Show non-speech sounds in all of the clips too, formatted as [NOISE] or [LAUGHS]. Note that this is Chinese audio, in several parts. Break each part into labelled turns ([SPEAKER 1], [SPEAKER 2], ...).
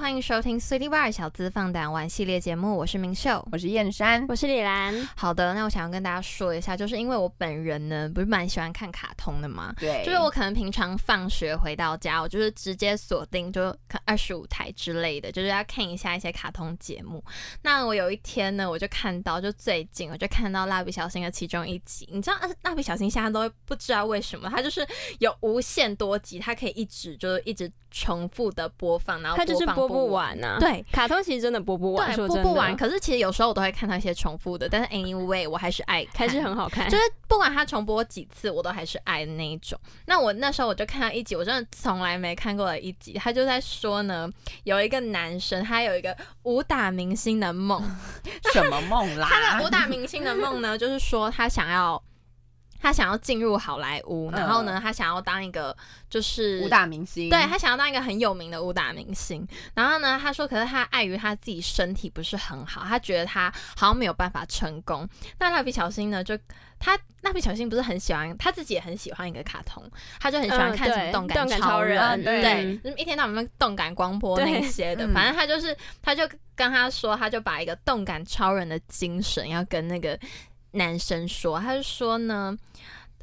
[SPEAKER 1] 欢迎收听 City Bar 小资放胆玩系列节目，我是明秀。
[SPEAKER 2] 我是燕山，
[SPEAKER 3] 我是李兰，
[SPEAKER 1] 好的，那我想要跟大家说一下，就是因为我本人呢，不是蛮喜欢看卡通的嘛，
[SPEAKER 2] 对
[SPEAKER 1] 就是我可能平常放学回到家，我就是直接锁定就看二十五台之类的，就是要看一下一些卡通节目。那我有一天呢，我就看到，就最近我就看到《蜡笔小新》的其中一集，你知道，呃蜡笔小新现在都不知道为什么，它就是有无限多集，它可以一直就是一直重复的播放，然后
[SPEAKER 3] 他就是
[SPEAKER 1] 放
[SPEAKER 3] 播
[SPEAKER 1] 不
[SPEAKER 3] 不。完呐、啊。，
[SPEAKER 1] 对，
[SPEAKER 3] 卡通其实真的播不完，
[SPEAKER 1] 对，
[SPEAKER 3] 说
[SPEAKER 1] 播
[SPEAKER 3] 真的，
[SPEAKER 1] 不完。可是其实有时候我都会看到一些重复的，但是 anyway 我还是爱看，
[SPEAKER 3] 还是很好看。
[SPEAKER 1] [LAUGHS] 就是不管它重播几次，我都还是爱的那一种。那我那时候我就看到一集，我真的从来没看过的一集，他就在说呢，有一个男生他有一个武打明星的梦，
[SPEAKER 2] [LAUGHS] 什么梦啦？
[SPEAKER 1] 他的武打明星的梦呢，就是说他想要。他想要进入好莱坞，然后呢，他想要当一个就是
[SPEAKER 2] 武打明星，
[SPEAKER 1] 对他想要当一个很有名的武打明星，然后呢，他说，可是他碍于他自己身体不是很好，他觉得他好像没有办法成功。那蜡笔小新呢，就他蜡笔小新不是很喜欢，他自己也很喜欢一个卡通，他就很喜欢
[SPEAKER 3] 嗯
[SPEAKER 1] 看什
[SPEAKER 3] 对
[SPEAKER 1] 么动
[SPEAKER 3] 动
[SPEAKER 1] 超
[SPEAKER 3] 感超人嗯
[SPEAKER 1] 人，
[SPEAKER 2] 对
[SPEAKER 1] 对，就是一天到晚那动感光波那
[SPEAKER 3] 对
[SPEAKER 1] 些的，
[SPEAKER 2] 嗯
[SPEAKER 1] 反正他就是，他就跟他说，他就把一个动感超人的精神要跟那个男生说，他就说呢。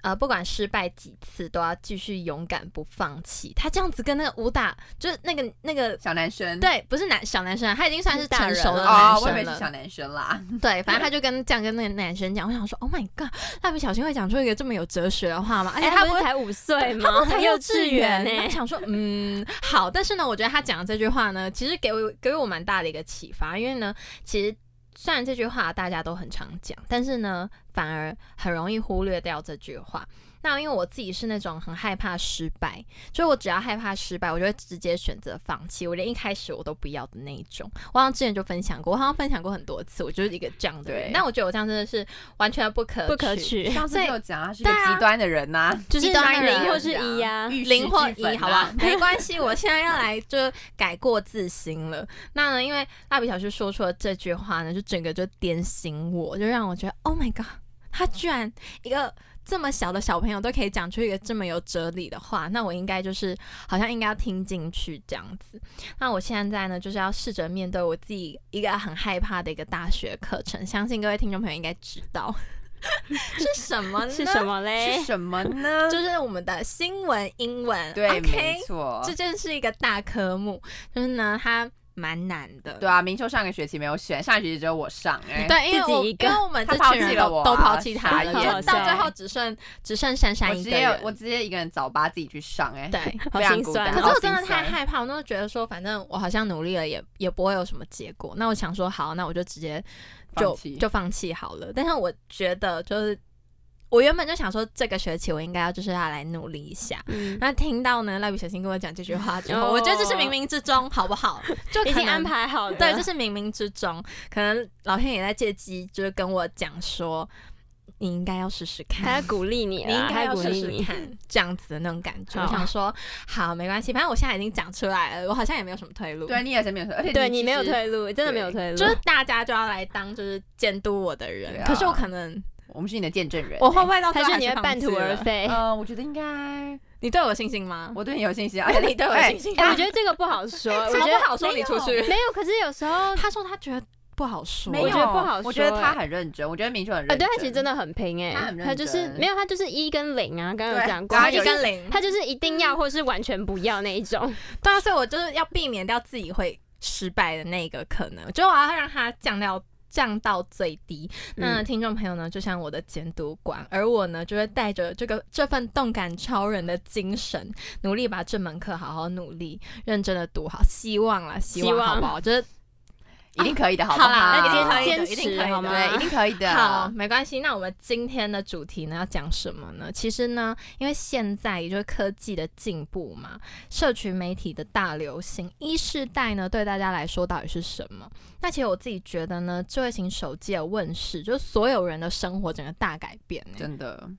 [SPEAKER 1] 呃，不管失败几次，都要继续勇敢不放弃。他这样子跟那个武打，就是那个那个，
[SPEAKER 2] 小男生，
[SPEAKER 1] 对，不是男小男生啊，他已经算是
[SPEAKER 3] 是大
[SPEAKER 1] 成
[SPEAKER 3] 人
[SPEAKER 1] 熟的
[SPEAKER 3] 了
[SPEAKER 2] 哦
[SPEAKER 1] 男，
[SPEAKER 2] 我以为
[SPEAKER 1] 生
[SPEAKER 2] 是
[SPEAKER 1] 了。
[SPEAKER 2] 小男生啦，
[SPEAKER 1] 对，反正他就跟这样跟那个男生讲，我想说，Oh my god，蜡笔小新会讲出一个这么有哲学的话吗？而且
[SPEAKER 3] 哎他
[SPEAKER 1] 哎不
[SPEAKER 3] 不
[SPEAKER 1] 会
[SPEAKER 3] 是才五岁吗？
[SPEAKER 1] [LAUGHS] 他不才
[SPEAKER 3] 很
[SPEAKER 1] 幼
[SPEAKER 3] 稚
[SPEAKER 1] 稚
[SPEAKER 3] 园欸
[SPEAKER 1] 园
[SPEAKER 3] 呢、
[SPEAKER 1] 呢、我想说，嗯，好，但是呢，我觉得他讲的这句话呢，其实给我给我蛮大的一个启发，因为呢，其实虽然这句话大家都很常讲，但是呢，反而很容易忽略掉这句话。那因为我自己是那种很害怕失败，就是我只要害怕失败，我就会直接选择放弃，我连一开始我都不要的那一种。我好像之前就分享过，我好像分享过很多次，我就是一个这样的人
[SPEAKER 3] 对。
[SPEAKER 1] 但我觉得我这样真的是完全不可
[SPEAKER 3] 不可取，
[SPEAKER 2] 上次
[SPEAKER 1] 所以
[SPEAKER 2] 就有讲他是个
[SPEAKER 1] 对啊
[SPEAKER 2] 极端的人呐，啊
[SPEAKER 3] 就是
[SPEAKER 1] 极端
[SPEAKER 3] 买
[SPEAKER 1] 的人
[SPEAKER 3] 零或是一呀、
[SPEAKER 2] 玉石
[SPEAKER 1] 零或啊
[SPEAKER 2] 俱
[SPEAKER 1] 一
[SPEAKER 2] 焚，呐
[SPEAKER 1] 好吧，没关系，我现在要来就改过自新了。那呢，因为蜡笔小新说出了这句话呢，就整个就点醒我，就让我觉得，Oh my god，他居然一个这么小的小朋友都可以讲出一个这么有哲理的话，那我应该就是好像应该要听进去这样子。那我现在呢，就是要试着面对我自己一个很害怕的一个大学课程，相信各位听众朋友应该知道 [LAUGHS] 是什么呢？
[SPEAKER 3] [LAUGHS] 是什？么
[SPEAKER 2] 啊是
[SPEAKER 3] 嘞？
[SPEAKER 2] 什么呢？
[SPEAKER 1] 就是我们的新闻英文，
[SPEAKER 2] 对，
[SPEAKER 1] ，OK，
[SPEAKER 2] 没错
[SPEAKER 1] 这，真是一个大科目，就是呢，它蛮难的。
[SPEAKER 2] 对啊，明秋上个学期没有选，上学期只有我上，哎，
[SPEAKER 1] 对，因为
[SPEAKER 3] 自己
[SPEAKER 1] 我
[SPEAKER 3] 一个
[SPEAKER 1] 因为我们
[SPEAKER 2] 他
[SPEAKER 1] 这
[SPEAKER 2] 抛
[SPEAKER 1] 群人
[SPEAKER 2] 弃
[SPEAKER 1] 都
[SPEAKER 2] 了我啊
[SPEAKER 1] 都抛弃他
[SPEAKER 2] 傻
[SPEAKER 1] 了，
[SPEAKER 3] 眼
[SPEAKER 1] 就到最后只剩只剩珊
[SPEAKER 2] 我
[SPEAKER 1] 珊
[SPEAKER 2] 直
[SPEAKER 1] 一个
[SPEAKER 2] 接我
[SPEAKER 1] 人。
[SPEAKER 2] 直接一个人早八自己去上，哎，
[SPEAKER 1] 对，
[SPEAKER 2] [LAUGHS]
[SPEAKER 3] 好
[SPEAKER 2] 非常
[SPEAKER 3] 心
[SPEAKER 2] 孤
[SPEAKER 3] 酸
[SPEAKER 2] 单
[SPEAKER 1] 可
[SPEAKER 3] 哦，
[SPEAKER 1] 是
[SPEAKER 2] 好
[SPEAKER 1] 我真的
[SPEAKER 2] 心
[SPEAKER 1] 太
[SPEAKER 2] 酸
[SPEAKER 1] 害怕，我那时候觉得说，反正我好像努力了也也不会有什么结果。那我想说，好，那我就直接就
[SPEAKER 2] 放弃
[SPEAKER 1] 就放弃好了。但是我觉得，就是我原本就想说，这个学期我应该要就是要来努力一下。
[SPEAKER 3] 嗯，
[SPEAKER 1] 那听到呢，蜡笔小新跟我讲这句话之后，
[SPEAKER 3] 哦
[SPEAKER 1] 我觉得这是冥冥之中，好不 [LAUGHS] 好？就
[SPEAKER 3] 已
[SPEAKER 1] 可
[SPEAKER 3] 经
[SPEAKER 1] 能
[SPEAKER 3] 安排好的，
[SPEAKER 1] 对，就是冥冥之中，可能老天也在借机，就是跟我讲说，你应该要试试
[SPEAKER 3] 还要
[SPEAKER 1] 看，
[SPEAKER 3] 鼓励你啦，
[SPEAKER 1] 你应该
[SPEAKER 3] 还
[SPEAKER 1] 要
[SPEAKER 3] 鼓
[SPEAKER 1] 试
[SPEAKER 3] 励
[SPEAKER 1] 试
[SPEAKER 3] 你。
[SPEAKER 1] 看，这样子的那种感觉。我
[SPEAKER 3] 好
[SPEAKER 1] 想说，好，没关系，反正我现在已经讲出来了，我好像也没有什么退路。
[SPEAKER 2] 对，，你也是没有退，而且
[SPEAKER 3] 对
[SPEAKER 2] 其
[SPEAKER 3] 你没有
[SPEAKER 2] 实，
[SPEAKER 3] 退路，真的没有退路，
[SPEAKER 1] 就是大家就要来当就是监督我的人，
[SPEAKER 2] 对啊
[SPEAKER 1] 可是我可能
[SPEAKER 2] 我们是你的见证人，
[SPEAKER 1] 我会不会到最
[SPEAKER 3] 还
[SPEAKER 1] 后
[SPEAKER 3] 是你
[SPEAKER 1] 还
[SPEAKER 3] 会
[SPEAKER 1] 放
[SPEAKER 3] 半
[SPEAKER 1] 弃
[SPEAKER 3] 途而
[SPEAKER 1] 了？ [LAUGHS]
[SPEAKER 3] 废？
[SPEAKER 2] 嗯，我觉得应该，
[SPEAKER 1] 你对我有信心
[SPEAKER 2] [LAUGHS]
[SPEAKER 1] 吗？
[SPEAKER 2] 我对你有信
[SPEAKER 1] [LAUGHS]
[SPEAKER 2] 心，而且
[SPEAKER 1] 你对我有信心
[SPEAKER 3] 哎，我觉得这个不好说，我
[SPEAKER 1] 怎
[SPEAKER 3] 觉
[SPEAKER 1] 么
[SPEAKER 3] 得
[SPEAKER 1] 哎不好说你出去？ [LAUGHS]
[SPEAKER 3] 没有，可是有时候
[SPEAKER 1] 他说他觉得不好说，
[SPEAKER 2] 没
[SPEAKER 3] 我
[SPEAKER 2] 有，
[SPEAKER 3] 觉得不好
[SPEAKER 2] 我觉得
[SPEAKER 3] 说
[SPEAKER 2] 他
[SPEAKER 3] 哎
[SPEAKER 2] 很认真，我觉得明秀很
[SPEAKER 3] 啊，
[SPEAKER 2] 认
[SPEAKER 3] 对
[SPEAKER 2] 真。
[SPEAKER 3] 他其实真的很拼哎、
[SPEAKER 2] 他很认
[SPEAKER 3] 他就是
[SPEAKER 2] 真
[SPEAKER 3] 没有，他就是一跟零啊，刚刚有
[SPEAKER 2] 对
[SPEAKER 3] 讲过，
[SPEAKER 2] 然后
[SPEAKER 1] 他
[SPEAKER 2] 有
[SPEAKER 3] 他就
[SPEAKER 1] 一
[SPEAKER 2] 一
[SPEAKER 1] 跟
[SPEAKER 3] 是
[SPEAKER 1] 零，
[SPEAKER 3] 他就是一定要或是完全不要那一种，
[SPEAKER 1] 对啊，所以我就是要避免掉自己会失败的那个可能，就我要让它降到降到最低。那
[SPEAKER 3] 嗯
[SPEAKER 1] 听众朋友呢，就像我的监督官，而我呢，就会带着这个这份动感超人的精神，努力把这门课好好努力、认真的读好，希望啦，希
[SPEAKER 3] 希
[SPEAKER 1] 望
[SPEAKER 3] 望
[SPEAKER 1] 好不好？就是
[SPEAKER 2] 一定可以的，好不
[SPEAKER 1] 啦，
[SPEAKER 3] [LAUGHS] 那
[SPEAKER 1] 那
[SPEAKER 3] 今
[SPEAKER 1] 一定可以的，一定可以
[SPEAKER 3] 天坚持
[SPEAKER 1] 的
[SPEAKER 3] 好吗
[SPEAKER 2] 对，一定可以 [LAUGHS] 的。
[SPEAKER 1] 好，
[SPEAKER 3] 哦
[SPEAKER 1] 没关系。那我们今天的主题呢，要讲什么呢？其实呢，因为现在也就是科技的进步嘛，社群媒体的大流行，一世代呢对大家来说到底是什么？那其实我自己觉得呢，智慧型手机的问世，就是所有人的生活整个大改变、欸。
[SPEAKER 2] 真的，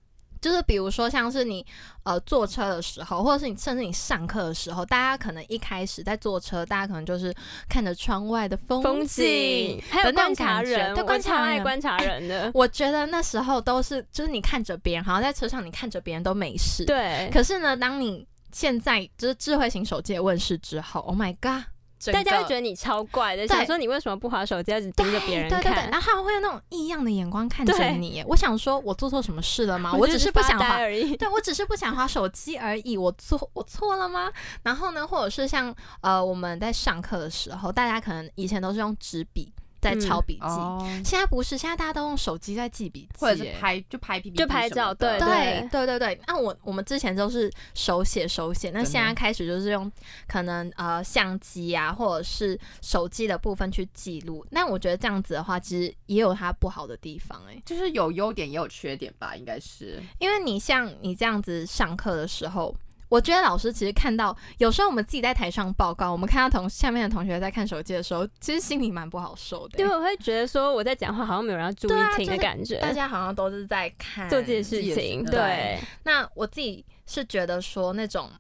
[SPEAKER 1] 就是比如说像是你呃坐车的时候，或者是你甚至你上课的时候，大家可能一开始在坐车，大家可能就是看着窗外的风
[SPEAKER 3] 风
[SPEAKER 1] 景
[SPEAKER 3] 景，还有
[SPEAKER 1] 的那
[SPEAKER 3] 观
[SPEAKER 1] 种
[SPEAKER 3] 察
[SPEAKER 1] 感觉
[SPEAKER 3] 人，
[SPEAKER 1] 对
[SPEAKER 3] 我
[SPEAKER 1] 观
[SPEAKER 3] 超
[SPEAKER 1] 察
[SPEAKER 3] 爱
[SPEAKER 1] 人
[SPEAKER 3] 观察
[SPEAKER 1] [LAUGHS]
[SPEAKER 3] 人的，
[SPEAKER 1] 我觉得那时候都是，就是你看着别人，好像在车上你看着别人都没事。。
[SPEAKER 3] 对，
[SPEAKER 1] 可是呢，当你现在就是智慧型手机的问世之后，Oh my god，整
[SPEAKER 3] 大家会
[SPEAKER 1] 个
[SPEAKER 3] 觉得你超怪的，
[SPEAKER 1] 对
[SPEAKER 3] 想说你为什么不划手机，要一直盯着别人
[SPEAKER 1] 对对啊对，
[SPEAKER 3] 看？
[SPEAKER 1] 然后他们会有那种异样的眼光看着
[SPEAKER 3] 对
[SPEAKER 1] 你耶。我想说，我做错什么事了吗？我只
[SPEAKER 3] 就是
[SPEAKER 1] 不想
[SPEAKER 3] 发
[SPEAKER 1] 滑
[SPEAKER 3] 呆而已。 [LAUGHS]
[SPEAKER 1] 对我只是不想划手机而已，我错我错了吗？然后呢，或者是像呃我们在上课的时候，大家可能以前都是用纸笔在
[SPEAKER 3] 嗯
[SPEAKER 1] 抄笔记，
[SPEAKER 2] 哦，
[SPEAKER 1] 现在不是，现在大家都用手机在记笔记，
[SPEAKER 2] 或者是
[SPEAKER 1] 欸
[SPEAKER 2] 拍就拍 PPT，
[SPEAKER 3] 就拍照
[SPEAKER 2] 什么的
[SPEAKER 3] 对
[SPEAKER 1] 对对对对，那我我们之前都是手写手写，那
[SPEAKER 2] 真的
[SPEAKER 1] 现在开始就是用可能呃相机啊，或者是手机的部分去记录。那我觉得这样子的话，其实也有它不好的地方哎、
[SPEAKER 2] 就是有优点也有缺点吧，应该是。
[SPEAKER 1] 因为你像你这样子上课的时候。我觉得老师其实看到，有时候我们自己在台上报告，我们看到同下面的同学在看手机的时候，其实心里蛮不好受的欸、
[SPEAKER 3] 因为我会觉得说我在讲话，好像没有人要注
[SPEAKER 1] 对啊
[SPEAKER 3] 意听
[SPEAKER 1] 就
[SPEAKER 3] 的
[SPEAKER 1] 是
[SPEAKER 3] 感觉，
[SPEAKER 1] 大家好像都是在看
[SPEAKER 3] 做这件事
[SPEAKER 2] 自己的
[SPEAKER 3] 情，
[SPEAKER 2] 事
[SPEAKER 3] 对，
[SPEAKER 1] 那我自己是觉得说，那种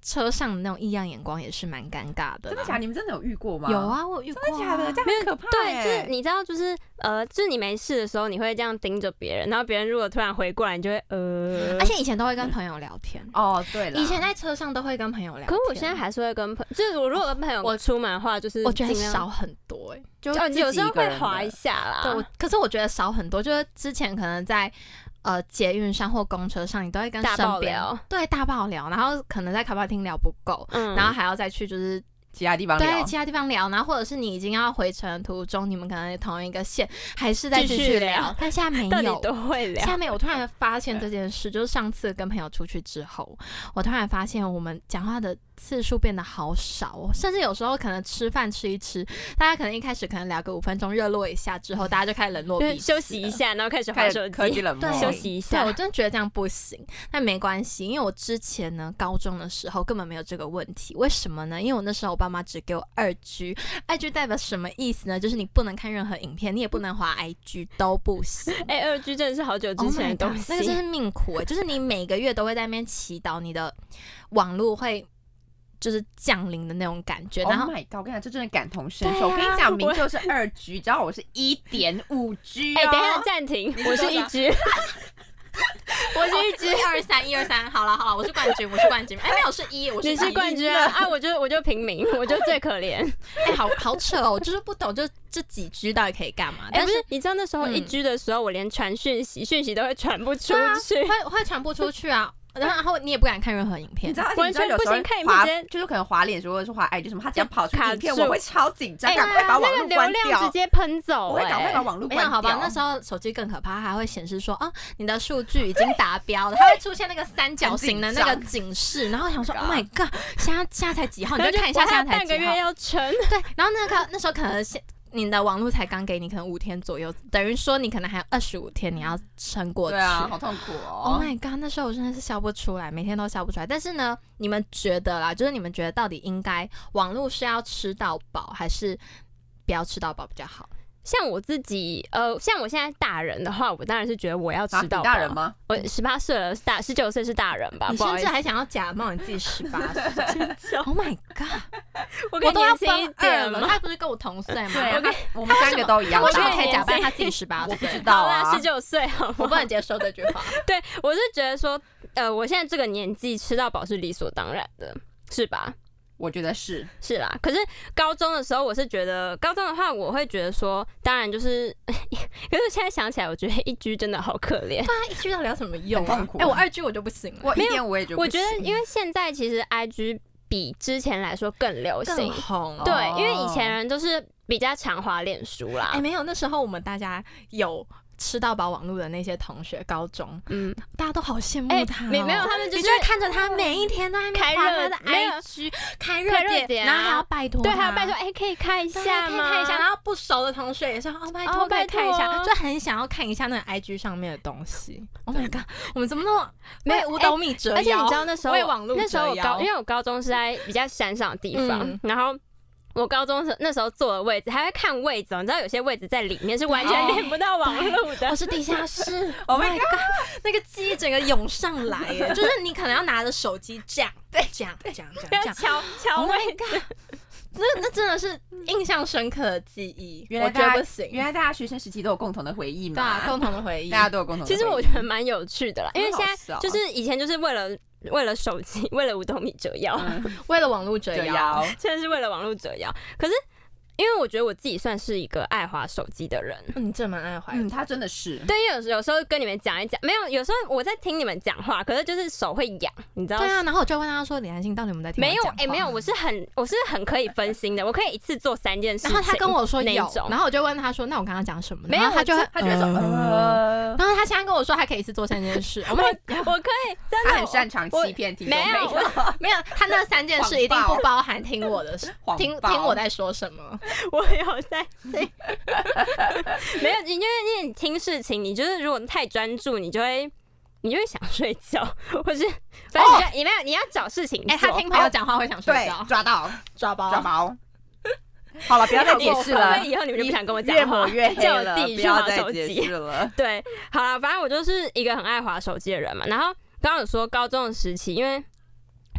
[SPEAKER 1] 车上的那种异样眼光也是蛮尴尬的啦。
[SPEAKER 2] 真的假的？你们真的有遇过吗？
[SPEAKER 1] 有，啊，我有遇过、
[SPEAKER 2] 真的假的？这样
[SPEAKER 3] 没有
[SPEAKER 2] 很可怕
[SPEAKER 3] 对，
[SPEAKER 2] 欸。
[SPEAKER 3] 就是你知道，就是呃，就是你没事的时候，你会这样盯着别人，然后别人如果突然回过来，你就会呃。
[SPEAKER 1] 而且以前都会跟朋友聊天，
[SPEAKER 2] 哦，对了，
[SPEAKER 1] 以前在车上都会跟朋友聊天。啊
[SPEAKER 3] 嗯可是我现在还是会跟朋，就是我如果跟朋友
[SPEAKER 1] 我
[SPEAKER 3] 出门的话，就是
[SPEAKER 1] 我觉得
[SPEAKER 3] 尽量啊
[SPEAKER 1] 少很多哎、
[SPEAKER 2] 就
[SPEAKER 3] 哦，
[SPEAKER 2] 自己
[SPEAKER 3] 有时候
[SPEAKER 2] 一个
[SPEAKER 3] 会
[SPEAKER 2] 人的
[SPEAKER 3] 滑一下啦。
[SPEAKER 1] 对，我可是我觉得少很多，就是之前可能在呃捷运上或公车上，你都会跟
[SPEAKER 3] 大
[SPEAKER 1] 身
[SPEAKER 3] 爆
[SPEAKER 1] 边
[SPEAKER 3] 聊，
[SPEAKER 1] 对大爆聊，然后可能在卡巴厅聊不够。
[SPEAKER 3] 嗯，
[SPEAKER 1] 然后还要再去就是
[SPEAKER 2] 其他地方
[SPEAKER 1] 对
[SPEAKER 2] 聊。
[SPEAKER 1] 其他地方聊，然后或者是你已经要回程的途中，你们可能同一个线，还是在
[SPEAKER 3] 继
[SPEAKER 1] 继
[SPEAKER 3] 续
[SPEAKER 1] 续
[SPEAKER 3] 聊
[SPEAKER 1] 聊，但现在没
[SPEAKER 3] 到底
[SPEAKER 1] 有，
[SPEAKER 3] 都会聊，
[SPEAKER 1] 下面我突然发现这件事，就是上次跟朋友出去之后，我突然发现我们讲话的次数变得好少哦，甚至有时候可能吃饭吃一吃，大家可能一开始可能聊个五分钟热络一下，之后大家就开始冷落
[SPEAKER 3] 就
[SPEAKER 1] 彼
[SPEAKER 3] 是
[SPEAKER 1] 此
[SPEAKER 3] 休息一
[SPEAKER 1] 了。
[SPEAKER 3] 下，然后开始滑
[SPEAKER 2] 开
[SPEAKER 3] 手
[SPEAKER 2] 始科技
[SPEAKER 3] 机，
[SPEAKER 2] 冷漠
[SPEAKER 1] 对，
[SPEAKER 3] 休息
[SPEAKER 1] 对，
[SPEAKER 3] 一下
[SPEAKER 1] 我。真的觉得这样不行，但没关系，因为我之前呢，高中的时候根本没有这个问题。为什么呢？因为我那时候我爸妈只给我二 G，二 G 代表什么意思呢？就是你不能看任何影片，你也不能滑 IG，都不行。
[SPEAKER 3] 哎，二 G 真的是好久
[SPEAKER 1] Oh
[SPEAKER 3] [LAUGHS]
[SPEAKER 1] my
[SPEAKER 3] 之前的
[SPEAKER 1] God，
[SPEAKER 3] 东西
[SPEAKER 1] 那个，真是命苦哎、就是你每个月都会在那边祈祷你的网络会就是降临的那种感觉，
[SPEAKER 2] Oh
[SPEAKER 1] 然后
[SPEAKER 2] my god！我跟你讲，这真的感同身
[SPEAKER 1] 对
[SPEAKER 2] 受。我跟
[SPEAKER 1] 啊
[SPEAKER 2] 你讲，明
[SPEAKER 3] 我
[SPEAKER 2] 就是二 G，你知道我是一点五 G
[SPEAKER 3] 哎，等一下
[SPEAKER 2] 哦。
[SPEAKER 3] 暂停，
[SPEAKER 2] 你是
[SPEAKER 3] 我是
[SPEAKER 2] 多
[SPEAKER 3] 一
[SPEAKER 2] 少
[SPEAKER 3] G，
[SPEAKER 1] 我是一支一二三一二三，好了好了，我是冠军，我是冠军，哎没有是一，我
[SPEAKER 3] 你是
[SPEAKER 1] 一
[SPEAKER 3] 冠军啊！ [LAUGHS] 啊，我就我就平民，我就最可怜。
[SPEAKER 1] 哎好好扯哦，我就是不懂，就这几支到底可以干嘛？
[SPEAKER 3] 哎，
[SPEAKER 1] 但
[SPEAKER 3] 不
[SPEAKER 1] 是
[SPEAKER 3] 是，你知道那时候一
[SPEAKER 1] 嗯
[SPEAKER 3] G 的时候，我连传讯息，讯息都会传不出
[SPEAKER 1] 对啊
[SPEAKER 3] 去。
[SPEAKER 1] 会会传播出去啊，然后你也不敢看任何影
[SPEAKER 2] 你
[SPEAKER 1] 片
[SPEAKER 2] 知。道，
[SPEAKER 3] 完
[SPEAKER 2] 你知道
[SPEAKER 3] 全
[SPEAKER 2] 有
[SPEAKER 3] 不
[SPEAKER 2] 时候
[SPEAKER 3] 行看影片
[SPEAKER 2] 滑
[SPEAKER 3] 直接
[SPEAKER 2] 就是可能滑脸书或者是滑 IG 什么，他只要跑出
[SPEAKER 3] 卡
[SPEAKER 2] 影片，
[SPEAKER 3] 住
[SPEAKER 2] 我会超紧张，
[SPEAKER 3] [LAUGHS] 哎
[SPEAKER 2] 赶快把网
[SPEAKER 3] 那个
[SPEAKER 2] 络
[SPEAKER 3] 流
[SPEAKER 2] 关掉
[SPEAKER 3] 量直。接喷走，
[SPEAKER 2] 我会赶快把
[SPEAKER 3] 哎，
[SPEAKER 2] 网络
[SPEAKER 1] 没
[SPEAKER 2] 关
[SPEAKER 1] 有，
[SPEAKER 2] 掉。
[SPEAKER 1] 好吧，那时候手机更可怕，它还会显示说啊，你的数据已经达标了，它会出现那个三角形的那个
[SPEAKER 2] 很
[SPEAKER 1] 警示，然后想说
[SPEAKER 2] God
[SPEAKER 1] ，Oh my god，现在现在才几号？你
[SPEAKER 3] 然后
[SPEAKER 1] 就看一下
[SPEAKER 3] 我还有
[SPEAKER 1] 现在才
[SPEAKER 3] 半个
[SPEAKER 1] 几号
[SPEAKER 3] 月。要撑，
[SPEAKER 1] 对，然后那个那时候可能现你的网络才刚给你可能五天左右，等于说你可能还有二十五天你要撑过去。
[SPEAKER 2] 对啊，好痛苦
[SPEAKER 1] Oh
[SPEAKER 2] [LAUGHS] 哦。
[SPEAKER 1] my god！那时候我真的是笑不出来，每天都笑不出来。但是呢，你们觉得啦，就是你们觉得到底应该网络是要吃到饱，还是不要吃到饱比较好？
[SPEAKER 3] 像我自己，呃，像我现在大人的话，我当然是觉得我要
[SPEAKER 2] 啊
[SPEAKER 3] 吃到
[SPEAKER 2] 你
[SPEAKER 3] 饱
[SPEAKER 2] 大人？吗？
[SPEAKER 3] 我十八岁了，大十九岁是大人吧？
[SPEAKER 1] 你
[SPEAKER 3] 啊不好
[SPEAKER 1] 甚
[SPEAKER 3] 意
[SPEAKER 1] 至
[SPEAKER 3] 思，
[SPEAKER 1] 还想要假冒你自己十八岁？Oh my god！
[SPEAKER 3] 我
[SPEAKER 1] 我
[SPEAKER 3] 更
[SPEAKER 1] 都要
[SPEAKER 3] 年轻
[SPEAKER 1] 奔
[SPEAKER 3] 一
[SPEAKER 1] 二
[SPEAKER 3] 点
[SPEAKER 1] 了，
[SPEAKER 3] 嘛。
[SPEAKER 1] 他不是跟我同岁吗？
[SPEAKER 2] 对
[SPEAKER 1] 我跟
[SPEAKER 2] 啊，我们三个都一样
[SPEAKER 1] 他
[SPEAKER 2] 大。
[SPEAKER 1] 为什么
[SPEAKER 3] 我
[SPEAKER 1] 可以
[SPEAKER 3] 跟
[SPEAKER 1] 假扮
[SPEAKER 3] 我
[SPEAKER 1] 他自己十八
[SPEAKER 2] [LAUGHS] 我不
[SPEAKER 1] 岁
[SPEAKER 2] 知？道
[SPEAKER 3] 好啦，
[SPEAKER 2] 啊
[SPEAKER 3] 十。九岁好
[SPEAKER 1] 我
[SPEAKER 3] 吗？
[SPEAKER 1] 不能接受这句话。
[SPEAKER 3] 对我是觉得说，呃，我现在这个年纪吃到饱是理所当然的，是吧？
[SPEAKER 2] 我觉得是，
[SPEAKER 3] 是啦，可是高中的时候，我是觉得高中的话，我会觉得说，当然就是， [LAUGHS] 可是现在想起来，我觉得一居真的好可怜。
[SPEAKER 1] [LAUGHS] 那一句要聊什么用
[SPEAKER 2] 很
[SPEAKER 1] 啊
[SPEAKER 2] 痛？苦
[SPEAKER 1] 哎，我二句我就不行了，
[SPEAKER 2] 我一点我也觉得不
[SPEAKER 3] 我
[SPEAKER 2] 行。
[SPEAKER 3] 觉得，因为现在其实 IG 比之前来说更流
[SPEAKER 1] 更
[SPEAKER 3] 行，
[SPEAKER 1] 红。
[SPEAKER 3] 对，
[SPEAKER 2] 哦
[SPEAKER 3] 因为以前人都是比较常滑脸书啦，
[SPEAKER 1] 哎，没有，那时候我们大家有。吃到饱网络的那些同学，高中
[SPEAKER 3] 嗯，
[SPEAKER 1] 大家都好羡慕
[SPEAKER 3] 哎、
[SPEAKER 1] 他、哦
[SPEAKER 3] 没没有，他们就
[SPEAKER 1] 你就
[SPEAKER 3] 是
[SPEAKER 1] 会看着他每一天都在那边
[SPEAKER 3] 开
[SPEAKER 1] 划他
[SPEAKER 3] 热
[SPEAKER 1] 的
[SPEAKER 3] 哎没有
[SPEAKER 1] IG，开
[SPEAKER 3] 开热
[SPEAKER 1] 热
[SPEAKER 3] 点
[SPEAKER 1] 然后还
[SPEAKER 3] 啊
[SPEAKER 1] 要拜托
[SPEAKER 3] 对，
[SPEAKER 1] 他，
[SPEAKER 3] 还有拜托，哎、可以看一
[SPEAKER 1] 对
[SPEAKER 3] 下
[SPEAKER 1] 可以
[SPEAKER 3] 吗？
[SPEAKER 1] 看一下。然后不熟的同学也说，哦，拜
[SPEAKER 3] 哦
[SPEAKER 1] 托，可以
[SPEAKER 3] 拜
[SPEAKER 1] 看一下，
[SPEAKER 3] 托
[SPEAKER 1] 就很想要看一下那个 IG 上面的东西。Oh my god，我们怎么那么
[SPEAKER 3] 没有
[SPEAKER 1] 为五
[SPEAKER 3] 哎
[SPEAKER 1] 斗米折腰？
[SPEAKER 3] 而且你知道那时候
[SPEAKER 1] 为网络
[SPEAKER 3] 那时候我
[SPEAKER 1] 折
[SPEAKER 3] 高，
[SPEAKER 1] 腰
[SPEAKER 3] 因为我高中是在比较山上的地方，
[SPEAKER 1] 嗯
[SPEAKER 3] 然后。我高中时那时候坐的位置还会看位置、哦，你知道有些位置在里面是完全
[SPEAKER 1] 对
[SPEAKER 3] 连不到网络的
[SPEAKER 1] 我。是地下
[SPEAKER 3] [LAUGHS]
[SPEAKER 1] 室
[SPEAKER 2] Oh my
[SPEAKER 1] god，那个记忆整个涌上来耶，就是你可能要拿着手机这样，对，这样，这样，这样，这
[SPEAKER 3] [LAUGHS] 要
[SPEAKER 1] 样。
[SPEAKER 3] 敲敲
[SPEAKER 1] Oh
[SPEAKER 3] 位
[SPEAKER 1] my god！那那真的是印象深刻的记忆，
[SPEAKER 2] 原来
[SPEAKER 1] 我觉
[SPEAKER 2] 大
[SPEAKER 1] 得
[SPEAKER 2] 家
[SPEAKER 1] 不行，
[SPEAKER 2] 原来大家学生时期都有共同的回忆嘛，
[SPEAKER 1] 对啊，共同的回忆，
[SPEAKER 2] 嗯 [LAUGHS] 大家都有共同的回
[SPEAKER 3] 其
[SPEAKER 2] 忆。
[SPEAKER 3] 实我觉得蛮有趣的啦，因为现
[SPEAKER 2] 很好
[SPEAKER 3] 在
[SPEAKER 2] 笑
[SPEAKER 3] 就是以前就是为了为了手机， [LAUGHS] 为了五斗米折腰，
[SPEAKER 2] 嗯
[SPEAKER 1] 为了网络折
[SPEAKER 2] 折
[SPEAKER 1] 腰，
[SPEAKER 2] 腰，
[SPEAKER 3] 现在是为了网络折腰。可是因为我觉得我自己算是一个爱滑手机的人，
[SPEAKER 1] 嗯，这蛮爱怀
[SPEAKER 2] 嗯，他真的是，
[SPEAKER 3] 对，因为有时有时候跟你们讲一讲，没有，有时候我在听你们讲话，可是就是手会痒，你知道吗？
[SPEAKER 1] 对啊，然后我就问他说：“李安心到底有没有在听？”
[SPEAKER 3] 没有，哎、
[SPEAKER 1] [LAUGHS]
[SPEAKER 3] 没有，。我是很我是很可以分心的，我可以一次做三件事
[SPEAKER 1] 然
[SPEAKER 3] 情。
[SPEAKER 1] 后他跟我说
[SPEAKER 3] 那一
[SPEAKER 1] 有，
[SPEAKER 3] 种
[SPEAKER 1] 然后我就问他说：“那我刚刚讲什么？”
[SPEAKER 3] 没有
[SPEAKER 1] 然后他就
[SPEAKER 3] 我
[SPEAKER 1] 会
[SPEAKER 2] 他觉得说，
[SPEAKER 1] 呃
[SPEAKER 2] 呃，
[SPEAKER 1] [LAUGHS] 然后他现在跟我说还可以一次做三件事，我 [LAUGHS] 们
[SPEAKER 3] 我可以真的
[SPEAKER 2] 他很擅长
[SPEAKER 3] 我
[SPEAKER 2] 欺骗听众
[SPEAKER 3] 没有
[SPEAKER 2] 朋友，
[SPEAKER 1] [LAUGHS] 没有他那三件事一定不包含听我的事，
[SPEAKER 2] [LAUGHS] 谎
[SPEAKER 1] 听
[SPEAKER 2] 报
[SPEAKER 1] 听我在说什
[SPEAKER 2] [LAUGHS]
[SPEAKER 1] 么。
[SPEAKER 3] 我有在听， [LAUGHS] 没有，因为因为你听事情，你就是如果太专注，你就会。你就会想睡觉，或是反正你就、你没有你要找事情
[SPEAKER 1] 哦
[SPEAKER 3] 做。
[SPEAKER 1] 哎，他听朋友讲话会想睡
[SPEAKER 2] 对
[SPEAKER 1] 觉，，
[SPEAKER 2] 抓到
[SPEAKER 1] 抓包
[SPEAKER 2] 抓包。好了，不要再解释了
[SPEAKER 3] 因，为以后你们就不想跟我讲
[SPEAKER 2] 越
[SPEAKER 3] 话，
[SPEAKER 2] 抹越黑
[SPEAKER 3] 叫我
[SPEAKER 2] 了，
[SPEAKER 3] 自己
[SPEAKER 2] 不
[SPEAKER 3] 去
[SPEAKER 2] 要
[SPEAKER 3] 划
[SPEAKER 2] 再
[SPEAKER 3] 手
[SPEAKER 2] 解
[SPEAKER 3] 机。
[SPEAKER 2] 释
[SPEAKER 3] [LAUGHS]
[SPEAKER 2] 了。
[SPEAKER 3] 对，好了，反正我就是一个很爱划手机的人嘛。然后刚刚有说高中的时期，因为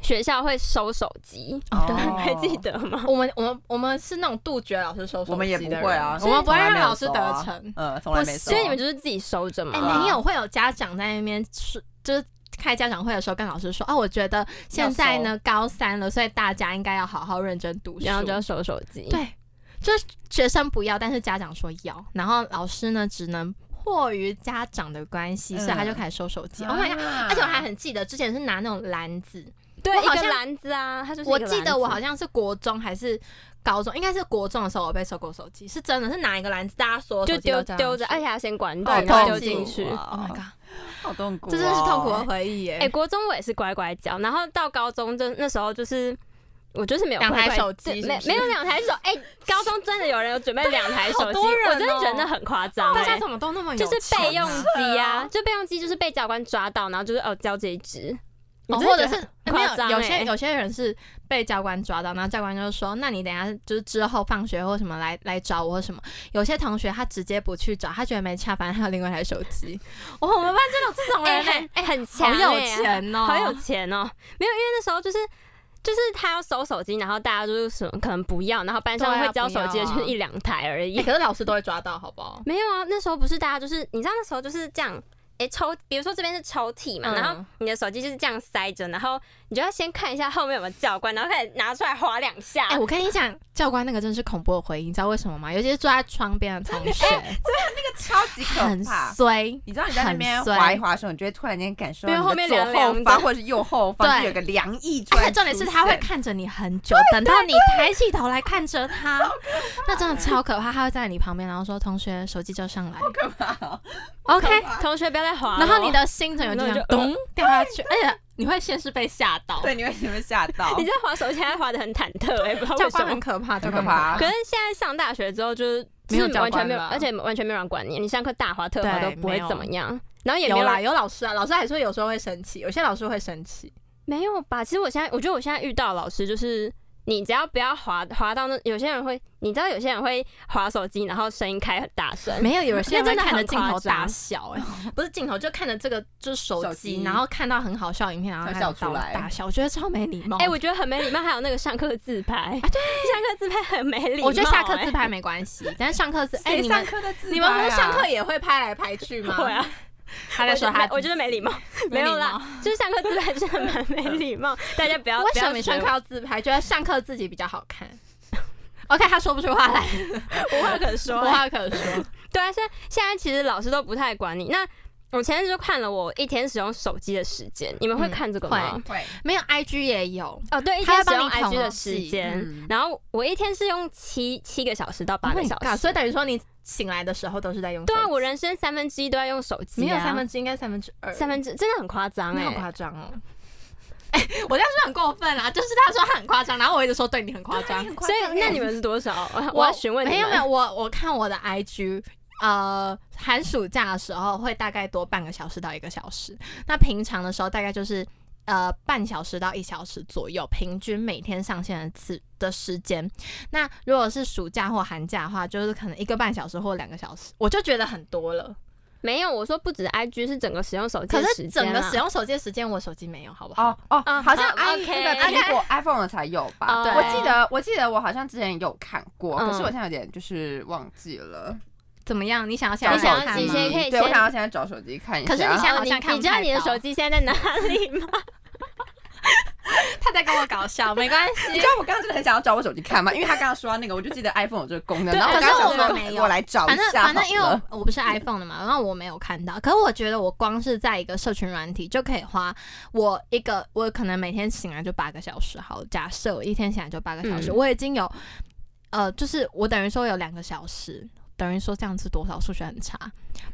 [SPEAKER 3] 学校会收手机，
[SPEAKER 2] 哦
[SPEAKER 3] 还记得吗？
[SPEAKER 1] 我们我们我们是那种杜绝老师收手机的人，
[SPEAKER 2] 我们也不会啊
[SPEAKER 1] 我们不会
[SPEAKER 2] 所以
[SPEAKER 1] 让老师得逞。
[SPEAKER 2] 呃，从来没
[SPEAKER 1] 不是
[SPEAKER 2] 收
[SPEAKER 3] 所以你们就是自己收着
[SPEAKER 1] 哎，
[SPEAKER 3] 嘛。
[SPEAKER 1] 没有，会有家长在那边说，就是开家长会的时候跟老师说：“哦，我觉得现在呢高三了，所以大家应该要好好认真读书。”
[SPEAKER 3] 然后就要收手机。
[SPEAKER 1] 对，就是学生不要，但是家长说要，然后老师呢只能迫于家长的关系，所以
[SPEAKER 3] 嗯
[SPEAKER 1] 他就开始收手
[SPEAKER 3] 啊
[SPEAKER 1] 机。oh my god！而
[SPEAKER 2] 啊
[SPEAKER 1] 且我还很记得之前是拿那种篮子，
[SPEAKER 3] 对，
[SPEAKER 1] 我
[SPEAKER 3] 一
[SPEAKER 1] 好
[SPEAKER 3] 个
[SPEAKER 1] 像
[SPEAKER 3] 篮子啊，它就是一
[SPEAKER 1] 我
[SPEAKER 3] 个
[SPEAKER 1] 记
[SPEAKER 3] 篮
[SPEAKER 1] 得
[SPEAKER 3] 子
[SPEAKER 1] 我好像是国中还是高中，应该是国中的时候我被收过手机，是真的是拿一个篮子，大家所有
[SPEAKER 3] 就
[SPEAKER 1] 手机
[SPEAKER 3] 丢
[SPEAKER 1] 都这样
[SPEAKER 3] 丢
[SPEAKER 1] 子哦
[SPEAKER 3] 着，而且还要先
[SPEAKER 1] 对
[SPEAKER 3] 关掉，
[SPEAKER 2] 好
[SPEAKER 1] 然
[SPEAKER 3] 然
[SPEAKER 1] 后
[SPEAKER 3] 后
[SPEAKER 2] 痛
[SPEAKER 3] 丢
[SPEAKER 1] 就进
[SPEAKER 3] 进去。
[SPEAKER 1] Oh my god！
[SPEAKER 2] 好痛苦，哦
[SPEAKER 1] 这真的是痛苦哦的。回忆
[SPEAKER 3] 哎、
[SPEAKER 1] 耶。
[SPEAKER 3] 国中我也是乖乖教，然后到高中就那时候就是。我就是没有
[SPEAKER 1] 两台
[SPEAKER 3] 乖乖
[SPEAKER 1] 手机
[SPEAKER 3] 对
[SPEAKER 1] 是
[SPEAKER 3] 没
[SPEAKER 1] 不是
[SPEAKER 3] 没有两台手，哎、高中真的有人有准备两台手
[SPEAKER 1] 好
[SPEAKER 3] 机，
[SPEAKER 1] 多人哦
[SPEAKER 3] 我真的觉得那很夸张、
[SPEAKER 1] 大家
[SPEAKER 3] 哎
[SPEAKER 1] 怎么都那么有
[SPEAKER 3] 就是
[SPEAKER 1] 钱
[SPEAKER 3] 备用
[SPEAKER 1] 啊
[SPEAKER 3] 机啊，就备用机就是被教官抓到，然后就是哦交这一支，我
[SPEAKER 1] 哦，
[SPEAKER 3] 真
[SPEAKER 1] 或
[SPEAKER 3] 的
[SPEAKER 1] 者
[SPEAKER 3] 觉得
[SPEAKER 1] 是没
[SPEAKER 3] 很夸
[SPEAKER 1] 有
[SPEAKER 3] 张
[SPEAKER 1] 有
[SPEAKER 3] 欸
[SPEAKER 1] 些有些人是被教官抓到，然后教官就说：“那你等一下就是之后放学或什么来来找我或什么。”有些同学他直接不去找，他觉得没差，反正还有另外一台手机。哦，我们班真的有这种
[SPEAKER 3] 哎、
[SPEAKER 1] 人呢、
[SPEAKER 3] 很哎、很
[SPEAKER 1] 好
[SPEAKER 3] 强、哎
[SPEAKER 1] 有钱哦、
[SPEAKER 3] 好有钱哦、没有，因为那时候就是就是他要收手机，然后大家就是什么可能不要，然后班上
[SPEAKER 1] 对啊
[SPEAKER 3] 会交手机
[SPEAKER 1] 不要
[SPEAKER 3] 的
[SPEAKER 1] 啊
[SPEAKER 3] 就是一两台而已。
[SPEAKER 1] 哎可是老师都会抓到，好不
[SPEAKER 3] [LAUGHS]
[SPEAKER 1] 好？
[SPEAKER 3] 没有啊，那时候不是大家就是你知道那时候就是这样，哎、抽，比如说这边是抽屉嘛，
[SPEAKER 1] 嗯
[SPEAKER 3] 然后你的手机就是这样塞着，然后你就要先看一下后面有没有教官，然后开始拿出来划两下。
[SPEAKER 1] 哎、我跟你讲，教官那个真是恐怖的回忆，你知道为什么吗？尤其是坐在窗边的同学，
[SPEAKER 2] 超级可
[SPEAKER 1] 很
[SPEAKER 2] 怕。
[SPEAKER 1] 衰。
[SPEAKER 2] 你知道你在那边
[SPEAKER 1] 很衰
[SPEAKER 2] 滑一滑的时候，你就会突然间感受
[SPEAKER 3] 因为
[SPEAKER 2] 到
[SPEAKER 3] 后
[SPEAKER 2] 你的
[SPEAKER 3] 面
[SPEAKER 2] 左
[SPEAKER 3] 凉
[SPEAKER 2] 后
[SPEAKER 3] 凉
[SPEAKER 2] 方
[SPEAKER 3] 的
[SPEAKER 2] 或者是右后方
[SPEAKER 1] 对
[SPEAKER 2] 就有个凉意出
[SPEAKER 1] 而
[SPEAKER 2] 来。
[SPEAKER 1] 且重点是他会，看着你很久，等到你抬起头来看着他，那真的超可怕。他会在你旁边，然后说：“同学，手机就上来。
[SPEAKER 2] 干嘛？
[SPEAKER 1] ”OK，
[SPEAKER 3] 同学不要再划了哦。
[SPEAKER 1] 然后你的心整个就这呃
[SPEAKER 3] 然
[SPEAKER 1] 样
[SPEAKER 3] 后就
[SPEAKER 1] 咚掉下去，哎而且你会先是被吓到，
[SPEAKER 2] 对，你会你会吓到
[SPEAKER 3] 你。在划手机还划的很忐忑、哎，不知道
[SPEAKER 1] 教
[SPEAKER 3] 为什
[SPEAKER 1] 官
[SPEAKER 3] 么
[SPEAKER 1] 很。可怕，
[SPEAKER 2] 很
[SPEAKER 1] 教
[SPEAKER 2] 可
[SPEAKER 1] 官
[SPEAKER 2] 怕
[SPEAKER 3] 可是现在上大学之后，就是
[SPEAKER 1] 没有
[SPEAKER 3] 就是
[SPEAKER 1] 教
[SPEAKER 3] 完全没有，啊
[SPEAKER 1] 官了
[SPEAKER 3] 而且完全没有人管你，你上课大滑特滑
[SPEAKER 1] 对
[SPEAKER 3] 都不会
[SPEAKER 1] 没有
[SPEAKER 3] 怎么样，然后也没
[SPEAKER 1] 有
[SPEAKER 3] 有
[SPEAKER 1] 啦，有老师啊，老师还说有时候会生气，有些老师会生气，
[SPEAKER 3] 没有吧？其实我现在我觉得我现在遇到的老师就是。你只要不要滑滑到那，有些人会，你知道有些人会滑手机，然后声音开很大声，
[SPEAKER 1] 没有，有些人
[SPEAKER 3] 那
[SPEAKER 1] 会
[SPEAKER 3] 真的
[SPEAKER 1] 看着
[SPEAKER 3] 很
[SPEAKER 1] 镜
[SPEAKER 3] 夸
[SPEAKER 1] 头大
[SPEAKER 3] 张
[SPEAKER 1] 笑，哎， [LAUGHS] 不是镜头，就看着这个就是手
[SPEAKER 2] 手
[SPEAKER 1] 机，
[SPEAKER 2] 机
[SPEAKER 1] 然后看到很好笑的影片，然后
[SPEAKER 2] 就
[SPEAKER 1] 他
[SPEAKER 2] 笑出
[SPEAKER 1] 到
[SPEAKER 2] 来
[SPEAKER 1] 大笑，我觉得超没礼貌。
[SPEAKER 3] 哎、我觉得很没礼貌。还有那个上课自 [LAUGHS] 拍，对，上课自拍很没礼貌、
[SPEAKER 1] 我觉得下课自
[SPEAKER 3] 哎
[SPEAKER 1] 拍没关系，但是上课是哎，
[SPEAKER 2] 谁
[SPEAKER 1] 你
[SPEAKER 2] 上
[SPEAKER 1] 们
[SPEAKER 2] 课的自
[SPEAKER 1] 你们不
[SPEAKER 2] 拍
[SPEAKER 1] 是
[SPEAKER 2] 啊
[SPEAKER 1] 上课也会拍来拍去
[SPEAKER 3] [LAUGHS]
[SPEAKER 1] 吗？
[SPEAKER 3] 会啊，
[SPEAKER 1] 他在说他自己，
[SPEAKER 3] 我觉得没礼貌，
[SPEAKER 1] 没
[SPEAKER 3] 没有
[SPEAKER 1] 礼
[SPEAKER 3] 啦
[SPEAKER 1] 貌。，
[SPEAKER 3] 就是上课自拍真的蛮没
[SPEAKER 1] [LAUGHS]
[SPEAKER 3] 礼貌，大家不要
[SPEAKER 1] 为
[SPEAKER 3] 不要
[SPEAKER 1] 什么上
[SPEAKER 3] 学
[SPEAKER 1] 课要自拍？觉得上课自己比较好 [LAUGHS] 看。OK，他说不出话来，
[SPEAKER 3] 我无话可说、
[SPEAKER 1] 无
[SPEAKER 3] 哎
[SPEAKER 1] 话可 [LAUGHS] 说。
[SPEAKER 3] [LAUGHS] 对啊，现在现在其实老师都不太管你。那我前阵子就看了我一天使用手机的时间，你们会
[SPEAKER 1] 嗯
[SPEAKER 3] 看这个吗？
[SPEAKER 2] 会
[SPEAKER 1] 没有 IG 也有，
[SPEAKER 3] 哦，对，一
[SPEAKER 1] 他会
[SPEAKER 3] 天使
[SPEAKER 1] 帮
[SPEAKER 3] 用
[SPEAKER 1] 你统
[SPEAKER 3] IG 的
[SPEAKER 1] 计
[SPEAKER 3] 时间，
[SPEAKER 2] 嗯
[SPEAKER 3] 然后我一天是用七七个小时到八
[SPEAKER 1] Oh
[SPEAKER 3] 个
[SPEAKER 1] my
[SPEAKER 3] 小
[SPEAKER 1] god，
[SPEAKER 3] 时，
[SPEAKER 1] 所以等于说你醒来的时候都是在用手
[SPEAKER 3] 对
[SPEAKER 1] 机。
[SPEAKER 3] 啊，我人生三分之一都在用手机、啊，
[SPEAKER 1] 没有三分之一，应该三分之二，
[SPEAKER 3] 三分之真的很夸张
[SPEAKER 1] 没有
[SPEAKER 3] 哎，
[SPEAKER 1] 夸张哦。 [LAUGHS] 哎，我这样是很过分啦，就是他说他很夸张，然后我一直说对你很夸张。
[SPEAKER 3] 所以那你
[SPEAKER 1] [LAUGHS]
[SPEAKER 3] 们是多少？啊我
[SPEAKER 1] 我
[SPEAKER 3] 我要询问你
[SPEAKER 1] 没有没
[SPEAKER 3] 们
[SPEAKER 1] 有，我我看我的 IG，呃，寒暑假的时候会大概多半个小时到一个小时，那平常的时候大概就是呃半小时到一小时左右，平均每天上线的次的时间。那如果是暑假或寒假的话，就是可能一个半小时或两个小时，我就觉得很多了。
[SPEAKER 3] 没有，我说不止 IG 是整个使用手机
[SPEAKER 1] 可
[SPEAKER 3] 的
[SPEAKER 1] 是
[SPEAKER 3] 时间
[SPEAKER 1] 整
[SPEAKER 3] 啊，
[SPEAKER 1] 个使用手机的时间，我手机没有，好不好？
[SPEAKER 2] 哦哦
[SPEAKER 3] 嗯，
[SPEAKER 2] 好像
[SPEAKER 3] 嗯
[SPEAKER 2] i
[SPEAKER 3] ，OK
[SPEAKER 2] 那个苹果 iPhone 的才有吧？
[SPEAKER 3] 哦
[SPEAKER 1] 对
[SPEAKER 2] 我记得我记得我好像之前有看过，
[SPEAKER 3] 嗯
[SPEAKER 2] 可是我现在有点就是忘记了。
[SPEAKER 1] 怎么样？你想要现在
[SPEAKER 2] 找
[SPEAKER 3] 你想
[SPEAKER 1] 看
[SPEAKER 3] 要
[SPEAKER 1] 吗 [LAUGHS]
[SPEAKER 3] 你先可以
[SPEAKER 2] 对我
[SPEAKER 3] 先
[SPEAKER 2] 想要现在找手机看一下。
[SPEAKER 1] 可是你想
[SPEAKER 3] 哦
[SPEAKER 1] 好像看不
[SPEAKER 3] 你你知道
[SPEAKER 1] 太
[SPEAKER 3] 你的
[SPEAKER 1] 到
[SPEAKER 3] 手机现在在哪里吗？
[SPEAKER 1] 他在跟我搞笑，没关
[SPEAKER 2] 你
[SPEAKER 1] 系
[SPEAKER 2] 知。啊道我刚刚真的很想要找我手机看吗？因为他刚刚说到那个，我就记得 iPhone 有这个功能，
[SPEAKER 1] 对
[SPEAKER 2] 然后我
[SPEAKER 1] 可
[SPEAKER 2] 刚
[SPEAKER 1] 是
[SPEAKER 2] 刚
[SPEAKER 1] 我
[SPEAKER 2] 想
[SPEAKER 1] 们没
[SPEAKER 2] 说
[SPEAKER 1] 有
[SPEAKER 2] 我来找一
[SPEAKER 1] 反正
[SPEAKER 2] 下好
[SPEAKER 1] 反
[SPEAKER 2] 了嗯
[SPEAKER 1] 正，因为我我不是 iPhone 的嘛，然后我没有看到。可是我觉得我光是在一个社群软体就可以花我一个，我可能每天醒来就八个小时。好，假设我一天醒来就八个小时，
[SPEAKER 3] 嗯
[SPEAKER 1] 我已经有呃，就是我等于说有两个小时。等于说这样子多少数学很差，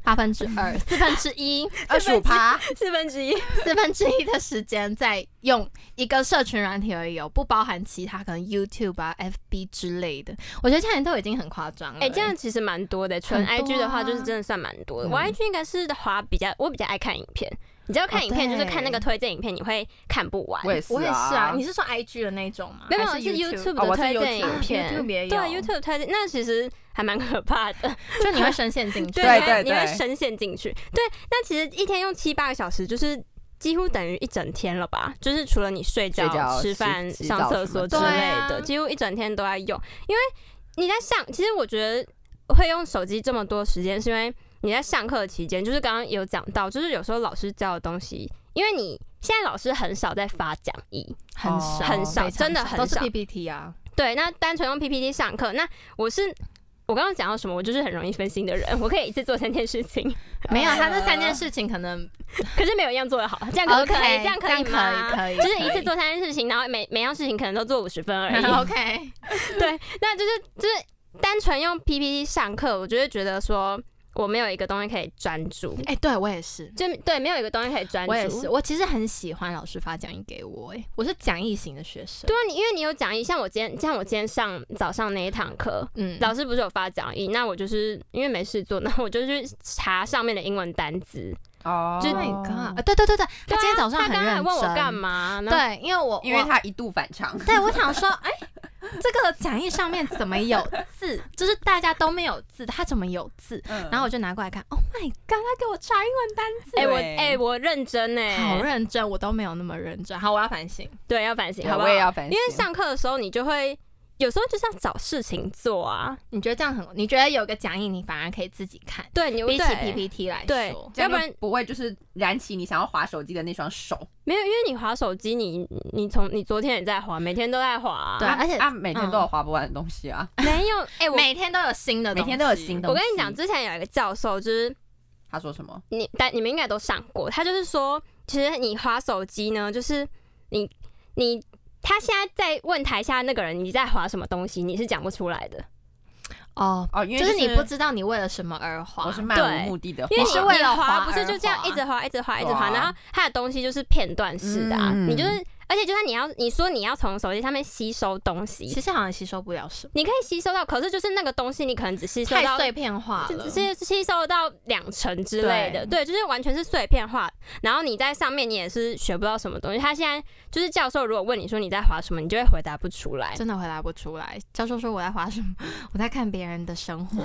[SPEAKER 1] 八分之二、四分之一、
[SPEAKER 2] [LAUGHS] 二十五趴，
[SPEAKER 3] 四分之一。
[SPEAKER 1] 四分之一的时间在用一个社群软体而已、哦，不包含其他可能 YouTube 啊、FB 之类的。我觉得这样都已经很夸张了、
[SPEAKER 3] 哎、这样其实蛮多的。纯
[SPEAKER 1] 很多
[SPEAKER 3] IG 的话，就是
[SPEAKER 1] 啊
[SPEAKER 3] 真的算蛮多的。
[SPEAKER 1] 嗯
[SPEAKER 3] 我 IG 应该是滑比较，我比较爱看影片。你知道看
[SPEAKER 1] 哦
[SPEAKER 3] 影片就是
[SPEAKER 1] 对
[SPEAKER 3] 看那个推荐影片，你会看不完。
[SPEAKER 2] 我也是，
[SPEAKER 1] 我也是啊
[SPEAKER 2] 啊，，
[SPEAKER 1] 你是说 IG 的那种吗？
[SPEAKER 3] 没有没有
[SPEAKER 1] 还
[SPEAKER 3] 是 YouTube
[SPEAKER 2] 哦
[SPEAKER 3] 的
[SPEAKER 2] 我是
[SPEAKER 3] 推荐
[SPEAKER 2] YouTube
[SPEAKER 3] 影片，
[SPEAKER 1] YouTube 也有
[SPEAKER 3] 对啊 YouTube 推荐，那其实还蛮可怕的。
[SPEAKER 1] 就你会深陷进去。
[SPEAKER 2] 对
[SPEAKER 3] 你会你会
[SPEAKER 2] 对
[SPEAKER 3] 深陷进去。对，那其实一天用七八个小时，就是几乎等于一整天了吧？就是除了你睡觉、
[SPEAKER 2] 睡觉
[SPEAKER 3] 吃饭、
[SPEAKER 2] 洗洗
[SPEAKER 3] 上
[SPEAKER 2] 澡
[SPEAKER 3] 厕
[SPEAKER 2] 什
[SPEAKER 3] 所
[SPEAKER 2] 么
[SPEAKER 3] 之
[SPEAKER 1] 的对
[SPEAKER 3] 类
[SPEAKER 1] 啊
[SPEAKER 3] 的，几乎一整天都在用。因为你在上，其实我觉得会用手机这么多时间，是因为你在上课期间，就是刚刚有讲到，就是有时候老师教的东西，因为你现在老师很少在发讲义，
[SPEAKER 1] 很少
[SPEAKER 2] 很
[SPEAKER 3] 少
[SPEAKER 1] 非常
[SPEAKER 3] 真的很
[SPEAKER 1] 都是
[SPEAKER 3] 少
[SPEAKER 1] PPT 啊。
[SPEAKER 3] 对，那单纯用 PPT 上课，那我是我刚刚讲到什么？我就是很容易分心的人，我可以一次做三件事情，
[SPEAKER 1] 没有，他那三件事情可能
[SPEAKER 3] 可是没有一样做得好，这样可不可以
[SPEAKER 1] OK，
[SPEAKER 3] 这样可
[SPEAKER 1] 这
[SPEAKER 3] 以
[SPEAKER 1] 样
[SPEAKER 3] 吗？
[SPEAKER 1] 可以可以
[SPEAKER 3] 就是一次做三件事情，然后每每样事情可能都做五十分
[SPEAKER 1] [LAUGHS]
[SPEAKER 3] 而已。
[SPEAKER 1] OK。
[SPEAKER 3] 对，那就是就是单纯用 PPT 上课，我就会觉得说我没有一个东西可以专注，
[SPEAKER 1] 哎，对我也是。
[SPEAKER 3] 就对，没有一个东西可以专注。
[SPEAKER 1] 我也是，我其实很喜欢老师发讲义给我、哎，我是讲义型的学生。
[SPEAKER 3] 对啊，你因为你有讲义，像我今天像我今天上早上那一堂课，
[SPEAKER 1] 嗯，
[SPEAKER 3] 老师不是有发讲义，那我就是因为没事做， [LAUGHS] 那我就去查上面的英文单词。啊
[SPEAKER 2] 哦，
[SPEAKER 1] Oh my god！啊，对对对对，他今天早上
[SPEAKER 3] 他
[SPEAKER 1] 很
[SPEAKER 3] 刚
[SPEAKER 1] 认
[SPEAKER 3] 刚还
[SPEAKER 1] 真。
[SPEAKER 3] 问我干嘛呢？
[SPEAKER 1] 对，因为我
[SPEAKER 2] 因为
[SPEAKER 1] 我
[SPEAKER 2] 他一度反常，
[SPEAKER 1] 对我想说，哎、这个讲义上面怎么有字？就是大家都没有字，他怎么有字？
[SPEAKER 2] 然
[SPEAKER 1] 嗯然后我就拿过来看，Oh my god！他给我查英文单词，
[SPEAKER 3] 哎、我
[SPEAKER 2] 对
[SPEAKER 3] 哎、我认真哎、
[SPEAKER 1] 好认真，我都没有那么认真。好，我要反省。
[SPEAKER 3] 对，要反省，好不好？
[SPEAKER 2] 我也要反省，
[SPEAKER 3] 因为上课的时候，你就会有时候就是要找事情做啊。
[SPEAKER 1] 你觉得这样很？你觉得有个讲义，你反而可以自己看，
[SPEAKER 3] 对，你
[SPEAKER 1] 比起
[SPEAKER 3] 对
[SPEAKER 1] PPT 来
[SPEAKER 3] 对
[SPEAKER 1] 说，
[SPEAKER 2] 这样
[SPEAKER 3] 要不然
[SPEAKER 2] 就不会就是燃起你想要划手机的那双手，
[SPEAKER 3] 没有，因为你划手机，你你从你昨天也在划，每天都在划、
[SPEAKER 1] 对
[SPEAKER 2] 啊
[SPEAKER 1] 而且
[SPEAKER 2] 啊每天都有划不完的东西啊，
[SPEAKER 3] [LAUGHS] 没有哎、我
[SPEAKER 1] 每天都有新的，
[SPEAKER 2] 每天都有新
[SPEAKER 1] 的。
[SPEAKER 2] 的。
[SPEAKER 3] 我跟你讲，，之前有一个教授，就是
[SPEAKER 2] 他说什么？
[SPEAKER 3] 你但你们应该都上过，他就是说，其实你划手机呢，就是你你他现在在问台下那个人你在划什么东西，你是讲不出来的，
[SPEAKER 1] 哦，
[SPEAKER 2] 哦，因为
[SPEAKER 1] 就是是你不知道你为了什么而滑
[SPEAKER 2] 我。是漫无目
[SPEAKER 1] [LAUGHS]
[SPEAKER 2] 的的，
[SPEAKER 3] 因为你
[SPEAKER 1] 是为了
[SPEAKER 3] 你
[SPEAKER 1] 滑
[SPEAKER 3] 不
[SPEAKER 1] 而
[SPEAKER 3] 是就这样
[SPEAKER 1] 滑
[SPEAKER 3] 一直滑一直滑一直
[SPEAKER 2] 对啊
[SPEAKER 3] 滑，然后他的东西就是片段式的、啊，
[SPEAKER 2] 嗯
[SPEAKER 3] 你就是而且就算你要你说你要从手机上面吸收东
[SPEAKER 1] 其
[SPEAKER 3] 西，
[SPEAKER 1] 实好像吸收不了什么，
[SPEAKER 3] 你可以吸收到，可是就是那个东西你可能只吸收
[SPEAKER 1] 太
[SPEAKER 3] 到
[SPEAKER 1] 碎片化
[SPEAKER 3] 就
[SPEAKER 1] 了。
[SPEAKER 3] 只是吸收到两成之类的，对，就是完全是碎片化。然后你在上面你也是学不到什么东西。他现在就是教授，如果问你说你在划什么，你就会回答不出来。
[SPEAKER 1] 真的回答不出来。教授说我在滑什么？ [LAUGHS] 我在看别人的生活，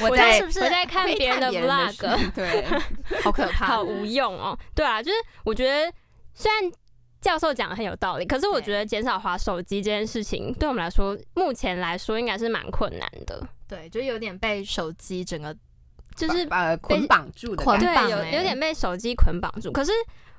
[SPEAKER 2] 我
[SPEAKER 1] 在
[SPEAKER 2] 在
[SPEAKER 1] 是不是
[SPEAKER 3] 我在看别人的 vlog，
[SPEAKER 2] [LAUGHS] 事对，
[SPEAKER 1] 好可怕。
[SPEAKER 3] 好无用哦。对啊，就是我觉得虽然教授讲的很有道理，可是我
[SPEAKER 1] 对
[SPEAKER 3] 觉得减少划手机这件事情，对我们来说，目前来说应该是蛮困难的，
[SPEAKER 1] 对，就有点被手机整个
[SPEAKER 3] 就是
[SPEAKER 2] 把捆绑住的
[SPEAKER 1] 捆
[SPEAKER 2] 感
[SPEAKER 1] 很
[SPEAKER 2] 觉，
[SPEAKER 3] 对
[SPEAKER 1] 棒
[SPEAKER 3] 有
[SPEAKER 1] 欸
[SPEAKER 3] 有点被手机捆绑住。可是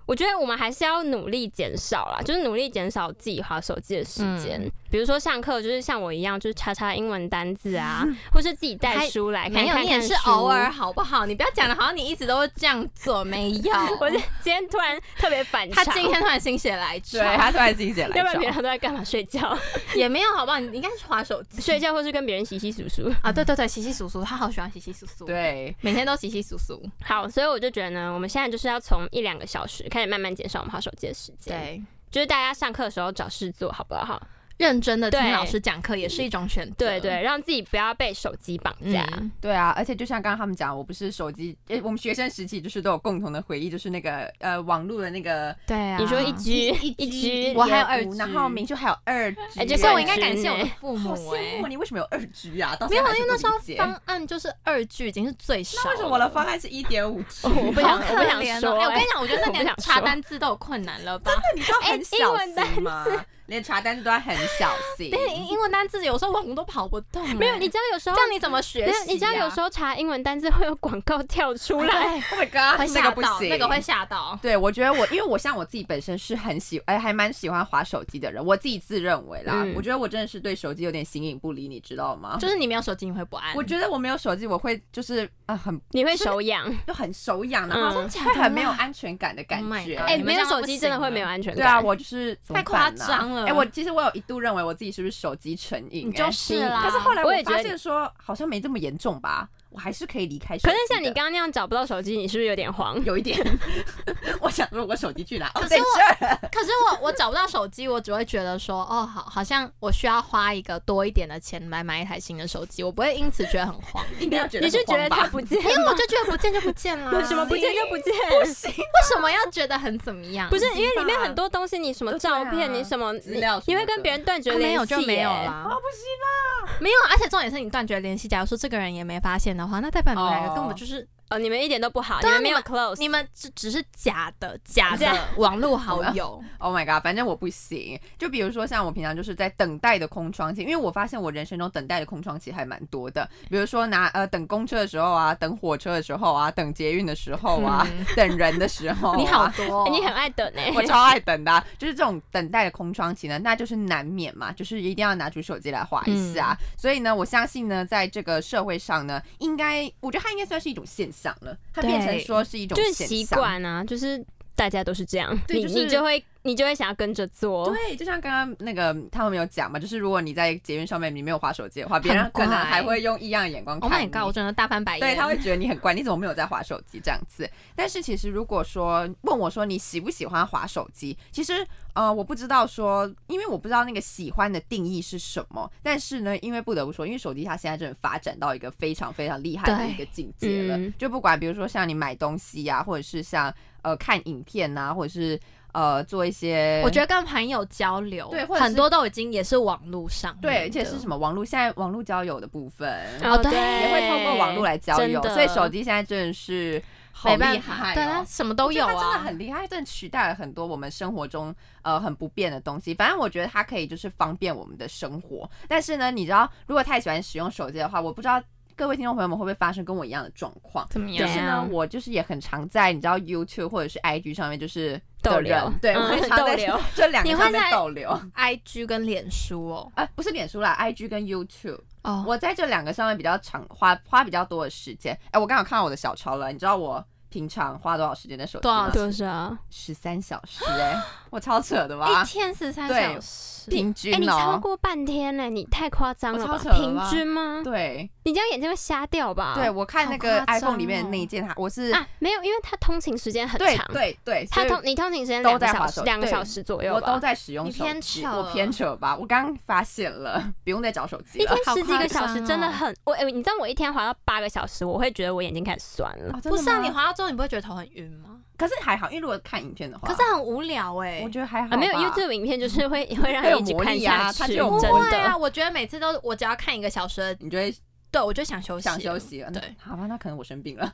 [SPEAKER 3] 我觉得我们还是要努力减少啦，就是努力减少自己划手机的时间。
[SPEAKER 1] 嗯
[SPEAKER 3] 比如说上课，就是像我一样，就是查查英文单
[SPEAKER 1] [LAUGHS]
[SPEAKER 3] 字啊，或是自己带
[SPEAKER 1] 还
[SPEAKER 3] 书来看
[SPEAKER 1] 没有，
[SPEAKER 3] 看
[SPEAKER 1] 你也
[SPEAKER 3] 看
[SPEAKER 1] 是
[SPEAKER 3] 书
[SPEAKER 1] 偶尔。好不好？你不要讲的好像你一直都这样做，没有。
[SPEAKER 3] [LAUGHS] 我就今天突然特别反
[SPEAKER 1] 他
[SPEAKER 3] 常，
[SPEAKER 1] 今天突然心血来潮，
[SPEAKER 2] [LAUGHS] 对，他突然自己写来
[SPEAKER 3] 要不然
[SPEAKER 2] 找
[SPEAKER 3] 平常都在干嘛？睡觉，
[SPEAKER 1] [LAUGHS] 也没有好不好？你应该是划手机
[SPEAKER 3] [LAUGHS] 睡觉或是跟别人洗洗数数。 [LAUGHS]
[SPEAKER 1] 啊，对对对，洗洗簌簌，他好喜欢洗洗簌簌，，
[SPEAKER 2] 对，
[SPEAKER 1] 每天都洗洗簌簌，
[SPEAKER 3] 好，所以我就觉得呢，我们现在就是要从一两个小时开始慢慢减少我们划手机的时间。，
[SPEAKER 1] 对。
[SPEAKER 3] 就是大家上课的时候找事做，好不好？
[SPEAKER 1] 认真的听
[SPEAKER 3] 对
[SPEAKER 1] 老师讲课也是一种选择。
[SPEAKER 3] 对对，让自己不要被手机绑架。
[SPEAKER 1] 嗯，
[SPEAKER 2] 对啊，而且就像刚刚他们讲，我不是手机，诶，我们学生时期就是都有共同的回忆，就是那个呃网络的那个
[SPEAKER 1] 对啊。
[SPEAKER 3] 你说一
[SPEAKER 1] 句，
[SPEAKER 3] G
[SPEAKER 2] 一
[SPEAKER 3] 一 G，
[SPEAKER 2] 我还有
[SPEAKER 1] 二
[SPEAKER 2] 二
[SPEAKER 1] G
[SPEAKER 2] 然后明秀还有二 G，
[SPEAKER 3] 哎这
[SPEAKER 1] 所以
[SPEAKER 3] 算
[SPEAKER 1] 我应该
[SPEAKER 3] 是
[SPEAKER 1] 感谢我的
[SPEAKER 3] 呢
[SPEAKER 1] 父
[SPEAKER 2] 好
[SPEAKER 1] 母
[SPEAKER 2] 羡慕
[SPEAKER 1] 哎。
[SPEAKER 2] 你为什么有二 G 啊？到
[SPEAKER 1] 没
[SPEAKER 2] 现
[SPEAKER 1] 有，
[SPEAKER 2] 在还
[SPEAKER 1] 因
[SPEAKER 2] 是
[SPEAKER 1] 为
[SPEAKER 2] 不
[SPEAKER 1] 那时候
[SPEAKER 2] 理解
[SPEAKER 1] 方案就是二句已经是最少了。
[SPEAKER 2] 那为什么我的方案是一点五 G？
[SPEAKER 3] 我不
[SPEAKER 1] 好
[SPEAKER 3] 想，
[SPEAKER 1] 可
[SPEAKER 3] 我不想
[SPEAKER 1] 怜
[SPEAKER 3] 说
[SPEAKER 1] 哦！哎，我
[SPEAKER 3] 哎
[SPEAKER 1] 跟你 [LAUGHS] 讲，我觉得那
[SPEAKER 3] 我不
[SPEAKER 1] 连
[SPEAKER 3] 想
[SPEAKER 1] 查
[SPEAKER 3] 说
[SPEAKER 1] 单字都有困难了吧？
[SPEAKER 2] 你知道很
[SPEAKER 3] 哎英
[SPEAKER 2] 小
[SPEAKER 3] 文单
[SPEAKER 2] 心吗？连查单词都要很小
[SPEAKER 1] [LAUGHS]
[SPEAKER 2] 心。
[SPEAKER 1] 对，英英文单字有时候网络都跑不动哎。
[SPEAKER 3] 没有，你知道有时候
[SPEAKER 1] 这样你怎么学
[SPEAKER 3] 没有
[SPEAKER 1] 习？啊
[SPEAKER 3] 你知道有时
[SPEAKER 1] 候
[SPEAKER 3] 候查英文单字会有广告跳出来，
[SPEAKER 2] Oh my god，
[SPEAKER 1] 会
[SPEAKER 2] 那
[SPEAKER 1] 吓
[SPEAKER 2] 个不
[SPEAKER 1] 到，
[SPEAKER 2] 行，
[SPEAKER 1] 哦那个会。吓到。
[SPEAKER 2] 对，我觉得我，因为我像我自己本身是很喜，哎、还蛮喜欢划手机的人，我自己自认为啦。
[SPEAKER 3] 嗯
[SPEAKER 2] 我觉得我真的是对手机有点形影不离，你知道吗？
[SPEAKER 1] 就是你没有手机，你会不安。
[SPEAKER 2] 我觉得我没有手机，我会就是呃很
[SPEAKER 3] 你会手痒。
[SPEAKER 2] 就很手痒，然后
[SPEAKER 3] 嗯，
[SPEAKER 1] 假
[SPEAKER 2] 会
[SPEAKER 1] 的
[SPEAKER 2] 很没有
[SPEAKER 1] 啦
[SPEAKER 2] 安全感的感
[SPEAKER 1] Oh my
[SPEAKER 2] 觉。
[SPEAKER 1] god
[SPEAKER 3] 哎，
[SPEAKER 1] 你们
[SPEAKER 3] 没
[SPEAKER 1] 这
[SPEAKER 3] 有
[SPEAKER 1] 样
[SPEAKER 3] 手
[SPEAKER 1] 不
[SPEAKER 3] 机
[SPEAKER 1] 行
[SPEAKER 3] 真的会
[SPEAKER 1] 了
[SPEAKER 3] 没有安全感。
[SPEAKER 2] 对啊，我就是怎么
[SPEAKER 1] 太夸
[SPEAKER 2] 办呢
[SPEAKER 1] 张了
[SPEAKER 2] 哎、我其实我有一度认为我自己是不是手机成瘾、
[SPEAKER 1] 你
[SPEAKER 2] 哎
[SPEAKER 1] 就是啦。
[SPEAKER 2] 可是后来
[SPEAKER 3] 我
[SPEAKER 2] 我
[SPEAKER 3] 也觉
[SPEAKER 2] 发
[SPEAKER 3] 得
[SPEAKER 2] 现说，好像没这么严重吧，我还是可以离开手机
[SPEAKER 3] 可
[SPEAKER 2] 的。
[SPEAKER 3] 是像你刚刚那样找不到手机，你是不是有点慌？
[SPEAKER 2] 有一点， [LAUGHS] 我想说我手机去哪？哦，
[SPEAKER 1] 可是
[SPEAKER 2] 在
[SPEAKER 1] 我
[SPEAKER 2] 这儿。
[SPEAKER 1] 可是我我找不到手机，我只会觉得说，哦，好，好像我需要花一个多一点的钱来买一台新的手机，我不会因此觉得很慌，
[SPEAKER 2] 应该要觉得
[SPEAKER 3] 你是觉得它
[SPEAKER 2] 他
[SPEAKER 3] 不见
[SPEAKER 1] 因 [LAUGHS] 为我
[SPEAKER 3] 吗？
[SPEAKER 1] 啊就觉得不见就不见啦。
[SPEAKER 3] 什么不见就不见？
[SPEAKER 2] 不行，
[SPEAKER 1] 为什么要觉得很怎么样？
[SPEAKER 3] 不是，因为
[SPEAKER 2] 吧
[SPEAKER 3] 里面很多东西，你什么
[SPEAKER 2] 对啊
[SPEAKER 3] 照片，你什么
[SPEAKER 2] 资料
[SPEAKER 3] 你
[SPEAKER 2] 什
[SPEAKER 3] 你
[SPEAKER 2] 么
[SPEAKER 3] 会跟
[SPEAKER 2] 的
[SPEAKER 3] 别人断绝
[SPEAKER 1] 啊
[SPEAKER 3] 联系
[SPEAKER 1] 没
[SPEAKER 3] 耶，
[SPEAKER 1] 有就没有啦
[SPEAKER 2] 啊，不行啊！
[SPEAKER 1] 没有，而且重点是你断绝联系。假如说这个人也没发现的话，那代表你们两个
[SPEAKER 2] 哦
[SPEAKER 1] 根本就是、
[SPEAKER 3] 哦，你们一点都不好，
[SPEAKER 1] 对啊
[SPEAKER 3] 们没有
[SPEAKER 1] 你
[SPEAKER 3] close，
[SPEAKER 1] 你们只只是假的 [LAUGHS] 假
[SPEAKER 3] 假
[SPEAKER 1] 的网络好友。
[SPEAKER 2] Oh my god，反正我不行。就比如说像我平常就是在等待的空窗期，因为我发现我人生中等待的空窗期还蛮多的。比如说拿呃等公车的时候啊，等火车的时候啊，等捷运的时候
[SPEAKER 1] [LAUGHS]
[SPEAKER 2] 啊，
[SPEAKER 1] 嗯
[SPEAKER 2] 等人的时候、啊
[SPEAKER 1] 你好。多哦、
[SPEAKER 3] 哎你
[SPEAKER 1] [LAUGHS]
[SPEAKER 3] 很爱等呢。
[SPEAKER 2] 我超爱等的啊、就是这种等待的空窗期呢，那就是难免嘛，就是一定要拿出手机来划一下。啊
[SPEAKER 1] 嗯
[SPEAKER 2] 所以呢，我相信呢，在这个社会上呢，应该我觉得它应该算是一种现象了，它变成
[SPEAKER 1] 对
[SPEAKER 2] 说是一种
[SPEAKER 3] 就是
[SPEAKER 2] 现
[SPEAKER 3] 习
[SPEAKER 2] 象
[SPEAKER 3] 惯啊，就是大家都是这样，
[SPEAKER 2] 对
[SPEAKER 3] 你
[SPEAKER 2] 就是
[SPEAKER 3] 你就会你就会想要跟着做。
[SPEAKER 2] 对，就像刚刚那个他们有讲嘛，就是如果你在捷运上面你没有划手机的话，别
[SPEAKER 1] 很
[SPEAKER 2] 人可能
[SPEAKER 1] 怪
[SPEAKER 2] 还会用异样的眼光看
[SPEAKER 1] Oh
[SPEAKER 2] 你。
[SPEAKER 1] my god！我真的大翻白眼。
[SPEAKER 2] 对，他会觉得你很怪，你怎么没有在划手机这样子？但是其实如果说问我说你喜不喜欢划手机，其实呃我不知道说，因为我不知道那个喜欢的定义是什么。但是呢，因为不得不说，因为手机它现在真的发展到一个非常非常厉害的
[SPEAKER 1] 对
[SPEAKER 2] 一个境界了，
[SPEAKER 3] 嗯
[SPEAKER 2] 就不管比如说像你买东西呀、或者是像呃看影片呐、或者是呃做一些，
[SPEAKER 1] 我觉得跟朋友交流，
[SPEAKER 2] 对或者是
[SPEAKER 1] 很多都已经也是网络上面的，
[SPEAKER 2] 对，而且是什么网络现在网络交友的部分，
[SPEAKER 1] 哦对
[SPEAKER 2] 也会透过网络来交友，
[SPEAKER 3] 真的
[SPEAKER 2] 所以手机现在真的是好
[SPEAKER 1] 没
[SPEAKER 2] 厉
[SPEAKER 1] 办法，
[SPEAKER 2] 害、
[SPEAKER 1] 对啊，
[SPEAKER 2] 哦。
[SPEAKER 1] 什么都有
[SPEAKER 2] 我觉得它真的
[SPEAKER 1] 啊。
[SPEAKER 2] 很厉害，它真的取代了很多我们生活中呃很不便的东西。反正我觉得它可以就是方便我们的生活，但是呢，你知道，如果太喜欢使用手机的话，我不知道各位听众朋友们会不会发生跟我一样的状况。
[SPEAKER 1] 怎么
[SPEAKER 2] 就
[SPEAKER 1] 样？
[SPEAKER 2] 是
[SPEAKER 3] 对
[SPEAKER 2] 呢
[SPEAKER 3] 啊，
[SPEAKER 2] 我就是也很常在你知道 YouTube 或者是 IG 上面就是
[SPEAKER 3] 逗
[SPEAKER 2] 的
[SPEAKER 3] 留
[SPEAKER 2] 人对，我
[SPEAKER 3] 嗯
[SPEAKER 2] 很常在
[SPEAKER 3] 逗留
[SPEAKER 2] 这两个
[SPEAKER 1] 你会
[SPEAKER 2] 上面
[SPEAKER 1] 在
[SPEAKER 2] 逗留。
[SPEAKER 1] I G 跟脸书哦，
[SPEAKER 2] 呃，不是脸书啦，IG 跟 YouTube，
[SPEAKER 1] 哦，
[SPEAKER 2] 我在这两个上面比较长花花比较多的时间。哎、我刚好看到我的小抄了，你知道我平常花多少时间在手机
[SPEAKER 1] 多少
[SPEAKER 2] 吗？
[SPEAKER 3] 多少？
[SPEAKER 2] 十三小时、哎，我超扯的吧
[SPEAKER 1] 一？天十三
[SPEAKER 2] 对
[SPEAKER 1] 小时，
[SPEAKER 2] 平
[SPEAKER 3] 哎，
[SPEAKER 2] 均
[SPEAKER 3] 你超
[SPEAKER 2] 哦、
[SPEAKER 3] 过半天呢，你太夸张了
[SPEAKER 2] 我
[SPEAKER 3] 吧？
[SPEAKER 2] 超扯了
[SPEAKER 3] 平
[SPEAKER 2] 吧
[SPEAKER 3] 均吗？
[SPEAKER 2] 对
[SPEAKER 3] 你这样眼睛会瞎掉吧？
[SPEAKER 2] 对，我看那
[SPEAKER 1] 好
[SPEAKER 2] 个
[SPEAKER 1] 夸张
[SPEAKER 2] iPhone 里面
[SPEAKER 1] 哦
[SPEAKER 2] 那一件，它我是、
[SPEAKER 3] 啊，没有，因为他通勤时间很
[SPEAKER 2] 对
[SPEAKER 3] 长，
[SPEAKER 2] 对对，
[SPEAKER 3] 他
[SPEAKER 2] 所以
[SPEAKER 3] 通你通勤时间
[SPEAKER 2] 都
[SPEAKER 3] 两个
[SPEAKER 2] 在
[SPEAKER 3] 小
[SPEAKER 2] 滑
[SPEAKER 3] 时，
[SPEAKER 2] 手
[SPEAKER 3] 两个
[SPEAKER 2] 对
[SPEAKER 3] 小时左右
[SPEAKER 2] 我都
[SPEAKER 3] 吧。
[SPEAKER 2] 在使用
[SPEAKER 1] 你
[SPEAKER 2] 手
[SPEAKER 1] 偏
[SPEAKER 2] 机，
[SPEAKER 1] 扯
[SPEAKER 2] 我偏扯吧？我刚发现了， [LAUGHS] 不用再找手机
[SPEAKER 3] 一
[SPEAKER 2] 了
[SPEAKER 3] 天。
[SPEAKER 1] 好
[SPEAKER 3] 十几
[SPEAKER 1] 夸
[SPEAKER 3] 个小时
[SPEAKER 1] 张
[SPEAKER 3] 真的
[SPEAKER 1] 哦
[SPEAKER 3] 很，我哎，你知道我一天滑到八个小时，我会觉得我眼睛开始酸了。
[SPEAKER 2] 哦真的
[SPEAKER 1] 不是啊？
[SPEAKER 2] 吗
[SPEAKER 1] 你滑到之后，你不会觉得头很晕吗？
[SPEAKER 2] 可是还好，因为如果看影片的话，
[SPEAKER 1] 可是很无聊哎、
[SPEAKER 2] 我觉得还好吧、
[SPEAKER 3] 啊，没有 YouTube 影片就是会会让
[SPEAKER 2] 它有
[SPEAKER 3] 你一直
[SPEAKER 2] 魔
[SPEAKER 3] 看
[SPEAKER 2] 力
[SPEAKER 3] 下
[SPEAKER 2] 啊
[SPEAKER 3] 去，
[SPEAKER 2] 它就有魔
[SPEAKER 3] 真
[SPEAKER 2] 力
[SPEAKER 1] 对啊，
[SPEAKER 3] 的。
[SPEAKER 1] 我觉得每次都，我只要看一个小时的，
[SPEAKER 2] 你就会
[SPEAKER 1] 对我就想休息，
[SPEAKER 2] 想休。息了。
[SPEAKER 1] 对，
[SPEAKER 2] 好吧，那可能我生病了。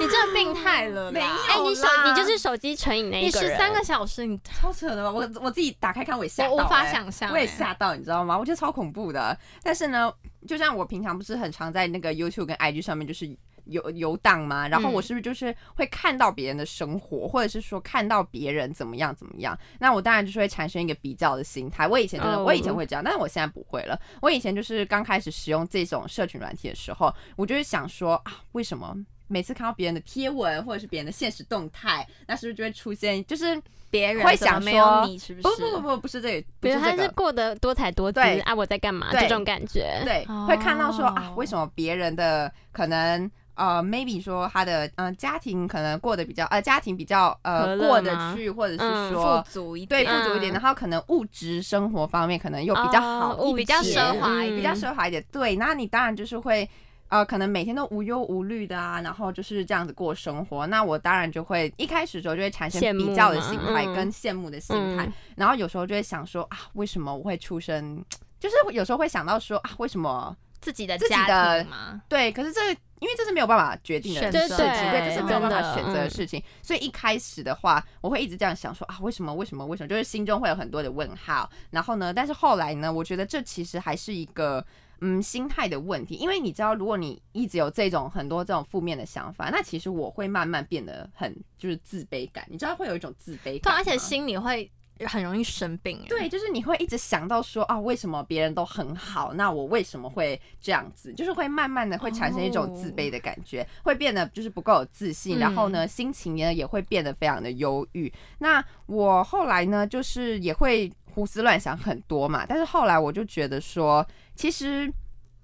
[SPEAKER 1] 你真的病态了啦，
[SPEAKER 2] 没有
[SPEAKER 3] 哎，你手
[SPEAKER 1] 啦
[SPEAKER 3] 你就是手机成瘾那
[SPEAKER 1] 你
[SPEAKER 3] 一个人。
[SPEAKER 1] 十三个小时，你
[SPEAKER 2] 超扯的吧？我我自己打开看，我也吓到、
[SPEAKER 1] 我无法
[SPEAKER 2] 欸
[SPEAKER 1] 想象、
[SPEAKER 2] 我也
[SPEAKER 1] 哎
[SPEAKER 2] 吓到，你知道吗？我觉得超恐怖的。但是呢，就像我平常不是很常在那个 YouTube 跟 IG 上面就是游游荡嘛，然后
[SPEAKER 1] 嗯
[SPEAKER 2] 我是不是就是会看到别人的生活，或者是说看到别人怎么样怎么样？那我当然就是会产生一个比较的心态。我以前真的，
[SPEAKER 3] 哦
[SPEAKER 2] 我以前会这样，但是我现在不会了。我以前就是刚开始使用这种社群软体的时候，我就会想说啊，为什么？每次看到别人的贴文或者是别人的现实动态，那是不是就会出现？就是
[SPEAKER 1] 别人
[SPEAKER 2] 会
[SPEAKER 1] 怎么
[SPEAKER 2] 想
[SPEAKER 1] 没有
[SPEAKER 2] 说
[SPEAKER 1] 你，是不是？
[SPEAKER 2] 不不不不，不是这个，不
[SPEAKER 3] 比
[SPEAKER 2] 是
[SPEAKER 3] 如
[SPEAKER 2] 这
[SPEAKER 3] 他
[SPEAKER 2] 个
[SPEAKER 3] 是过得多彩多姿
[SPEAKER 2] 对
[SPEAKER 3] 啊，我在干嘛
[SPEAKER 2] 对
[SPEAKER 3] 这种感觉。
[SPEAKER 2] 对
[SPEAKER 1] 哦，
[SPEAKER 2] 会看到说啊，为什么别人的可能呃，maybe 说他的嗯、呃家庭可能过得比较呃家庭比较
[SPEAKER 3] 和
[SPEAKER 2] 呃
[SPEAKER 3] 乐
[SPEAKER 2] 过得
[SPEAKER 3] 吗
[SPEAKER 2] 去，或者
[SPEAKER 3] 嗯
[SPEAKER 2] 是
[SPEAKER 1] 富
[SPEAKER 2] 说、
[SPEAKER 1] 足一
[SPEAKER 2] 对
[SPEAKER 1] 点，
[SPEAKER 2] 富足一点，
[SPEAKER 3] 嗯
[SPEAKER 2] 然后可能物质生活方面可能又比较好
[SPEAKER 3] 哦嗯
[SPEAKER 2] 一点，
[SPEAKER 3] 物
[SPEAKER 1] 比较奢华一
[SPEAKER 2] 比较奢华一点。对，那你当然就是会。呃，可能每天都无忧无虑的啊，然后就是这样子过生活。那我当然就会一开始的时候就会产生
[SPEAKER 3] 羡慕
[SPEAKER 2] 比较的
[SPEAKER 3] 嘛
[SPEAKER 2] 心态
[SPEAKER 3] 嗯
[SPEAKER 2] 跟羡慕的心态，
[SPEAKER 3] 嗯
[SPEAKER 2] 然后有时候就会想说啊，为什么我会出生？就是有时候会想到说啊，为什么
[SPEAKER 1] 自己的
[SPEAKER 2] 自己的
[SPEAKER 1] 家庭嘛，
[SPEAKER 2] 对，可是这因为这是没有办法决定的
[SPEAKER 1] 选
[SPEAKER 2] 事
[SPEAKER 3] 择
[SPEAKER 2] 情，
[SPEAKER 3] 对
[SPEAKER 2] 对，这是没有办
[SPEAKER 3] 真的
[SPEAKER 2] 法选择的
[SPEAKER 3] 嗯
[SPEAKER 2] 事情。所以一开始的话，我会一直这样想说啊，为什么？为什么？为什么？就是心中会有很多的问号。然后呢，但是后来呢，我觉得这其实还是一个。嗯，心态的问题，因为你知道，如果你一直有这种很多这种负面的想法，那其实我会慢慢变得很就是自卑感，你知道会有一种自
[SPEAKER 1] 对，
[SPEAKER 2] 卑感吗，
[SPEAKER 1] 而且心里会很容易生病。哎
[SPEAKER 2] 对，，就是你会一直想到说啊，为什么别人都很好，那我为什么会这样子？就是会慢慢的会产生一种自卑
[SPEAKER 3] 哦
[SPEAKER 2] 的感觉，会变得就是不够有自信，然后
[SPEAKER 3] 嗯
[SPEAKER 2] 呢，心情呢也会变得非常的忧郁。那我后来呢，就是也会胡思乱想很多嘛，但是后来我就觉得说，其实。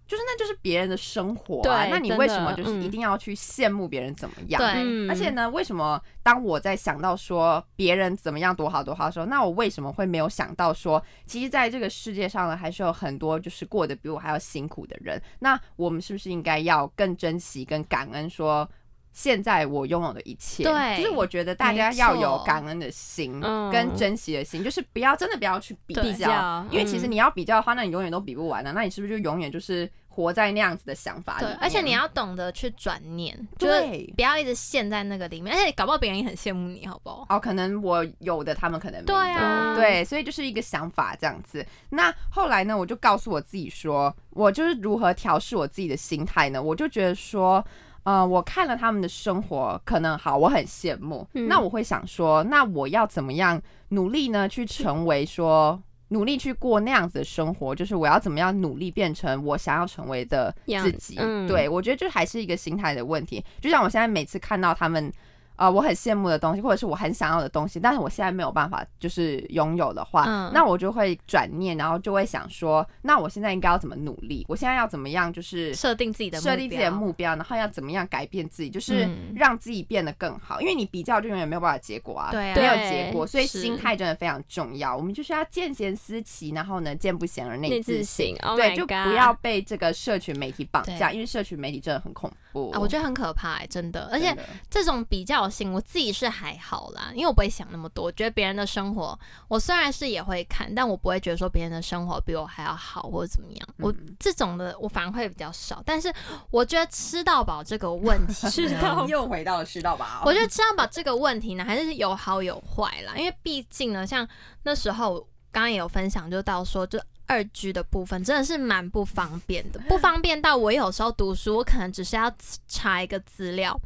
[SPEAKER 2] 就是那就是别人的生活啊，
[SPEAKER 3] 对
[SPEAKER 2] 那你
[SPEAKER 3] 真
[SPEAKER 2] 为什
[SPEAKER 3] 的
[SPEAKER 2] 么就是
[SPEAKER 3] 嗯
[SPEAKER 2] 一定要去羡慕别人怎么样？
[SPEAKER 1] 对
[SPEAKER 3] 嗯
[SPEAKER 2] 而且呢，为什么当我在想到说别人怎么样多好多好的时候，那我为什么会没有想到说，其实在这个世界上呢，还是有很多就是过得比我还要辛苦的人？那我们是不是应该要更珍惜、跟感恩说？现在我拥有的一切，
[SPEAKER 1] 对
[SPEAKER 2] 就是我觉得大家
[SPEAKER 1] 没
[SPEAKER 2] 要有
[SPEAKER 1] 错
[SPEAKER 2] 感恩的心
[SPEAKER 3] 嗯
[SPEAKER 2] 跟珍惜的心，就是不要真的不要去比
[SPEAKER 1] 对
[SPEAKER 2] 较
[SPEAKER 3] 较，
[SPEAKER 2] 因为其实
[SPEAKER 3] 嗯
[SPEAKER 2] 你要比较的话，那你永远都比不完啊的、那你是不是就永远就是活在那样子的想法里
[SPEAKER 1] 对
[SPEAKER 2] 面？，
[SPEAKER 1] 而且你要懂得去转念，就是
[SPEAKER 2] 对
[SPEAKER 1] 不要一直陷在那个里面，而且搞不好别人也很羡慕你，好不好？
[SPEAKER 2] 哦，可能我有的，他们可能没有。
[SPEAKER 1] 对
[SPEAKER 3] 嗯
[SPEAKER 1] 啊
[SPEAKER 2] 对，所以就是一个想法这样子。那后来呢，我就告诉我自己说，我就是如何调试我自己的心态呢？我就觉得说。呃，我看了他们的生活，可能好，我很羡慕。
[SPEAKER 3] 嗯
[SPEAKER 2] 那我会想说，那我要怎么样努力呢？去成为说，努力去过那样子的生活，就是我要怎么样努力变成我想要成为的
[SPEAKER 3] 样
[SPEAKER 2] 自己。
[SPEAKER 3] 嗯
[SPEAKER 2] 对我觉得这还是一个心态的问题。就像我现在每次看到他们呃，我很羡慕的东西，或者是我很想要的东西，但是我现在没有办法就是拥有的话，
[SPEAKER 1] 嗯
[SPEAKER 2] 那我就会转念，然后就会想说，那我现在应该要怎么努力？我现在要怎么样就是
[SPEAKER 1] 设定自己的目标
[SPEAKER 2] 设定自己的目标，然后要怎么样改变自己，就是
[SPEAKER 1] 嗯
[SPEAKER 2] 让自己变得更好。因为你比较就永远没有办法结果啊，
[SPEAKER 1] 对啊
[SPEAKER 2] 没有结果，
[SPEAKER 3] 对
[SPEAKER 2] 所以
[SPEAKER 1] 是
[SPEAKER 2] 心态真的非常重要。我们就是要见贤思齐，然后呢，见不贤而内
[SPEAKER 3] 内
[SPEAKER 2] 自
[SPEAKER 3] 自
[SPEAKER 2] 省。
[SPEAKER 3] 省，Oh
[SPEAKER 2] 对，
[SPEAKER 3] my
[SPEAKER 2] 就
[SPEAKER 3] god，
[SPEAKER 2] 不要被这个社群媒体绑架，
[SPEAKER 1] 对
[SPEAKER 2] 因为社群媒体真的很恐怖
[SPEAKER 1] 啊，我觉得很可怕、欸，真的。而且
[SPEAKER 2] 真的
[SPEAKER 1] 这种比较性，我自己是还好啦，因为我不会想那么多。我觉得别人的生活，我虽然是也会看，但我不会觉得说别人的生活比我还要好或者怎么样。我
[SPEAKER 2] 嗯
[SPEAKER 1] 这种的我反而会比较少，但是我觉得吃到饱这个问题
[SPEAKER 2] [LAUGHS]
[SPEAKER 1] 呢，
[SPEAKER 3] 吃
[SPEAKER 1] [LAUGHS]
[SPEAKER 3] 到
[SPEAKER 2] 又回到了吃到 [LAUGHS] 饱
[SPEAKER 1] 我觉得吃到饱这个问题呢，还是有好有坏啦。因为毕竟呢，像那时候刚刚也有分享，就到说就二居的部分真的是蛮不方便
[SPEAKER 3] [LAUGHS]
[SPEAKER 1] 的，不方便到我有时候读书，我可能只是要查一个资料，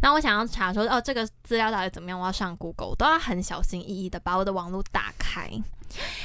[SPEAKER 1] 然后我想要查说哦这个资料到底怎么样，我要上 Google，我都要很小心翼翼的把我的网络打开。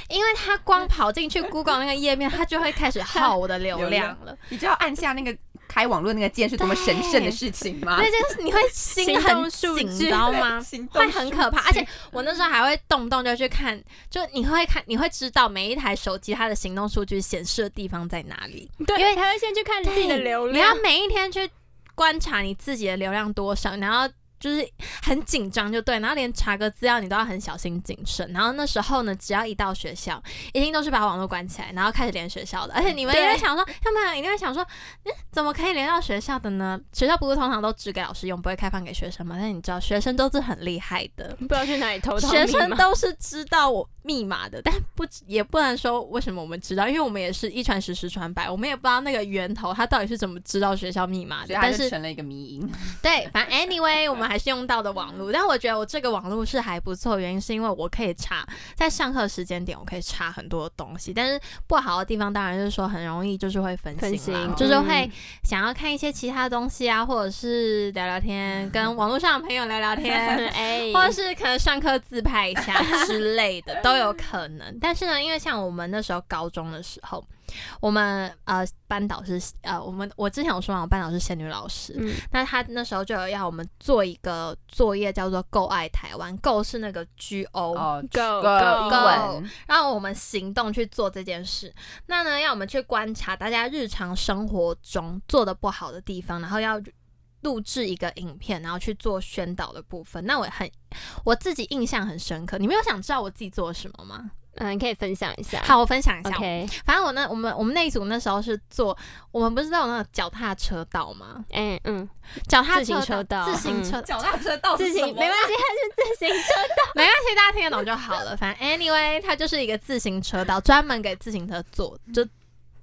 [SPEAKER 1] 因为他光跑进
[SPEAKER 3] [LAUGHS]
[SPEAKER 1] 去 Google 那个页面，他就会开始耗我的流
[SPEAKER 2] 流
[SPEAKER 1] 量
[SPEAKER 2] 量
[SPEAKER 1] 了。
[SPEAKER 2] 你知道按下那个开网络那个键是多么神圣的事情吗
[SPEAKER 1] [LAUGHS] 那？就是你会心
[SPEAKER 3] 行动
[SPEAKER 1] 很
[SPEAKER 3] 数
[SPEAKER 1] 紧，你
[SPEAKER 3] 据
[SPEAKER 1] 知道吗？
[SPEAKER 2] 行动
[SPEAKER 1] 会很可怕，而且我那时候还会动不动就去看，就你会看，你会知道每一台手机它的行动数据显示的地方在哪里，
[SPEAKER 3] 对，因为他会先去看自己的流
[SPEAKER 1] 你要
[SPEAKER 3] 量， [LAUGHS]
[SPEAKER 1] 每一天去观察你自己的流量多少，然后就是很紧张就对，然后连查个资料你都要很小心谨慎。然后那时候呢，只要一到学校，一定都是把网络关起来，然后开始连学校的，而且你们
[SPEAKER 3] 对
[SPEAKER 1] 也会想说，他们一定会想说，嗯，怎么可以连到学校的呢？学校不是通常都只给老师用，不会开放给学生吗？但你知道，学生都是很厉害的。
[SPEAKER 3] 不知道去哪里偷偷
[SPEAKER 1] 学
[SPEAKER 3] 密
[SPEAKER 1] 生
[SPEAKER 3] 码
[SPEAKER 1] 都是知道我密码的，但不知也不能说为什么我们知道，因为我们也是一传十，十传百，我们也不知道那个源头他到底是怎么知道学校密码
[SPEAKER 2] 所
[SPEAKER 1] 的。
[SPEAKER 2] 以它
[SPEAKER 1] 但
[SPEAKER 2] 就是成了一个迷因。
[SPEAKER 1] 对，反正 anyway，我们还是用到的网络。但我觉得我这个网络是还不错，原因是因为我可以查，在上课时间点我可以查很多东西。但是不好的地方当然就是说很容易就是会分
[SPEAKER 3] 分
[SPEAKER 1] 心啦，
[SPEAKER 3] 心
[SPEAKER 1] 就是会想要看一些其他的东西啊，或者是聊聊天，跟网络上的朋友聊聊
[SPEAKER 3] [LAUGHS]
[SPEAKER 1] 天，
[SPEAKER 3] 哎，
[SPEAKER 1] 或者是可能上课自拍一下之类的都有可能。但是呢，因为像我们那时候高中的时候，我们呃班导是呃我们我之前有说嘛，我班导是仙女老师，
[SPEAKER 3] 嗯
[SPEAKER 1] 那她那时候就有要我们做一个作业叫做“够爱台湾”，够是那个 G O，、
[SPEAKER 2] 哦
[SPEAKER 3] Go
[SPEAKER 2] 英
[SPEAKER 1] Go
[SPEAKER 2] 文
[SPEAKER 1] 让我们行动去做这件事。那呢，要我们去观察大家日常生活中做的不好的地方，然后要录制一个影片，然后去做宣导的部分。那我很我自己印象很深刻。你们有想知道我自己做了什么吗？
[SPEAKER 3] 嗯，你可以分享一下。
[SPEAKER 1] 好，我分享一下。
[SPEAKER 3] ，OK，
[SPEAKER 1] 反正我那我们我们那一组那时候是做，我们不是都有那种脚踏车道吗？
[SPEAKER 3] 哎、嗯，
[SPEAKER 1] 脚踏
[SPEAKER 3] 自行车道
[SPEAKER 1] 自行
[SPEAKER 3] 嗯
[SPEAKER 1] 车
[SPEAKER 2] 脚踏车到底
[SPEAKER 3] 自
[SPEAKER 2] 是
[SPEAKER 3] 行
[SPEAKER 2] 什
[SPEAKER 3] 没
[SPEAKER 2] 哦么
[SPEAKER 3] 关系，它是自行车。
[SPEAKER 1] 没关系，大家听得懂就好了。反正 anyway，它就是一个自行车道，专门给自行车做，就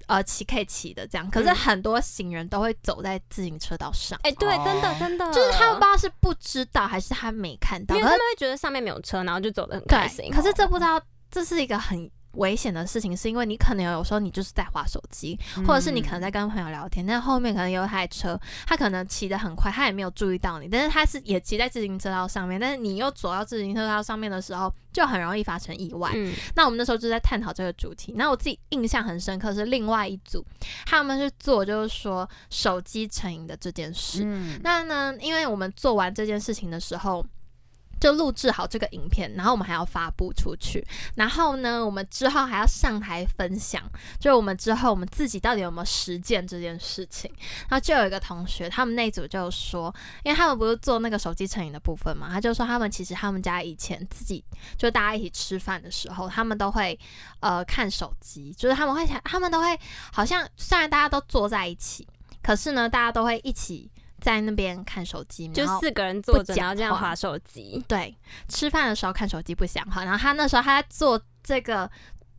[SPEAKER 1] 呃骑可以骑的这样。可是
[SPEAKER 3] 嗯
[SPEAKER 1] 很多行人都会走在自行车道上，
[SPEAKER 3] [LAUGHS] 哎、对
[SPEAKER 2] 哦，
[SPEAKER 3] 真的真的，
[SPEAKER 1] 就是他们不知道是不知道还是他没看到，
[SPEAKER 3] 因为
[SPEAKER 1] 可
[SPEAKER 3] 他
[SPEAKER 1] 是
[SPEAKER 3] 们会觉得上面没有车，然后就走得很开
[SPEAKER 1] 对，
[SPEAKER 3] 心。哦
[SPEAKER 1] 可是这不知道这是一个很。危险的事情是因为你可能有时候你就是在划手机，
[SPEAKER 2] 嗯
[SPEAKER 3] 嗯
[SPEAKER 1] 或者是你可能在跟朋友聊天，但后面可能有一台车，他可能骑得很快，他也没有注意到你，但是他是也骑在自行车道上面，但是你又走到自行车道上面的时候，就很容易发生意外。
[SPEAKER 3] 嗯，
[SPEAKER 1] 那我们那时候就在探讨这个主题。那我自己印象很深刻是另外一组，他们是做就是说手机成瘾的这件事。
[SPEAKER 2] 嗯
[SPEAKER 1] 那呢，因为我们做完这件事情的时候。就录制好这个影片，然后我们还要发布出去，然后呢，我们之后还要上台分享，就是我们之后我们自己到底有没有实践这件事情。然后就有一个同学，他们那一组就说，因为他们不是做那个手机成瘾的部分嘛，他就说他们其实他们家以前自己就大家一起吃饭的时候，他们都会呃看手机，就是他们会想，他们都会好像虽然大家都坐在一起，可是呢，大家都会一起在那边看手机，
[SPEAKER 3] 就
[SPEAKER 1] 然后
[SPEAKER 3] 四个人坐
[SPEAKER 1] 不
[SPEAKER 3] 着，
[SPEAKER 1] 讲
[SPEAKER 3] 然后这样
[SPEAKER 1] 话
[SPEAKER 3] 划手机。
[SPEAKER 1] 对吃饭的时候看手机不想哈。然后他那时候他在做这个。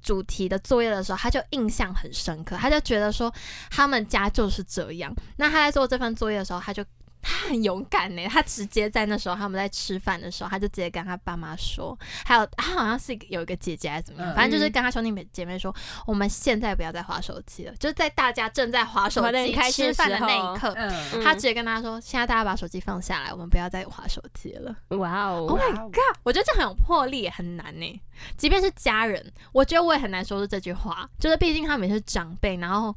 [SPEAKER 1] 主题的作业的时候，他就印象很深刻，他就觉得说他们家就是这样。那他在做这份作业的时候，他就他很勇敢呢，他直接在那时候他们在吃饭的时候，他就直接跟他爸妈说，还有他好像是一个有一个姐姐还是怎么样，
[SPEAKER 2] 嗯
[SPEAKER 1] 反正就是跟他兄弟姐妹说，我们现在不要再划手机了，就是在大家正在划手
[SPEAKER 3] 划得很
[SPEAKER 1] 机
[SPEAKER 3] 开心
[SPEAKER 1] 吃
[SPEAKER 3] 的
[SPEAKER 1] 饭
[SPEAKER 3] 时
[SPEAKER 1] 的那
[SPEAKER 3] 候
[SPEAKER 1] 一刻，
[SPEAKER 2] 嗯，
[SPEAKER 1] 他直接跟他说，现在大家把手机放下来，我们不要再划手机了。
[SPEAKER 3] 哇哦
[SPEAKER 1] Oh my
[SPEAKER 2] 哇哦
[SPEAKER 1] god！我觉得这很有魄力，也很难呢。即便是家人，我觉得我也很难说出这句话，就是毕竟他们也是长辈，然后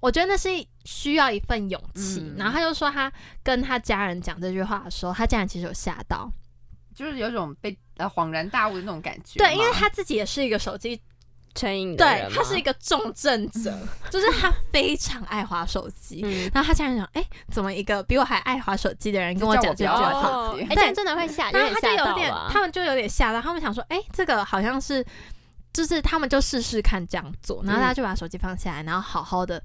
[SPEAKER 1] 我觉得那是需要一份勇气。
[SPEAKER 2] 嗯
[SPEAKER 1] 然后他就说，他跟他家人讲这句话的时候，他家人其实有吓到，
[SPEAKER 2] 就是有种被呃恍然大悟的那种感觉嘛。
[SPEAKER 1] 对，因为他自己也是一个手机，
[SPEAKER 3] 成瘾
[SPEAKER 2] 啊
[SPEAKER 3] 的
[SPEAKER 1] 对
[SPEAKER 3] 人吗，
[SPEAKER 1] 他是一个重症者，
[SPEAKER 2] 嗯
[SPEAKER 1] [LAUGHS] 就是他非常爱滑手机。
[SPEAKER 3] 嗯，
[SPEAKER 1] 然后他家人想，哎、怎么一个比我还爱滑手机的人跟我讲这句
[SPEAKER 2] 就叫我不要
[SPEAKER 1] 话？
[SPEAKER 2] 划
[SPEAKER 3] 哦
[SPEAKER 2] 手机
[SPEAKER 3] 哎，这样真的会吓，有
[SPEAKER 1] 然后他
[SPEAKER 3] 点
[SPEAKER 1] 就
[SPEAKER 3] 吓
[SPEAKER 1] 有
[SPEAKER 3] 到啊
[SPEAKER 1] 点，
[SPEAKER 3] 吧？
[SPEAKER 1] 他们就有点吓到，他们想说，哎、这个好像是，就是他们就试试看这样做，然后大
[SPEAKER 3] 嗯
[SPEAKER 1] 家就把手机放下来，然后好好的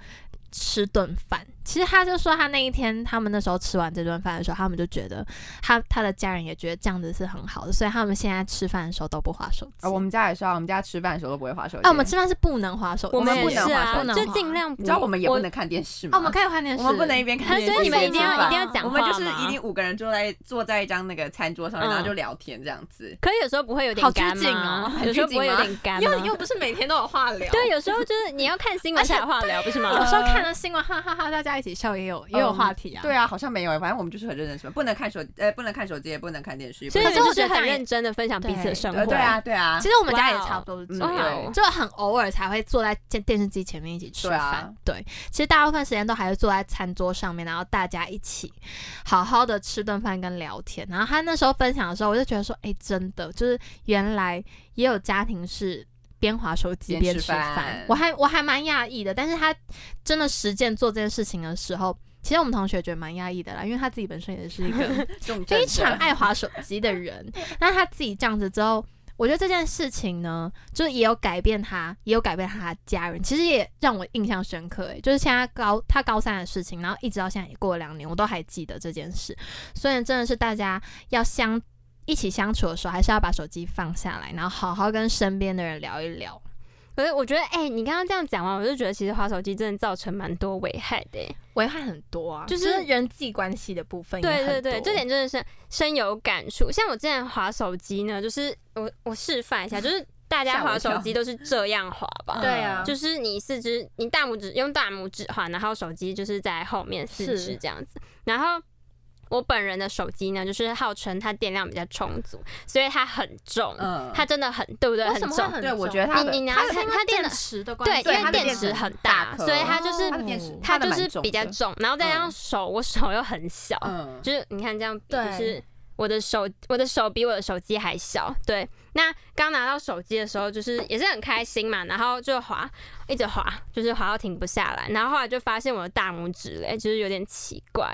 [SPEAKER 1] 吃顿饭。其实他就说，他那一天他们那时候吃完这顿饭的时候，他们就觉得他他的家人也觉得这样子是很好的，所以他们现在吃饭的时候都不划手机。
[SPEAKER 2] 啊，我们家也是啊，我们家吃饭的时候都不会划手机。
[SPEAKER 1] 啊，我们吃饭是不能划手机，
[SPEAKER 3] 我们
[SPEAKER 2] 也不
[SPEAKER 3] 也是
[SPEAKER 2] 能
[SPEAKER 3] 啊
[SPEAKER 2] 划
[SPEAKER 1] 不，能
[SPEAKER 3] 就
[SPEAKER 1] 划
[SPEAKER 3] 尽量不。
[SPEAKER 2] 你知道我们也不
[SPEAKER 3] 我
[SPEAKER 2] 能看电视
[SPEAKER 1] 哦，
[SPEAKER 2] 吗？
[SPEAKER 1] 我们可以换电视，
[SPEAKER 2] 我们不能一边看
[SPEAKER 3] 啊
[SPEAKER 2] 电视，
[SPEAKER 3] 所以你们一定
[SPEAKER 1] 吃
[SPEAKER 3] 要
[SPEAKER 1] 饭
[SPEAKER 3] 一定要讲话
[SPEAKER 2] 我
[SPEAKER 3] 吗
[SPEAKER 2] 们就是一定五个人坐在坐在一张那个餐桌上面，
[SPEAKER 3] 嗯
[SPEAKER 2] 然后就聊天这样子。
[SPEAKER 3] 可是有时候不会有
[SPEAKER 1] 好
[SPEAKER 3] 点
[SPEAKER 1] 拘
[SPEAKER 3] 干
[SPEAKER 1] 谨
[SPEAKER 3] 吗
[SPEAKER 2] 哦？很
[SPEAKER 3] 有时候
[SPEAKER 2] 拘
[SPEAKER 3] 不会
[SPEAKER 2] 谨
[SPEAKER 3] 有
[SPEAKER 2] 吗
[SPEAKER 3] 点
[SPEAKER 2] [LAUGHS]
[SPEAKER 3] 干吗？
[SPEAKER 1] 又又不是每天都有话聊。
[SPEAKER 3] 对，有时候就是你要看新
[SPEAKER 1] 而
[SPEAKER 3] 闻
[SPEAKER 1] 且
[SPEAKER 3] 才有话聊，不是
[SPEAKER 1] 有 [LAUGHS]
[SPEAKER 3] 吗？
[SPEAKER 1] 时候看了新闻，哈哈哈，大家一起笑也有也有
[SPEAKER 2] 嗯
[SPEAKER 1] 话题啊。
[SPEAKER 2] 对啊，好像没有欸，反正我们就是很认真吃饭，不能看手，呃，不能看手机，也不能看电视。也不
[SPEAKER 3] 所以
[SPEAKER 2] 能
[SPEAKER 3] 你
[SPEAKER 1] 可
[SPEAKER 3] 们
[SPEAKER 1] 是我
[SPEAKER 3] 就
[SPEAKER 1] 觉
[SPEAKER 3] 是
[SPEAKER 1] 得这
[SPEAKER 3] 很
[SPEAKER 1] 样也
[SPEAKER 3] 认真的分享彼此的生活。
[SPEAKER 2] 呃对啊，对啊
[SPEAKER 1] 其，实我们家也
[SPEAKER 3] 哇哦
[SPEAKER 1] 差不多是这
[SPEAKER 2] 嗯
[SPEAKER 1] 样。
[SPEAKER 3] 对
[SPEAKER 1] 就很偶尔才会坐在电电视机前面一起吃
[SPEAKER 2] 对
[SPEAKER 1] 饭。
[SPEAKER 2] 啊
[SPEAKER 1] 对，其实大部分时间都还是坐在餐桌上面，然后大家一起好好的吃顿饭跟聊天。然后他那时候分享的时候，我就觉得说，哎、真的就是原来也有家庭是。边划手机
[SPEAKER 2] 边
[SPEAKER 1] 边
[SPEAKER 2] 吃
[SPEAKER 1] 吃饭
[SPEAKER 2] 饭，
[SPEAKER 1] 我还我还蛮讶异的。但是他真的实践做这件事情的时候，其实我们同学觉得蛮讶异的啦，因为他自己本身也是一个
[SPEAKER 2] 重症
[SPEAKER 1] 非
[SPEAKER 2] 者
[SPEAKER 1] 常爱滑手机的人。那他自己这样子之后，我觉得这件事情呢，就是也有改变他，也有改变他的家人。其实也让我印象深刻、欸，就是现在高他高三的事情，然后一直到现在也过了两年，我都还记得这件事。所以真的是大家要相一起相处的时候，还是要把手机放下来，然后好好跟身边的人聊一聊。
[SPEAKER 3] 可是我觉得，哎、你刚刚这样讲完，我就觉得其实滑手机真的造成蛮多危害的、哎
[SPEAKER 1] 危害很多啊，
[SPEAKER 3] 就是
[SPEAKER 1] 人际关系的部分也
[SPEAKER 3] 对
[SPEAKER 1] 很
[SPEAKER 3] 对
[SPEAKER 1] 多。
[SPEAKER 3] 对，这点真的是深有感触。像我之前滑手机呢，就是我我示范一下，就是大家
[SPEAKER 2] 吓我
[SPEAKER 3] 滑
[SPEAKER 2] 一
[SPEAKER 3] 手
[SPEAKER 2] 跳
[SPEAKER 3] 机都是这样滑
[SPEAKER 2] 嗯
[SPEAKER 3] 吧，
[SPEAKER 1] 对啊
[SPEAKER 2] 就
[SPEAKER 3] 就是你四肢，你大拇指用大拇指滑，然后手机就是在后面四
[SPEAKER 1] 是
[SPEAKER 3] 肢这样子。然后我本人的手机呢，就是号称它电量比较充足，所以它很重，
[SPEAKER 2] 嗯，
[SPEAKER 3] 它真的很对不对？
[SPEAKER 1] 为什么会
[SPEAKER 3] 重。
[SPEAKER 1] 很
[SPEAKER 2] 对我
[SPEAKER 1] 重
[SPEAKER 2] 觉得它的
[SPEAKER 3] 你你拿
[SPEAKER 1] 它是
[SPEAKER 3] 看
[SPEAKER 1] 因
[SPEAKER 3] 它
[SPEAKER 1] 为
[SPEAKER 3] 电
[SPEAKER 1] 电池的关
[SPEAKER 3] 对，
[SPEAKER 1] 系，
[SPEAKER 3] 因
[SPEAKER 2] 对
[SPEAKER 3] 为
[SPEAKER 2] 它的
[SPEAKER 3] 电
[SPEAKER 2] 电
[SPEAKER 3] 池
[SPEAKER 2] 池
[SPEAKER 3] 很
[SPEAKER 2] 很
[SPEAKER 3] 大，
[SPEAKER 2] 大颗
[SPEAKER 3] 所以它就是
[SPEAKER 2] 它的电池
[SPEAKER 3] 它
[SPEAKER 2] 的
[SPEAKER 3] 就
[SPEAKER 2] 蛮
[SPEAKER 3] 是
[SPEAKER 2] 重
[SPEAKER 3] 比较
[SPEAKER 2] 的
[SPEAKER 3] 重，然后再加上
[SPEAKER 2] 嗯
[SPEAKER 3] 手，我手又很小，
[SPEAKER 2] 嗯，
[SPEAKER 3] 就是你看这样比，就
[SPEAKER 1] 对
[SPEAKER 3] 是我的手，我的手比我的手机还小。对，那刚拿到手机的时候，就是也是很开心嘛，然后就滑，一直滑，就是滑到停不下来。然后后来就发现我的大拇指嘞，就是有点奇怪，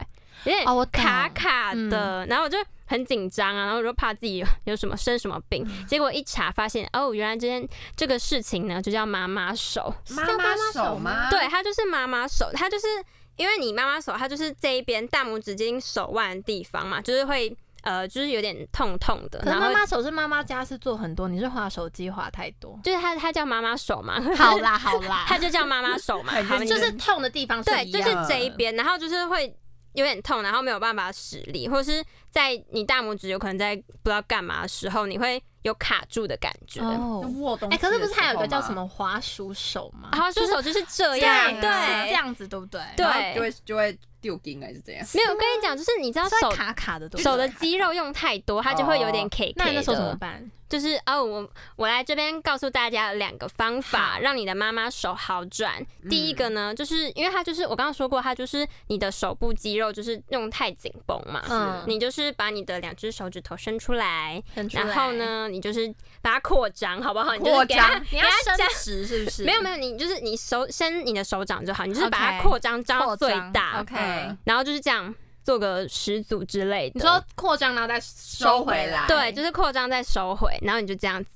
[SPEAKER 3] 有点
[SPEAKER 1] 哦我懂
[SPEAKER 3] 卡卡
[SPEAKER 1] 嗯
[SPEAKER 3] 的，然后我就很紧张啊，然后我就怕自己有有什么生什么病，
[SPEAKER 1] 嗯
[SPEAKER 3] 结果一查发现哦，原来这件这个事情呢就叫妈妈手，
[SPEAKER 2] 妈妈手
[SPEAKER 1] 啊
[SPEAKER 2] 吗？
[SPEAKER 3] 对，，它就是妈妈手，它就是因为你妈妈手，它就是这一边大拇指接近手腕的地方嘛，就是会呃，就是有点痛痛的，
[SPEAKER 1] 可是
[SPEAKER 3] 然后。
[SPEAKER 1] 妈妈手是妈妈家事做很多，你是划手机划太多
[SPEAKER 3] 就是它它叫妈妈手嘛，
[SPEAKER 1] [LAUGHS] 好啦好 [LAUGHS] 啦，
[SPEAKER 3] 它就叫妈妈
[SPEAKER 1] [LAUGHS]
[SPEAKER 3] 手嘛，
[SPEAKER 2] 很
[SPEAKER 3] 好，
[SPEAKER 2] 认
[SPEAKER 3] 你
[SPEAKER 1] 就
[SPEAKER 2] 真
[SPEAKER 1] 是痛的地方
[SPEAKER 3] 对，
[SPEAKER 1] 一
[SPEAKER 3] 就
[SPEAKER 1] 样
[SPEAKER 3] 是
[SPEAKER 1] 的
[SPEAKER 3] 这一。边，然后就是会有点痛，然后没有办法使力，或是在你大拇指有可能在不知道干嘛的时候，你会有卡住的感觉。
[SPEAKER 1] 哦
[SPEAKER 2] 就，握东西
[SPEAKER 1] 哎，可是不是还有一个叫什
[SPEAKER 2] 么？
[SPEAKER 1] 么滑啊鼠手吗？
[SPEAKER 3] 然后说手就是这
[SPEAKER 1] 对
[SPEAKER 3] 样，
[SPEAKER 1] 是这
[SPEAKER 3] 对，
[SPEAKER 1] 样子对不对？
[SPEAKER 3] 对
[SPEAKER 2] 然后就会就会丢筋还是怎样？
[SPEAKER 3] 没有我跟你讲，就是你知道
[SPEAKER 1] 是
[SPEAKER 3] 手
[SPEAKER 1] 会卡卡的对不
[SPEAKER 3] 手
[SPEAKER 1] 对
[SPEAKER 3] 的肌肉用太多，它就会有点 K K
[SPEAKER 1] 哦那你那时候怎么
[SPEAKER 3] 的。
[SPEAKER 1] 办？
[SPEAKER 3] 就是哦，我我来这边告诉大家两个方法，
[SPEAKER 1] 好嗯
[SPEAKER 3] 让你的妈妈手好转。第一个呢，就是因为它就是我刚刚说过，它就是你的手部肌肉就是用太紧绷嘛，
[SPEAKER 1] 嗯，
[SPEAKER 3] 你就是把你的两只手指头伸出来，
[SPEAKER 1] 伸出来
[SPEAKER 3] 然后？呢，你就是把它扩张，好不好？你就是
[SPEAKER 2] 扩
[SPEAKER 3] 给它
[SPEAKER 2] 张，
[SPEAKER 1] 你要伸直是不是？
[SPEAKER 3] 没有没有，你就是你手伸你的手掌就好，你就是把它
[SPEAKER 1] OK，
[SPEAKER 3] 扩张张到
[SPEAKER 1] 扩
[SPEAKER 3] 最
[SPEAKER 1] 张
[SPEAKER 3] 大，
[SPEAKER 1] OK，
[SPEAKER 2] 嗯
[SPEAKER 3] 然后就是这样做个十组之类的。
[SPEAKER 1] 你说扩张然后再收回来，
[SPEAKER 3] 对，就是扩张再收回，然后你就这样子，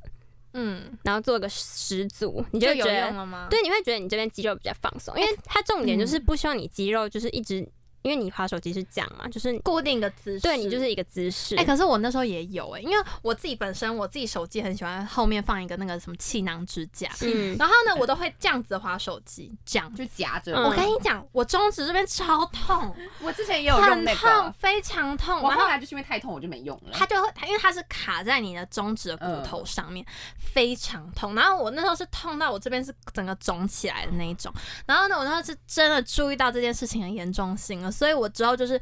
[SPEAKER 1] 嗯，
[SPEAKER 3] 然后做个十组，
[SPEAKER 1] 你
[SPEAKER 3] 你就会觉
[SPEAKER 1] 有用
[SPEAKER 3] 得，
[SPEAKER 1] 了吗？
[SPEAKER 3] 对，你会觉得你这边肌肉比较放松，因为它重点
[SPEAKER 1] 嗯
[SPEAKER 3] 就是不希望你肌肉就是一直，因为你滑手机是这样嘛，就是
[SPEAKER 1] 固定的姿势，
[SPEAKER 3] 对你就是一个姿势。
[SPEAKER 1] 哎、可是我那时候也有哎、因为我自己本身我自己手机很喜欢后面放一个那个什么气囊支架，
[SPEAKER 3] 嗯，
[SPEAKER 1] 然后呢，我都会这样子滑手机，这样。
[SPEAKER 2] 就夹着。
[SPEAKER 3] 嗯
[SPEAKER 1] 我跟你讲，我中指这边超痛，
[SPEAKER 2] 我之前也有用
[SPEAKER 1] 很
[SPEAKER 2] 那
[SPEAKER 1] 痛，
[SPEAKER 2] 个，
[SPEAKER 1] 非常痛。
[SPEAKER 2] 我
[SPEAKER 1] 然
[SPEAKER 2] 后
[SPEAKER 1] 后
[SPEAKER 2] 来就是因为太痛，我就没用了。
[SPEAKER 1] 它就会，它因为它是卡在你的中指的骨头上面，非常痛。然后我那时候是痛到我这边是整个肿起来的那一种。然后呢，我那时候是真的注意到这件事情的严重性了，所以我之后就是。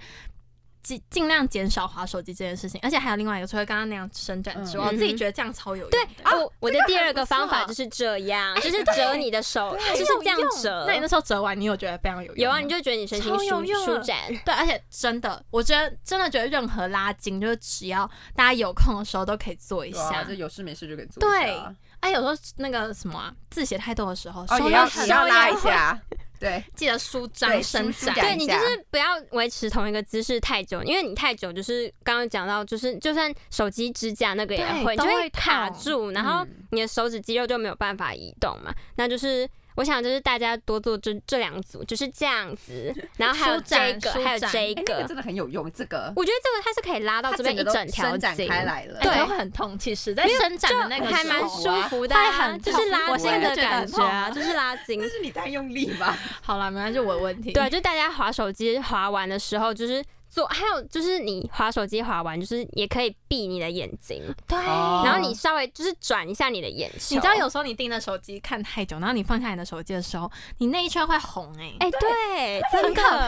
[SPEAKER 1] 尽尽量减少滑手机这件事情，而且还有另外一个，除了刚刚那样伸展之外，
[SPEAKER 3] 嗯
[SPEAKER 1] 我自己觉得这样超有用的。
[SPEAKER 3] 对，我我的第二个方
[SPEAKER 2] 啊
[SPEAKER 3] 法
[SPEAKER 2] 很不错啊
[SPEAKER 3] 就是这
[SPEAKER 2] [LAUGHS]
[SPEAKER 3] 样，就是折你的手，就是这样折。
[SPEAKER 1] 那你那时候折完，你有觉得非常有用
[SPEAKER 3] 有
[SPEAKER 1] 吗？
[SPEAKER 3] 啊，你就觉得你身心
[SPEAKER 1] 超有
[SPEAKER 3] 舒
[SPEAKER 1] 用啊
[SPEAKER 3] 舒展，
[SPEAKER 1] 对，而且真的，我觉得真的觉得任何拉筋，就是只要大家有空的时候都可以做一
[SPEAKER 2] 对啊
[SPEAKER 1] 下。
[SPEAKER 2] 就有事没事就给做。
[SPEAKER 1] 对，哎，有时候那个什么啊，字写太多的时候，
[SPEAKER 2] 哦，
[SPEAKER 1] 手
[SPEAKER 2] 也要
[SPEAKER 1] 很
[SPEAKER 2] 也要拉一
[SPEAKER 1] 重
[SPEAKER 2] 下，对，
[SPEAKER 1] 记得舒
[SPEAKER 2] 对
[SPEAKER 1] 张伸
[SPEAKER 2] 舒
[SPEAKER 1] 展。哎
[SPEAKER 2] 展
[SPEAKER 3] 对
[SPEAKER 2] 一
[SPEAKER 3] 你就
[SPEAKER 2] 下
[SPEAKER 3] 是不要维持同一个姿势太久，因为你太久就是刚刚讲到，就是就算手机支架那个也
[SPEAKER 1] 对
[SPEAKER 3] 会，
[SPEAKER 1] 都
[SPEAKER 3] 就
[SPEAKER 1] 会
[SPEAKER 3] 卡
[SPEAKER 1] 痛
[SPEAKER 3] 住，然后
[SPEAKER 2] 嗯
[SPEAKER 3] 你的手指肌肉就没有办法移动嘛。那就是我想就是大家多做这这两组，就是这样子，然后还有
[SPEAKER 1] 舒
[SPEAKER 3] 这
[SPEAKER 1] 展
[SPEAKER 3] 个，
[SPEAKER 1] 舒
[SPEAKER 3] 还有
[SPEAKER 1] 展
[SPEAKER 3] 这
[SPEAKER 2] 哎那个
[SPEAKER 3] 个。
[SPEAKER 2] 真的很有用，这个
[SPEAKER 3] 我觉得这个它是可以拉到
[SPEAKER 2] 它
[SPEAKER 3] 这边一
[SPEAKER 2] 个都
[SPEAKER 3] 整条
[SPEAKER 2] 伸展
[SPEAKER 3] 筋，
[SPEAKER 2] 开来了。
[SPEAKER 1] 哎
[SPEAKER 3] 对
[SPEAKER 1] 可能会很痛，其实，在伸展的那个
[SPEAKER 3] 还
[SPEAKER 1] 时
[SPEAKER 3] 蛮
[SPEAKER 1] 候
[SPEAKER 3] 舒服的、
[SPEAKER 1] 会
[SPEAKER 3] 啊，
[SPEAKER 1] 很
[SPEAKER 3] 就是
[SPEAKER 1] 痛
[SPEAKER 3] 拉
[SPEAKER 2] 我
[SPEAKER 3] 筋
[SPEAKER 2] 现在
[SPEAKER 1] 就
[SPEAKER 3] 的
[SPEAKER 1] 觉得
[SPEAKER 3] 感
[SPEAKER 1] 很
[SPEAKER 3] 觉啊，
[SPEAKER 1] 痛
[SPEAKER 3] 就是拉筋
[SPEAKER 2] 但。是你太用力吧？
[SPEAKER 1] 好了，没关系，我的问题。
[SPEAKER 3] [LAUGHS] 对，，就大家滑手机滑完的时候，就是做，还有就是你滑手机滑完，就是也可以闭你的眼睛，
[SPEAKER 1] 对。
[SPEAKER 2] 哦
[SPEAKER 3] 然后你稍微就是转一下你的眼球。
[SPEAKER 1] 你知道有时候你盯着手机看太久，然后你放下你的手机的时候，你那一圈会红哎、
[SPEAKER 3] [LAUGHS] 哎、对，真
[SPEAKER 1] 很可
[SPEAKER 3] 的，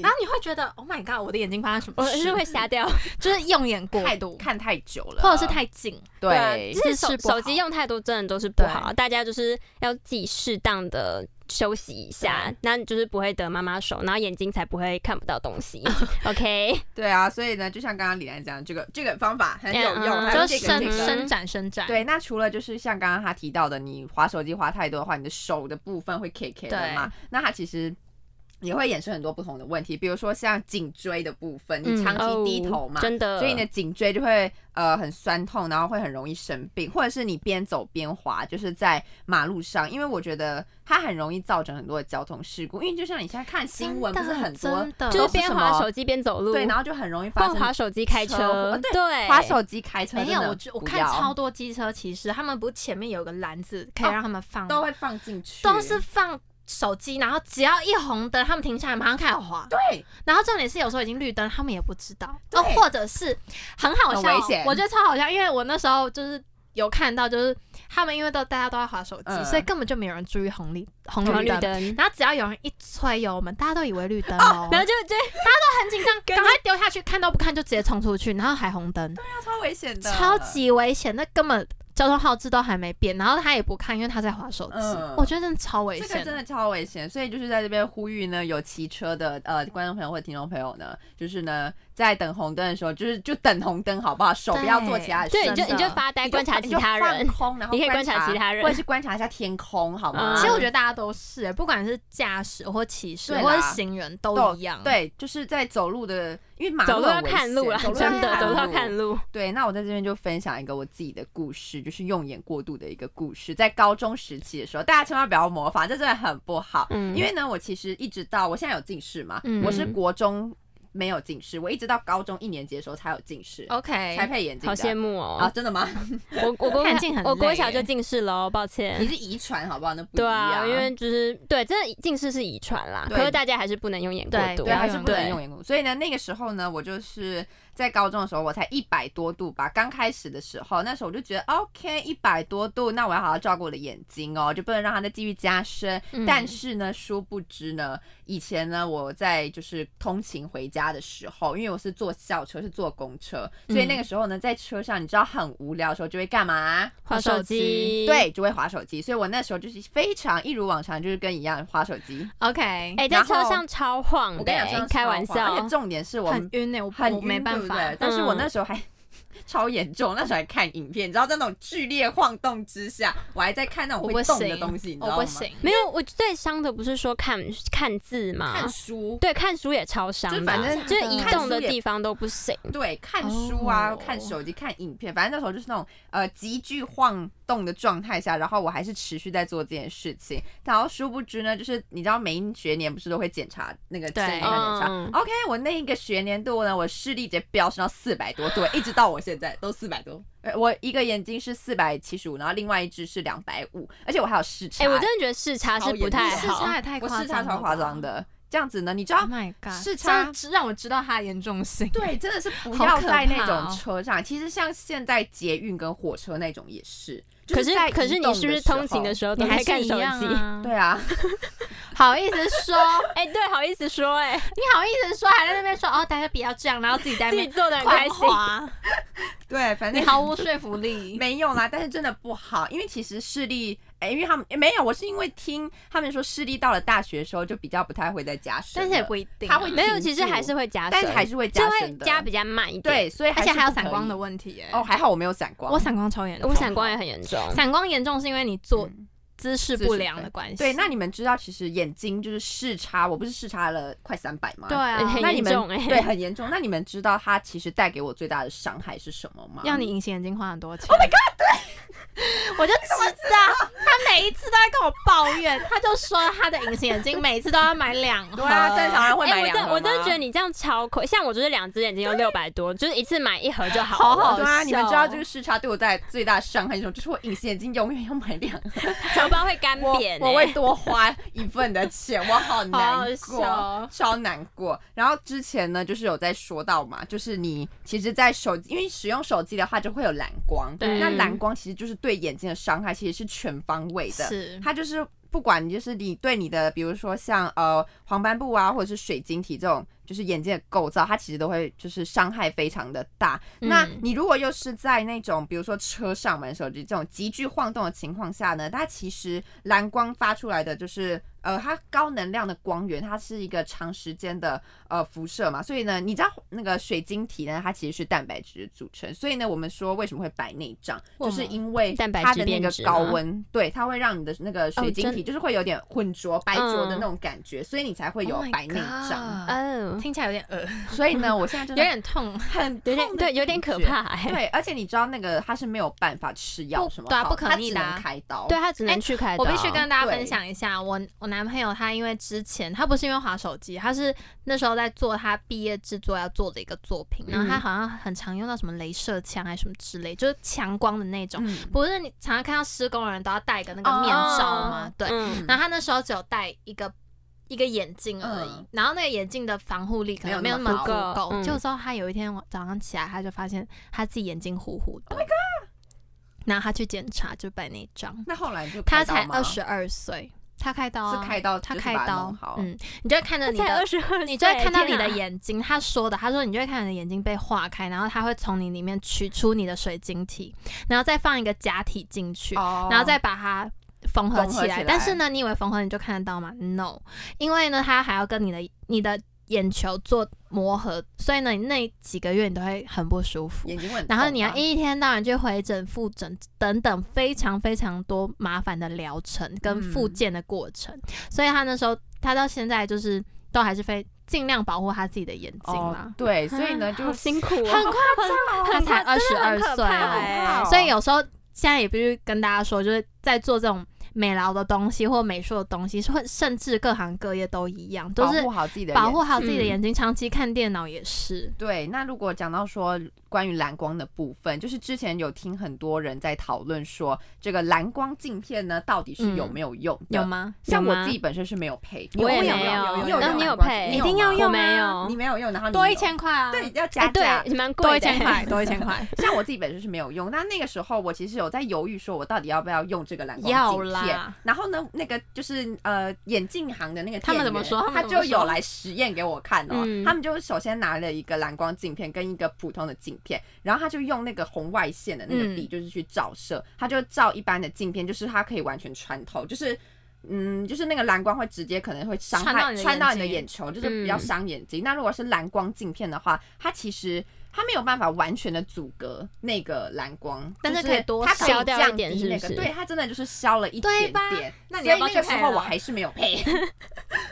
[SPEAKER 1] 然后你会觉得 Oh my god，我的眼睛发生什
[SPEAKER 3] 我
[SPEAKER 1] 么事？
[SPEAKER 3] 是会瞎掉，
[SPEAKER 1] [LAUGHS] 就是用眼过
[SPEAKER 2] 太
[SPEAKER 1] 度，
[SPEAKER 2] 看太久了，
[SPEAKER 1] 或者是太近。
[SPEAKER 3] 啊
[SPEAKER 2] 对，
[SPEAKER 3] 就是
[SPEAKER 1] 姿
[SPEAKER 3] 手
[SPEAKER 1] 势不
[SPEAKER 3] 手
[SPEAKER 1] 好
[SPEAKER 3] 机用太多真的都是不好，大家就是要自己适当的。休息一下，那你就是不会得妈妈手，然后眼睛才不会看不到东西。OK，
[SPEAKER 2] 对啊，所以呢，就像刚刚李楠讲的，这个这个方法很有用，
[SPEAKER 3] 嗯嗯
[SPEAKER 2] 还有
[SPEAKER 1] 就是
[SPEAKER 2] 这个
[SPEAKER 1] 伸
[SPEAKER 2] 这个
[SPEAKER 1] 伸展伸展，
[SPEAKER 2] 对，那除了就是像刚刚他提到的，你滑手机滑太多的话，你的手的部分会 K K 的嘛？那它其实。也会衍生很多不同的问题，比如说像颈椎的部分，
[SPEAKER 1] 嗯
[SPEAKER 2] 你长期低
[SPEAKER 3] 哦
[SPEAKER 2] 头嘛，
[SPEAKER 3] 真的，
[SPEAKER 2] 所以你的颈椎就会呃很酸痛，然后会很容易生病，或者是你边走边滑，就是在马路上，因为我觉得它很容易造成很多的交通事故，因为就像你现在看新闻，不是很多
[SPEAKER 1] 真的
[SPEAKER 3] 就是
[SPEAKER 2] 都
[SPEAKER 3] 边
[SPEAKER 2] 什
[SPEAKER 3] 滑
[SPEAKER 2] 么
[SPEAKER 3] 手机边走路，
[SPEAKER 2] 对，然后就很容易发
[SPEAKER 3] 或
[SPEAKER 2] 生
[SPEAKER 3] 滑手机开
[SPEAKER 2] 车祸
[SPEAKER 3] 车，哦
[SPEAKER 2] 对
[SPEAKER 3] 对，
[SPEAKER 2] 滑手机开车真
[SPEAKER 1] 没
[SPEAKER 2] 的
[SPEAKER 1] 有，
[SPEAKER 2] 不要，
[SPEAKER 1] 我觉我看超嗯多机车骑士，他们不是前面有个篮子可以
[SPEAKER 2] 哦
[SPEAKER 1] 让他们放，
[SPEAKER 2] 都会放进去，
[SPEAKER 1] 都是放手机，然后只要一红灯，他们停下来马上开始滑。
[SPEAKER 2] 对。
[SPEAKER 1] 然后重点是有时候已经绿灯，他们也不知道，
[SPEAKER 2] 对
[SPEAKER 1] 哦，或者是很好
[SPEAKER 2] 很
[SPEAKER 1] 笑
[SPEAKER 2] 危险，
[SPEAKER 1] 我觉得超好笑，因为我那时候就是。有看到，就是他们因为都大家都在滑手机，
[SPEAKER 2] 嗯
[SPEAKER 1] 所以根本就没有人注意红绿红
[SPEAKER 3] 黄
[SPEAKER 1] 绿
[SPEAKER 3] 绿
[SPEAKER 1] 灯。
[SPEAKER 3] 灯，
[SPEAKER 1] 然后只要有人一催油门，大家都以为绿灯哦，
[SPEAKER 3] 然后就就 [LAUGHS]
[SPEAKER 1] 很紧张，赶快丢下去，看都不看就直接冲出去，然后还红灯，
[SPEAKER 2] 超危险的，
[SPEAKER 1] 超级危险，那根本交通号志都还没变，然后他也不看，因为他在划手机。
[SPEAKER 2] 嗯
[SPEAKER 1] 我觉得真的超危
[SPEAKER 2] 这
[SPEAKER 1] 险的，
[SPEAKER 2] 个真的超危险，所以就是在这边呼吁呢，有骑车的呃观众朋友或听众朋友呢，就是呢在等红灯的时候，就是就等红灯好不好？手不要做其他的事，
[SPEAKER 3] 对，你就
[SPEAKER 1] 真的
[SPEAKER 3] 你就发呆，
[SPEAKER 2] 你就
[SPEAKER 3] 观察其他
[SPEAKER 2] 你就。
[SPEAKER 3] 人
[SPEAKER 2] 放空，然后
[SPEAKER 3] 你可以观察其他人
[SPEAKER 2] 或者是观察一下天空，好吗？
[SPEAKER 3] 嗯
[SPEAKER 1] 其实我觉
[SPEAKER 2] 得。
[SPEAKER 1] 得大家都是、不管是驾驶或骑士
[SPEAKER 2] 对啦
[SPEAKER 1] 或是行人都一样。，
[SPEAKER 2] 对，就是在走路的，因为马
[SPEAKER 3] 走
[SPEAKER 2] 路
[SPEAKER 3] 路
[SPEAKER 2] 很
[SPEAKER 3] 要
[SPEAKER 2] 危
[SPEAKER 3] 看路啦，
[SPEAKER 2] 险走路
[SPEAKER 3] 真的，走路
[SPEAKER 2] 要
[SPEAKER 3] 要看路。
[SPEAKER 2] 对，那我在这边就分享一个我自己的故事，就是用眼过度的一个故事。在高中时期的时候，大家千万不要模仿，这真的很不好。
[SPEAKER 3] 嗯
[SPEAKER 2] 因为呢，我其实一直到我现在有近视嘛，
[SPEAKER 1] 嗯
[SPEAKER 2] 我是国中没有近视，我一直到高中一年级的时候才有近视，才
[SPEAKER 1] ，OK，
[SPEAKER 2] 配眼镜
[SPEAKER 3] 好
[SPEAKER 2] 的。
[SPEAKER 3] 羡慕
[SPEAKER 2] 啊，
[SPEAKER 3] 哦！
[SPEAKER 2] 真的吗？ [LAUGHS]
[SPEAKER 3] 我我国
[SPEAKER 1] 看近很
[SPEAKER 3] 我国
[SPEAKER 1] 累
[SPEAKER 3] 小就
[SPEAKER 1] 耶
[SPEAKER 3] 近视喽，抱
[SPEAKER 2] 啊你
[SPEAKER 3] 歉。
[SPEAKER 2] 是遗传好不好？那不一
[SPEAKER 3] 对
[SPEAKER 2] 样。
[SPEAKER 3] 啊，因为就是对，真的近视是遗传啦，
[SPEAKER 2] 对
[SPEAKER 3] 可是大家还是不能用眼过
[SPEAKER 1] 对
[SPEAKER 3] 度
[SPEAKER 2] 对，
[SPEAKER 1] 啊
[SPEAKER 2] 还是不能
[SPEAKER 1] 对
[SPEAKER 2] 用眼过度。所以呢，那个时候呢，我就是在高中的时候，我才一百多度吧，刚开始的时候，那时候我就觉得 OK，一百多度，那我要好好照顾我的眼睛哦，就不能让它再继续加深。
[SPEAKER 1] 嗯
[SPEAKER 2] 但是呢，殊不知呢，以前呢，我在就是通勤回家的时候，因为我是坐校车，是坐公车，所以那个时候呢，在车上你知道很无聊的时候，就会干嘛？
[SPEAKER 3] 划手机。，
[SPEAKER 2] 对，就会划手机。所以我那时候就是非常一如往常，就是跟一样划手机。
[SPEAKER 1] OK，、
[SPEAKER 3] 哎，在
[SPEAKER 2] 然后
[SPEAKER 3] 车上超晃
[SPEAKER 2] 我
[SPEAKER 3] 的
[SPEAKER 2] 跟你讲，真
[SPEAKER 3] 欸，
[SPEAKER 2] 的
[SPEAKER 3] 开
[SPEAKER 2] 超
[SPEAKER 3] 玩
[SPEAKER 2] 晃而
[SPEAKER 3] 笑
[SPEAKER 2] 且。重点是我
[SPEAKER 1] 很
[SPEAKER 2] 们
[SPEAKER 1] 晕呢、欸我
[SPEAKER 2] 很
[SPEAKER 1] 我没
[SPEAKER 2] 晕
[SPEAKER 1] 办
[SPEAKER 2] 对不
[SPEAKER 1] 法。
[SPEAKER 2] 对但是我
[SPEAKER 3] 嗯
[SPEAKER 2] 那时候还 [LAUGHS] 超严重，那时候还看影片，你知道在那种剧烈晃动之下，我还在看那种
[SPEAKER 1] 我
[SPEAKER 2] 会
[SPEAKER 1] 不
[SPEAKER 2] 动的
[SPEAKER 1] 行，
[SPEAKER 2] 东西，你知道
[SPEAKER 1] 我
[SPEAKER 2] 吗？
[SPEAKER 1] 不行。
[SPEAKER 3] 没有，我最伤的不是说看看字吗
[SPEAKER 2] 看？书，
[SPEAKER 3] 对，看书也超伤
[SPEAKER 2] 就
[SPEAKER 3] 的，
[SPEAKER 2] 反正
[SPEAKER 3] 就是
[SPEAKER 1] 看
[SPEAKER 3] 移
[SPEAKER 1] 书
[SPEAKER 3] 动的
[SPEAKER 2] 也
[SPEAKER 3] 地方都不行。
[SPEAKER 2] 对，看书啊
[SPEAKER 1] 哦
[SPEAKER 2] 看手机、看影片，反正那时候就是那种呃急剧晃动的状态下，然后我还是持续在做这件事情。然后殊不知呢，就是你知道每一学年不是都会检查那个视力
[SPEAKER 1] 对
[SPEAKER 2] 看检查、
[SPEAKER 3] 嗯
[SPEAKER 2] o k 我那一个学年度呢，我视力直接飙升到四百多度，一直到我现在都四百多。呃我一个眼睛是四百七十五，然后另外一只是两百五，而且我还有视差。
[SPEAKER 3] 哎，我真的觉得视差
[SPEAKER 2] 超
[SPEAKER 3] 是不
[SPEAKER 2] 严
[SPEAKER 1] 你
[SPEAKER 3] 太
[SPEAKER 2] 重
[SPEAKER 1] 视
[SPEAKER 3] 好
[SPEAKER 1] 差。也太
[SPEAKER 2] 我
[SPEAKER 1] 夸张，
[SPEAKER 2] 视差超夸张。的，这样子呢，你知道
[SPEAKER 3] 嗯
[SPEAKER 1] Oh my god，
[SPEAKER 2] 视差
[SPEAKER 1] 这让我知道它的严重性。
[SPEAKER 2] 对，真的是不
[SPEAKER 1] 好
[SPEAKER 2] 要
[SPEAKER 1] 可
[SPEAKER 2] 在那
[SPEAKER 1] 怕
[SPEAKER 2] 种
[SPEAKER 1] 哦
[SPEAKER 2] 车上。其实像现在捷运跟火车那种也是，就
[SPEAKER 3] 可是
[SPEAKER 2] 在
[SPEAKER 3] 可
[SPEAKER 2] 移
[SPEAKER 3] 是你
[SPEAKER 2] 动
[SPEAKER 3] 是不
[SPEAKER 2] 的
[SPEAKER 3] 是
[SPEAKER 2] 时
[SPEAKER 3] 通勤
[SPEAKER 2] 候
[SPEAKER 3] 的时候
[SPEAKER 1] 你
[SPEAKER 3] 都
[SPEAKER 1] 还
[SPEAKER 3] 在
[SPEAKER 1] 是
[SPEAKER 3] 看
[SPEAKER 1] 一
[SPEAKER 3] 手
[SPEAKER 1] 样
[SPEAKER 3] 机？
[SPEAKER 1] 啊？
[SPEAKER 2] 对啊，
[SPEAKER 1] [LAUGHS] 好意思说，
[SPEAKER 3] 哎，对，好意思说，哎，
[SPEAKER 1] 你好意思说，还在那边说哦，大家不要这样，然后自己在那
[SPEAKER 3] 自己
[SPEAKER 1] 边
[SPEAKER 3] 做的很开
[SPEAKER 1] 狂
[SPEAKER 3] 心。
[SPEAKER 1] 滑，
[SPEAKER 2] 对，反
[SPEAKER 1] [LAUGHS] 你
[SPEAKER 2] 正
[SPEAKER 1] 毫无说服 [LAUGHS] 力。
[SPEAKER 2] 没有啦，但是真的不好，因为其实视力，哎、因为他们、诶没有，我是因为听他们说视力到了大学的时候就比较不太会再加深
[SPEAKER 1] 但
[SPEAKER 2] 了，
[SPEAKER 1] 是也不一定啊，
[SPEAKER 2] 他会
[SPEAKER 3] 没有，
[SPEAKER 2] 停
[SPEAKER 3] 其实
[SPEAKER 2] 住
[SPEAKER 3] 还是会加深，
[SPEAKER 2] 但是还是会
[SPEAKER 3] 就
[SPEAKER 2] 加
[SPEAKER 3] 会
[SPEAKER 2] 深的，
[SPEAKER 3] 加比较慢一点。
[SPEAKER 2] 对，所以
[SPEAKER 1] 而且
[SPEAKER 2] 是
[SPEAKER 1] 还有
[SPEAKER 2] 不
[SPEAKER 1] 散
[SPEAKER 2] 可
[SPEAKER 1] 光
[SPEAKER 2] 以
[SPEAKER 1] 的问题耶。
[SPEAKER 2] 哦，，还好我没有散光，
[SPEAKER 1] 我散光超严重，
[SPEAKER 3] 我散光也很严重。
[SPEAKER 1] 散光严重是因为你做
[SPEAKER 2] 嗯
[SPEAKER 1] 姿势
[SPEAKER 2] 姿势
[SPEAKER 1] 不良
[SPEAKER 2] 对
[SPEAKER 1] 的关系。
[SPEAKER 2] 对，那你们知道其实眼睛就是视差，我不是视差了快三百吗？
[SPEAKER 1] 对啊，
[SPEAKER 3] 很
[SPEAKER 2] 那你
[SPEAKER 3] 严
[SPEAKER 2] 们
[SPEAKER 3] 重哎。
[SPEAKER 2] 对，很严重。那你们知道它其实带给我最大的伤害是什么吗？
[SPEAKER 1] 要你隐形眼镜花很多钱。Oh my god！对，我就知道，他每一次都在跟我抱怨，他就说他的隐形眼镜每次都要买两盒。
[SPEAKER 2] 对啊，正常人会
[SPEAKER 3] 哎，
[SPEAKER 2] 买
[SPEAKER 3] 我
[SPEAKER 2] 两盒
[SPEAKER 3] 真
[SPEAKER 2] 吗、
[SPEAKER 3] 我真的觉得你这样超亏，像我就是两只眼睛有六百多，就是一次买一盒就好
[SPEAKER 1] 好
[SPEAKER 3] 了。
[SPEAKER 1] 好
[SPEAKER 2] 对啊，你们知
[SPEAKER 1] 笑
[SPEAKER 2] 道
[SPEAKER 1] 哦
[SPEAKER 2] 这个视差对我带来最大的伤害是什么？就是我隐形眼镜永远要买两盒，
[SPEAKER 3] 钱包会干
[SPEAKER 2] 我
[SPEAKER 3] 瘪、欸，
[SPEAKER 2] 我会多花一份的钱，我好
[SPEAKER 1] 好
[SPEAKER 2] 难
[SPEAKER 1] 好笑
[SPEAKER 2] 过，
[SPEAKER 1] 哦
[SPEAKER 2] 超难过。然后之前呢，就是有在说到嘛，就是你其实，在手机因为使用手机的话，就会有蓝光，
[SPEAKER 1] 对
[SPEAKER 2] 那蓝光其实就是对眼睛的伤害，其实是全方位的，
[SPEAKER 1] 是
[SPEAKER 2] 它就是不管你就是你对你的，比如说像呃黄斑部啊，或者是水晶体这种，就是眼睛的构造，它其实都会就是伤害非常的大。
[SPEAKER 3] 嗯
[SPEAKER 2] 那你如果又是在那种比如说车上玩手机这种急剧晃动的情况下呢，它其实蓝光发出来的就是。呃，它高能量的光源，它是一个长时间的呃辐射嘛，所以呢，你知道那个水晶体呢，它其实是蛋白质组成，所以呢，我们说为什么会白内障，
[SPEAKER 1] 为
[SPEAKER 2] 就
[SPEAKER 1] 什
[SPEAKER 2] 是
[SPEAKER 1] 么
[SPEAKER 2] 因为
[SPEAKER 3] 蛋白
[SPEAKER 2] 它
[SPEAKER 3] 质
[SPEAKER 2] 的那
[SPEAKER 3] 变
[SPEAKER 2] 个
[SPEAKER 3] 质
[SPEAKER 2] 高
[SPEAKER 3] 吗
[SPEAKER 2] 温，对，它会让你的那
[SPEAKER 1] 哦
[SPEAKER 2] 个水晶
[SPEAKER 3] 真
[SPEAKER 2] 体就是会有点混浊、白浊的
[SPEAKER 3] 嗯
[SPEAKER 2] 那种感觉，所以你才会有
[SPEAKER 1] Oh my
[SPEAKER 2] 白内障。
[SPEAKER 1] God
[SPEAKER 3] 哦，
[SPEAKER 1] 听起来有点恶，
[SPEAKER 2] 所以呢，我现在
[SPEAKER 1] 嗯有
[SPEAKER 2] 真的
[SPEAKER 1] 点痛，
[SPEAKER 2] 很
[SPEAKER 3] 有
[SPEAKER 2] 痛
[SPEAKER 3] 点
[SPEAKER 2] 的
[SPEAKER 3] 对，有点
[SPEAKER 2] 感
[SPEAKER 3] 可
[SPEAKER 2] 觉。
[SPEAKER 3] 怕、欸。
[SPEAKER 2] 对，而且你知道那个它是没有办法吃药
[SPEAKER 1] 不
[SPEAKER 2] 什么好，
[SPEAKER 1] 对啊不可
[SPEAKER 2] 它
[SPEAKER 1] 逆
[SPEAKER 2] 只
[SPEAKER 1] 的
[SPEAKER 2] 能
[SPEAKER 1] 啊
[SPEAKER 2] 开刀。
[SPEAKER 3] 对他只能
[SPEAKER 1] 哎
[SPEAKER 3] 去开刀、
[SPEAKER 1] 我必须跟大家
[SPEAKER 2] 对
[SPEAKER 1] 分享一下，我我男朋友他因为之前他不是因为划手机，他是那时候在做他毕业制作要做的一个作品，然后他
[SPEAKER 3] 嗯
[SPEAKER 1] 好像很常用到什么镭射枪还是什么之类，就是强光的那种。
[SPEAKER 2] 嗯，
[SPEAKER 1] 不是你常常看到施工的人都要戴一个那个面罩吗？对，
[SPEAKER 3] 嗯
[SPEAKER 1] 然后他那时候只有戴一个一个眼镜而已，
[SPEAKER 2] 嗯
[SPEAKER 1] 然后那个眼镜的防护力可能
[SPEAKER 2] 没
[SPEAKER 1] 没
[SPEAKER 2] 有
[SPEAKER 1] 有那
[SPEAKER 2] 那么
[SPEAKER 1] 么足
[SPEAKER 3] 好
[SPEAKER 1] 够。
[SPEAKER 3] 嗯
[SPEAKER 1] 就之后他有一天早上起来，他就发现他自己眼睛糊糊的。然后他去检查，就白内障。
[SPEAKER 2] 那后来就
[SPEAKER 1] 他
[SPEAKER 2] 开刀
[SPEAKER 1] 才
[SPEAKER 2] 吗
[SPEAKER 1] 二，十二岁，他开刀啊、
[SPEAKER 2] 是开刀，
[SPEAKER 1] 他
[SPEAKER 2] 就是
[SPEAKER 1] 开
[SPEAKER 2] 把它
[SPEAKER 1] 刀
[SPEAKER 2] 弄好，
[SPEAKER 1] 嗯，你就会看着你
[SPEAKER 3] 才
[SPEAKER 1] 的
[SPEAKER 3] 二十二，
[SPEAKER 1] 你就会看到你的
[SPEAKER 3] 天哪
[SPEAKER 1] 眼睛，他说的，他说你就会看到你的眼睛被化开，然后他会从你里面取出你的水晶体，然后再放一个假体进去，
[SPEAKER 2] 哦
[SPEAKER 1] 然后再把它缝合
[SPEAKER 2] 缝合
[SPEAKER 1] 起来。
[SPEAKER 2] 起
[SPEAKER 1] 但是
[SPEAKER 2] 来
[SPEAKER 1] 呢，你以为缝合你就看得到吗？No，因为呢，它还要跟你的你的眼球做磨合，所以呢，你那几个月你都会很不舒服。
[SPEAKER 2] 眼睛会很
[SPEAKER 1] 然后
[SPEAKER 2] 痛
[SPEAKER 1] 你要
[SPEAKER 2] 吧
[SPEAKER 1] 一天到晚去回诊、复诊等等，非常非常多麻烦的疗程跟复
[SPEAKER 2] 嗯
[SPEAKER 1] 健的过程。所以他那时候，他到现在就是都还是非尽量保护他自己的眼睛
[SPEAKER 2] 哦
[SPEAKER 1] 啦，。
[SPEAKER 2] 对，所以呢
[SPEAKER 3] 好
[SPEAKER 2] 就是啊
[SPEAKER 3] 辛苦、哦，
[SPEAKER 1] 啊很夸
[SPEAKER 3] 张
[SPEAKER 1] 他才二十二岁
[SPEAKER 3] 啊
[SPEAKER 2] 哎
[SPEAKER 1] 所以有时候现在也必须跟大家说，就是在做这种美劳的东西或美术的东西，或甚至各行各业都一样，都
[SPEAKER 2] 保
[SPEAKER 1] 是
[SPEAKER 2] 护好自己的
[SPEAKER 1] 保
[SPEAKER 2] 眼
[SPEAKER 1] 护好自己的
[SPEAKER 3] 嗯
[SPEAKER 1] 眼睛。长期看电脑也是，
[SPEAKER 2] 对，那如果讲到说关于蓝光的部分，就是之前有听很多人在讨论说，这个蓝光镜片呢到底是有没有用的？
[SPEAKER 1] 嗯有吗？
[SPEAKER 2] 像
[SPEAKER 1] 有
[SPEAKER 2] 我
[SPEAKER 1] 吗
[SPEAKER 2] 自己本身是没有配，
[SPEAKER 3] 我也
[SPEAKER 2] 你
[SPEAKER 3] 没有
[SPEAKER 2] 有，你
[SPEAKER 3] 然后
[SPEAKER 2] 用
[SPEAKER 3] 你有
[SPEAKER 2] 蓝光
[SPEAKER 3] 配
[SPEAKER 2] 镜
[SPEAKER 1] 一
[SPEAKER 2] 你
[SPEAKER 1] 定要
[SPEAKER 2] 有吗
[SPEAKER 1] 用
[SPEAKER 3] 我没
[SPEAKER 1] 啊
[SPEAKER 3] 有
[SPEAKER 2] 你没有用，然后你
[SPEAKER 1] 多一
[SPEAKER 2] 有，
[SPEAKER 1] 千块啊，
[SPEAKER 2] 对，要加
[SPEAKER 3] 哎，
[SPEAKER 2] 价。
[SPEAKER 3] 对，蛮贵的，
[SPEAKER 1] 多一千
[SPEAKER 3] [LAUGHS]
[SPEAKER 1] 块，多一 [LAUGHS] 千块。
[SPEAKER 2] 像我自己本身是没有用，那那个时候我其实有在犹豫，说我到底要不要用这个蓝
[SPEAKER 1] 要
[SPEAKER 2] 光镜片
[SPEAKER 1] 啦。
[SPEAKER 2] 然后呢，那个就是呃眼镜行的那个
[SPEAKER 1] 他们
[SPEAKER 2] 店
[SPEAKER 1] 怎么
[SPEAKER 2] 员
[SPEAKER 1] 说他们
[SPEAKER 2] 他
[SPEAKER 1] 怎么
[SPEAKER 2] 就有
[SPEAKER 1] 说
[SPEAKER 2] 来实验给我看哦。
[SPEAKER 3] 嗯
[SPEAKER 2] 他们就首先拿了一个蓝光镜片跟一个普通的镜片，然后他就用那个红外线的那
[SPEAKER 1] 嗯
[SPEAKER 2] 个笔，就是去照射，他就照一般的镜片，就是它可以完全穿透，就是。嗯，就是那个蓝光会直接可能会伤
[SPEAKER 1] 穿到
[SPEAKER 2] 害
[SPEAKER 1] 你的
[SPEAKER 2] 穿到你的
[SPEAKER 1] 眼睛
[SPEAKER 2] 眼球，就是比较
[SPEAKER 3] 嗯
[SPEAKER 2] 伤眼睛。那如果是蓝光镜片的话，它其实它没有办法完全的阻隔那个蓝光，
[SPEAKER 1] 但是
[SPEAKER 2] 就
[SPEAKER 1] 可以多
[SPEAKER 2] 它可以
[SPEAKER 3] 消掉一
[SPEAKER 2] 降低
[SPEAKER 3] 点是不
[SPEAKER 2] 那个
[SPEAKER 3] 是
[SPEAKER 2] 对，它真的就是消了一
[SPEAKER 1] 对
[SPEAKER 2] 点
[SPEAKER 1] 吧
[SPEAKER 2] 点。那
[SPEAKER 1] 你要不要
[SPEAKER 2] 那个
[SPEAKER 1] 去
[SPEAKER 2] 时
[SPEAKER 1] 配
[SPEAKER 2] 候我
[SPEAKER 1] 了
[SPEAKER 2] 还是没有配， [LAUGHS]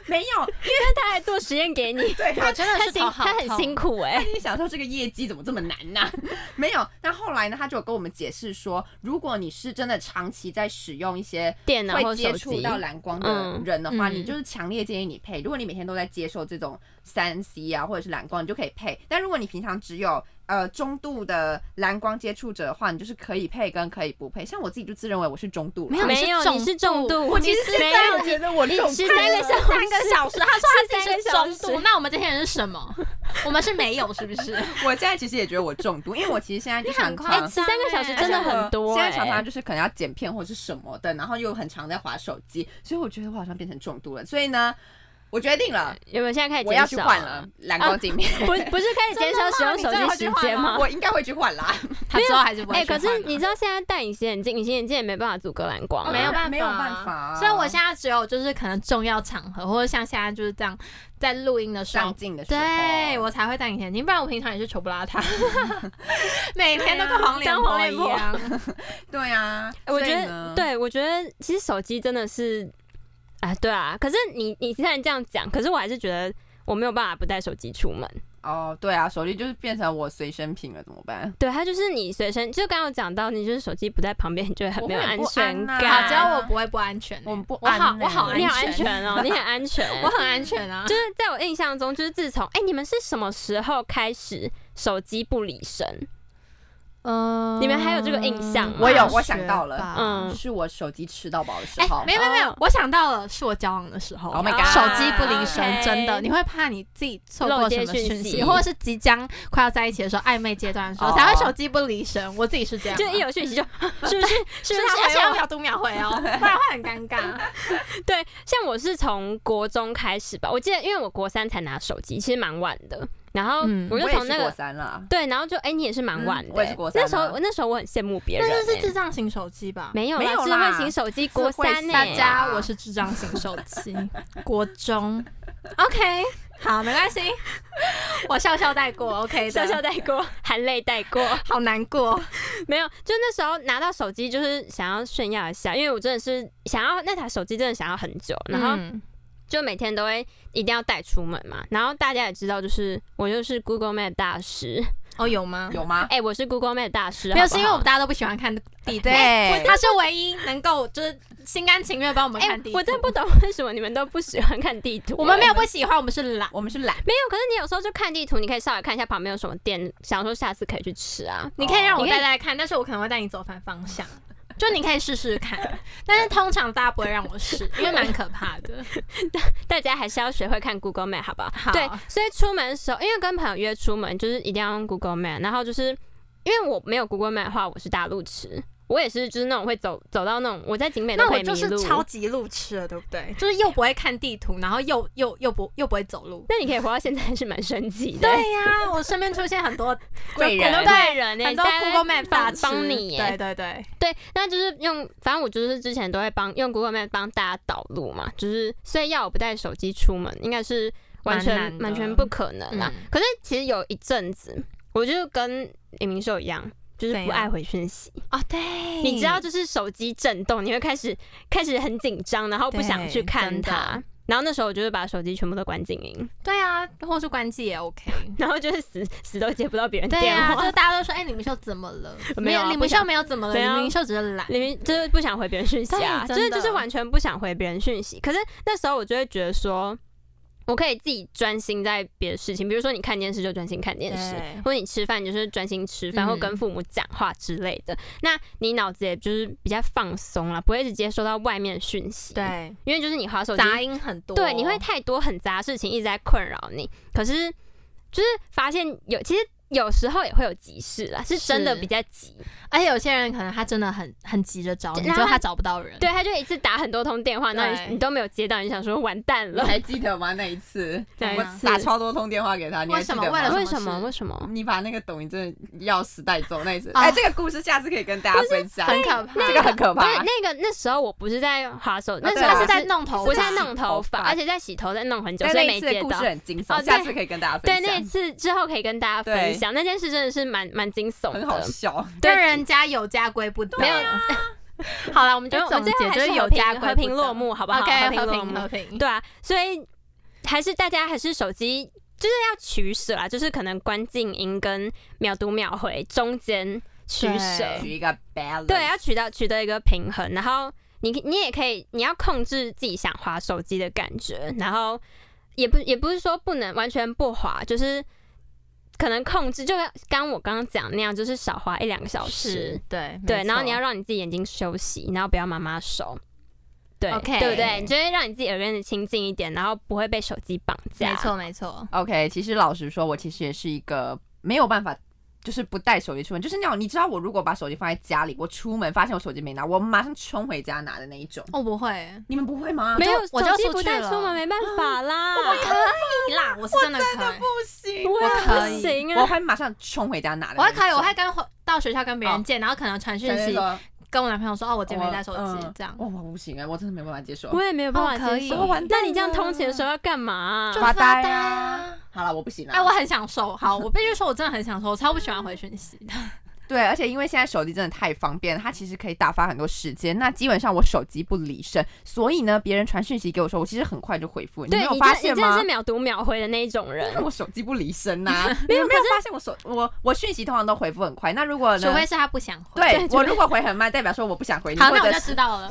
[SPEAKER 2] 没有，
[SPEAKER 3] 因为他还做实验给 [LAUGHS] 你，
[SPEAKER 2] 对，
[SPEAKER 1] 我真的
[SPEAKER 3] 啊他
[SPEAKER 1] 是
[SPEAKER 3] 辛
[SPEAKER 1] 头好
[SPEAKER 3] 他很
[SPEAKER 1] 痛
[SPEAKER 3] 辛苦哎、
[SPEAKER 2] 他一定想说这个业绩怎么这么难呢、
[SPEAKER 3] 啊
[SPEAKER 2] 没有，那后来呢，他就有跟我们解释说，如果你是真的长期在使用一些
[SPEAKER 3] [LAUGHS] 电脑或
[SPEAKER 2] 会接
[SPEAKER 3] 手
[SPEAKER 2] 触
[SPEAKER 3] 机，
[SPEAKER 2] 到蓝光的人的话，
[SPEAKER 1] 嗯嗯
[SPEAKER 2] 你就是强烈建议你配。如果你每天都在接受这种三 C 啊或者是蓝光，你就可以配。但如果你平常只有呃中度的蓝光接触者的话，你就是可以配跟可以不配。像我自己就自认为我是中度了，
[SPEAKER 1] 没有
[SPEAKER 3] 没有，
[SPEAKER 1] 你是
[SPEAKER 3] 你是重度，
[SPEAKER 2] 我
[SPEAKER 3] [LAUGHS] 你
[SPEAKER 2] 其实
[SPEAKER 3] 是
[SPEAKER 2] 现
[SPEAKER 3] 没
[SPEAKER 2] 在
[SPEAKER 3] 有
[SPEAKER 2] 我觉得我中
[SPEAKER 3] 十三个小时，
[SPEAKER 1] 三个小时，他说他自己是中
[SPEAKER 3] 13个小
[SPEAKER 1] 度，
[SPEAKER 3] 时
[SPEAKER 1] 那我们这些人是什 [LAUGHS] 么？我们是没有，是不是？
[SPEAKER 2] [LAUGHS] 我现在其实也觉得我中度，因为我其实现在就
[SPEAKER 1] 你很
[SPEAKER 2] 常
[SPEAKER 1] 夸张欸，
[SPEAKER 2] 常
[SPEAKER 3] 哎十三个小时真的很多、
[SPEAKER 2] 现
[SPEAKER 3] 哎
[SPEAKER 2] 在常常就是可能要剪片或是什么的，然后又很常在划手机，所以我觉得我好像变成重度了。所以呢，我决定了，
[SPEAKER 3] 有没有？现在开始
[SPEAKER 2] 我要
[SPEAKER 3] 哎减
[SPEAKER 2] 去
[SPEAKER 3] 少
[SPEAKER 2] 换了，蓝光镜片，
[SPEAKER 3] [LAUGHS]
[SPEAKER 1] [LAUGHS]
[SPEAKER 3] 不不是开始减少使用手机时间吗？
[SPEAKER 2] 我应该会去换
[SPEAKER 3] [LAUGHS]
[SPEAKER 2] 啦。
[SPEAKER 1] 他之后还是不
[SPEAKER 3] 哎、
[SPEAKER 1] 会去
[SPEAKER 3] 可
[SPEAKER 1] 换啊。
[SPEAKER 3] 是你知道现在戴隐形眼镜，隐形眼镜也没办法阻隔蓝光、啊，
[SPEAKER 1] 没有办法，
[SPEAKER 2] 没有办法
[SPEAKER 1] 所以我现在只有就是可能重要场合，或者像现在就是这样，在录音的时候
[SPEAKER 2] 上，镜的时候，
[SPEAKER 1] 对我才会戴隐形眼镜，不然我平常也是丑不拉遢，每天都跟黄脸
[SPEAKER 3] 当
[SPEAKER 1] 婆
[SPEAKER 3] 黄脸
[SPEAKER 1] 一
[SPEAKER 3] 婆
[SPEAKER 1] 样。 [LAUGHS]
[SPEAKER 2] 对啊，
[SPEAKER 3] 哎我觉
[SPEAKER 2] 所以
[SPEAKER 3] 得
[SPEAKER 2] 呢，
[SPEAKER 3] 对，我觉得其实手机真的是，啊，对啊。可是你你虽然这样讲，可是我还是觉得我没有办法不带手机出门。
[SPEAKER 2] 哦，对啊，手机就是变成我随身品了，怎么办？
[SPEAKER 3] 对，它就是你随身，就刚刚有讲到，你就是手机不在旁边，你就会很
[SPEAKER 2] 我
[SPEAKER 3] 没有
[SPEAKER 2] 会很不
[SPEAKER 3] 全
[SPEAKER 2] 安呐
[SPEAKER 1] 好，
[SPEAKER 3] 感。
[SPEAKER 1] 只要我不会不安全欸，
[SPEAKER 2] 我们不
[SPEAKER 1] 我好
[SPEAKER 2] 安，欸
[SPEAKER 1] 我好
[SPEAKER 3] 你
[SPEAKER 1] 安
[SPEAKER 3] 好安，全哦，你很安全。
[SPEAKER 1] [LAUGHS] 我很安全啊
[SPEAKER 3] 就。是在我印象中，就是自从哎、你们是什么时候开始手机不离身？
[SPEAKER 1] 嗯
[SPEAKER 3] 你们还有这个印象吗
[SPEAKER 2] 我有我想到了
[SPEAKER 3] 嗯
[SPEAKER 2] 是我手机吃到饱的时
[SPEAKER 1] 哎、
[SPEAKER 2] 候，
[SPEAKER 1] 没有没有没有
[SPEAKER 3] 哦，
[SPEAKER 1] 我想到了，是我交往的时候 [LAUGHS]
[SPEAKER 2] Oh my god
[SPEAKER 1] 手机不离身
[SPEAKER 3] OK
[SPEAKER 1] 真的，你会怕你自己错过什么
[SPEAKER 3] 漏接讯
[SPEAKER 1] 讯
[SPEAKER 3] 息
[SPEAKER 1] 息，或者是即将快要在一起的时候，暧昧阶段的时候
[SPEAKER 2] 哦
[SPEAKER 1] 才会手机不离身。我自己是这样啊，
[SPEAKER 3] 就一有讯息就 [LAUGHS] 是不是
[SPEAKER 1] 是
[SPEAKER 3] 是不
[SPEAKER 1] 不是？而
[SPEAKER 3] 是
[SPEAKER 1] 且要
[SPEAKER 3] 要
[SPEAKER 1] 秒读秒回 [LAUGHS] 哦，不然会很尴 [LAUGHS] 尬。
[SPEAKER 3] 对，像我是从国中开始吧，我记得因为我国三才拿手机，其实蛮晚的。然后
[SPEAKER 1] 嗯
[SPEAKER 3] 我就
[SPEAKER 2] 我也
[SPEAKER 3] 从那
[SPEAKER 2] 是
[SPEAKER 3] 个、
[SPEAKER 2] 国三啦，
[SPEAKER 3] 对，然后就哎、你也是蛮晚的、
[SPEAKER 2] 嗯我也是国三啊
[SPEAKER 3] 那时候那时候我很羡慕别人、
[SPEAKER 1] 那就是
[SPEAKER 3] 哎
[SPEAKER 1] 智障型手机吧？
[SPEAKER 3] 没有
[SPEAKER 2] 没
[SPEAKER 3] 啦，
[SPEAKER 2] 有
[SPEAKER 3] 智
[SPEAKER 2] 啦
[SPEAKER 3] 慧型手机
[SPEAKER 2] 智慧
[SPEAKER 3] 国三欸
[SPEAKER 2] 型
[SPEAKER 3] 呢、
[SPEAKER 1] 大
[SPEAKER 2] 对
[SPEAKER 1] 家，我是智障型手
[SPEAKER 3] [LAUGHS]
[SPEAKER 1] 机，国中。OK，好，没关系，我笑笑带过。OK
[SPEAKER 3] 笑
[SPEAKER 1] 的，
[SPEAKER 3] 笑带过，含泪带
[SPEAKER 1] [LAUGHS]
[SPEAKER 3] 过，
[SPEAKER 1] 好难过。
[SPEAKER 3] 没有，就那时候拿到手机就是想要炫耀一下，因为我真的是想要那台手机，真的想要很久，然后
[SPEAKER 1] 嗯
[SPEAKER 3] 就每天都会一定要带出门嘛。然后大家也知道，就是我就是 Google Map 大师，
[SPEAKER 1] 哦，有吗？
[SPEAKER 2] 有吗？
[SPEAKER 3] 哎、我是 Google Map 大师，
[SPEAKER 1] 没有，
[SPEAKER 3] 好不
[SPEAKER 1] 是因为我
[SPEAKER 3] 好
[SPEAKER 1] 们大家都不喜欢看地图，
[SPEAKER 2] 对
[SPEAKER 1] 哎我他是唯一能够就是心甘情愿帮我们
[SPEAKER 3] 哎、
[SPEAKER 1] 看地图。
[SPEAKER 3] 我真的不懂为什么你们都不喜欢看地图、
[SPEAKER 1] 我们没有
[SPEAKER 3] 哎
[SPEAKER 1] 不喜欢，我们是懒。
[SPEAKER 2] 我们是懒，
[SPEAKER 3] 没有，可是你有时候就看地图，你可以稍微看一下旁边有什么店，想说下次可以去吃啊。
[SPEAKER 1] 你可以让我
[SPEAKER 3] 你可以
[SPEAKER 1] 带带看，但是我可能会带你走反方向。就你可以试试看， [LAUGHS] 但是通常大家不会让我试，因为蛮可怕 [LAUGHS] 的。
[SPEAKER 3] 大家还是要学会看 Google Map，好不好？
[SPEAKER 1] 好
[SPEAKER 3] 对，所以出门的时候，因为跟朋友约出门，就是一定要用 Google Map，然后就是因为我没有 Google Map 的话，我是大路痴，我也是，就是那种会走走到那种我在景美都
[SPEAKER 1] 那
[SPEAKER 3] 可
[SPEAKER 1] 我
[SPEAKER 3] 以
[SPEAKER 1] 就
[SPEAKER 3] 迷
[SPEAKER 1] 是
[SPEAKER 3] 路。
[SPEAKER 1] 超级路痴了，对不对？就是又不会看地图，然后又又又不又不会走路。
[SPEAKER 3] 那你可以活到现在是蛮神奇的，
[SPEAKER 1] 对呀、我身边出现很 [LAUGHS] 多
[SPEAKER 2] 贵
[SPEAKER 1] 就
[SPEAKER 2] 人
[SPEAKER 1] ，Google-
[SPEAKER 3] 对人呢、
[SPEAKER 1] 很多
[SPEAKER 3] 大家
[SPEAKER 1] Google Map 大
[SPEAKER 3] 帮
[SPEAKER 1] 师
[SPEAKER 3] 帮你耶、
[SPEAKER 1] 对对对，
[SPEAKER 3] 对，那就是用，反正我就是之前都会帮用 Google Map 帮大家导路嘛，就是所以要我不带手机出门，应该是完
[SPEAKER 1] 蛮
[SPEAKER 3] 全
[SPEAKER 1] 难的
[SPEAKER 3] 完全不可能啊啦。
[SPEAKER 1] 嗯
[SPEAKER 3] 可是其实有一阵子，我就跟李明秀一样，就是
[SPEAKER 1] 怎
[SPEAKER 3] 不
[SPEAKER 1] 样
[SPEAKER 3] 爱回讯息。
[SPEAKER 1] 哦对，
[SPEAKER 3] 你知道，就是手机震动，你会开始开始很紧张，然后不想
[SPEAKER 1] 对
[SPEAKER 3] 去看
[SPEAKER 1] 真的
[SPEAKER 3] 它。然后那时候我就是把手机全部都关静音，
[SPEAKER 1] 对啊，或是关机也
[SPEAKER 3] [LAUGHS]
[SPEAKER 1] OK。
[SPEAKER 3] 然后就是死死都接不到别人
[SPEAKER 1] 对
[SPEAKER 3] 电
[SPEAKER 1] 啊，就
[SPEAKER 3] 话
[SPEAKER 1] 是，大家都说，哎、李明秀怎么
[SPEAKER 3] [LAUGHS]
[SPEAKER 1] 了？
[SPEAKER 3] 没有啊
[SPEAKER 1] 李
[SPEAKER 3] 不
[SPEAKER 1] 明
[SPEAKER 3] 想啊
[SPEAKER 1] 秀没有怎么了，
[SPEAKER 3] 没有
[SPEAKER 1] 李明秀只是懒。
[SPEAKER 3] 里面就是不想回别人讯息啊，
[SPEAKER 1] 对
[SPEAKER 3] 就是
[SPEAKER 1] 真的
[SPEAKER 3] 就是完全不想回别人讯息。可是那时候我就会觉得说，我可以自己专心在别的事情，比如说你看电视就专心看电视，
[SPEAKER 1] 对
[SPEAKER 3] 或者你吃饭你就是专心吃饭，
[SPEAKER 1] 嗯
[SPEAKER 3] 或跟父母讲话之类的。那你脑子也就是比较放松了，不会一直接收到外面讯息。，
[SPEAKER 1] 对，
[SPEAKER 3] 因为就是你滑手机，
[SPEAKER 1] 杂音很多，
[SPEAKER 3] 对，你会太多很杂的事情一直在困扰你。可是就是发现有，其实有时候也会有急事啦，是真的
[SPEAKER 1] 是
[SPEAKER 3] 比较急。
[SPEAKER 1] 而且有些人可能他真的很很急着找你，
[SPEAKER 3] 然
[SPEAKER 1] 就
[SPEAKER 3] 后他
[SPEAKER 1] 他找不到人。
[SPEAKER 3] 对，他就一次打很多通电话，然后
[SPEAKER 1] 对
[SPEAKER 3] 你你都没有接到，你想说完蛋
[SPEAKER 2] [LAUGHS] 你
[SPEAKER 3] 了，
[SPEAKER 2] 还记得吗？那一次
[SPEAKER 3] 哪一
[SPEAKER 2] 我
[SPEAKER 3] 次
[SPEAKER 2] 打超多通电话给他，你还
[SPEAKER 1] 为
[SPEAKER 2] 记
[SPEAKER 1] 什
[SPEAKER 2] 得
[SPEAKER 1] 么
[SPEAKER 2] 吗？
[SPEAKER 1] 为了
[SPEAKER 3] 为
[SPEAKER 1] 什
[SPEAKER 3] 什
[SPEAKER 1] 么
[SPEAKER 3] 么？为什么？
[SPEAKER 2] 你把那个抖音真的钥匙带走那一次，
[SPEAKER 1] 啊
[SPEAKER 2] 哎、这个故事下次可以跟大家分享，
[SPEAKER 1] 很可怕
[SPEAKER 2] 这个很可怕。
[SPEAKER 3] 对，那个那时候我不是在滑手，那
[SPEAKER 2] 对
[SPEAKER 3] 时候
[SPEAKER 1] 他
[SPEAKER 2] 啊
[SPEAKER 1] 是
[SPEAKER 3] 我
[SPEAKER 1] 在弄头发，
[SPEAKER 3] 我在弄头
[SPEAKER 2] 头
[SPEAKER 3] 发，
[SPEAKER 2] 发
[SPEAKER 3] 而且在洗头，在弄很久，
[SPEAKER 2] 但
[SPEAKER 3] 所以
[SPEAKER 2] 那
[SPEAKER 3] 没
[SPEAKER 2] 一次的
[SPEAKER 3] 接
[SPEAKER 2] 故
[SPEAKER 3] 到
[SPEAKER 2] 事。很惊
[SPEAKER 3] 哦
[SPEAKER 2] 悚，
[SPEAKER 3] 对
[SPEAKER 2] 下次可以跟大家
[SPEAKER 3] 对，
[SPEAKER 2] 分
[SPEAKER 3] 那一
[SPEAKER 2] 享，
[SPEAKER 3] 次之后可以跟大家分
[SPEAKER 2] 对
[SPEAKER 3] 享那件事，真的是蛮蛮惊悚
[SPEAKER 2] 很好
[SPEAKER 3] 的。
[SPEAKER 2] 笑。
[SPEAKER 1] 但人家有家归不得。
[SPEAKER 3] 没有，
[SPEAKER 2] [LAUGHS]
[SPEAKER 1] 好了，我们就
[SPEAKER 3] 然后我
[SPEAKER 1] 总
[SPEAKER 3] 们
[SPEAKER 1] 结
[SPEAKER 3] 最后还
[SPEAKER 1] 就是是
[SPEAKER 3] 和
[SPEAKER 1] 有
[SPEAKER 3] 平
[SPEAKER 1] 家归
[SPEAKER 3] 和
[SPEAKER 1] 不
[SPEAKER 3] 平
[SPEAKER 1] 得
[SPEAKER 3] 落幕，好不好？
[SPEAKER 1] OK，
[SPEAKER 3] 和平落
[SPEAKER 1] 平
[SPEAKER 3] 幕
[SPEAKER 1] 和，平。
[SPEAKER 3] 对啊，所以还是大家还是手机就是要取舍啦，就是可能关静音跟秒读秒回中间取舍。
[SPEAKER 1] 对
[SPEAKER 2] 举一个 balance，
[SPEAKER 3] 对，要取到取得一个平衡，然后你你也可以，你要控制自己想滑手机的感觉，然后也不也不是说不能完全不滑，就是可能控制，就刚我刚刚讲那样，就是少滑一两个小时
[SPEAKER 1] 是，，对
[SPEAKER 3] 对，然后你要让你自己眼睛休息，然后不要妈妈手。对
[SPEAKER 1] OK
[SPEAKER 3] 对不对？你就会让你自己耳边的清静一点，然后不会被手机绑架。
[SPEAKER 1] 没，错没错，
[SPEAKER 2] OK，其实老实说，我其实也是一个没有办法，就是不带手机出门，就是那种你知道，我如果把手机放在家里，我出门发现我手机没拿，我马上冲回家拿的那一种。
[SPEAKER 3] 哦
[SPEAKER 1] 我不会，
[SPEAKER 2] 你们不会吗？
[SPEAKER 3] 没有
[SPEAKER 1] 我就
[SPEAKER 3] 手机
[SPEAKER 1] 出
[SPEAKER 3] 不
[SPEAKER 1] 去
[SPEAKER 3] 带
[SPEAKER 1] 了
[SPEAKER 3] 出门没办
[SPEAKER 1] [GASPS]
[SPEAKER 3] 法啦。
[SPEAKER 1] 可以啦，我是真的可以，
[SPEAKER 2] 不行
[SPEAKER 3] 我也
[SPEAKER 1] 可
[SPEAKER 3] 不
[SPEAKER 1] 以
[SPEAKER 3] 行啊
[SPEAKER 2] 我，会马上冲回家拿的
[SPEAKER 1] 我还
[SPEAKER 2] 那一种。
[SPEAKER 1] 可以，我还跟到学校跟别
[SPEAKER 3] 哦
[SPEAKER 1] 人见，然后可能传讯
[SPEAKER 2] 就是
[SPEAKER 1] 息
[SPEAKER 2] 说
[SPEAKER 1] 跟我男朋友说，哦，我今天没带手
[SPEAKER 2] 我
[SPEAKER 1] 机
[SPEAKER 2] 嗯，
[SPEAKER 1] 这样
[SPEAKER 2] 我我不行哎，我真的没办法接受。
[SPEAKER 3] 我也没有办
[SPEAKER 1] 哦
[SPEAKER 3] 法
[SPEAKER 1] 可
[SPEAKER 3] 接
[SPEAKER 1] 以
[SPEAKER 3] 受。
[SPEAKER 1] 哦完
[SPEAKER 3] 那你这样通勤的时候要干嘛啊、
[SPEAKER 1] 就
[SPEAKER 2] 发
[SPEAKER 1] 发
[SPEAKER 2] 呆
[SPEAKER 1] 呆
[SPEAKER 2] 啊
[SPEAKER 1] 啊。
[SPEAKER 2] 好了，我不行了。
[SPEAKER 1] 嗯哎，我很享受，好，我必须说，我真的很享受，我超不喜欢回讯息的。
[SPEAKER 2] 对，而且因为现在手机真的太方便，它其实可以打发很多时间。那基本上我手机不离身，所以呢，别人传讯息给我说，我其实很快就回复。你
[SPEAKER 3] 对
[SPEAKER 2] 没有
[SPEAKER 3] 你
[SPEAKER 2] 发
[SPEAKER 3] 真你
[SPEAKER 2] 现
[SPEAKER 3] 真的
[SPEAKER 2] 吗
[SPEAKER 3] 是？秒读秒回的那一种人
[SPEAKER 1] [LAUGHS]
[SPEAKER 2] 因为， [LAUGHS] 我手机不离身呐、你们没有发现我手我我讯息通常都回复很快。那如
[SPEAKER 1] [LAUGHS]
[SPEAKER 2] 果
[SPEAKER 1] 除
[SPEAKER 2] 呢？
[SPEAKER 1] 非是他不想回。
[SPEAKER 2] 对我如果回很慢，代表说我不想回你，
[SPEAKER 1] 好，
[SPEAKER 2] 或
[SPEAKER 1] 那我
[SPEAKER 2] 者
[SPEAKER 1] 就是知道了，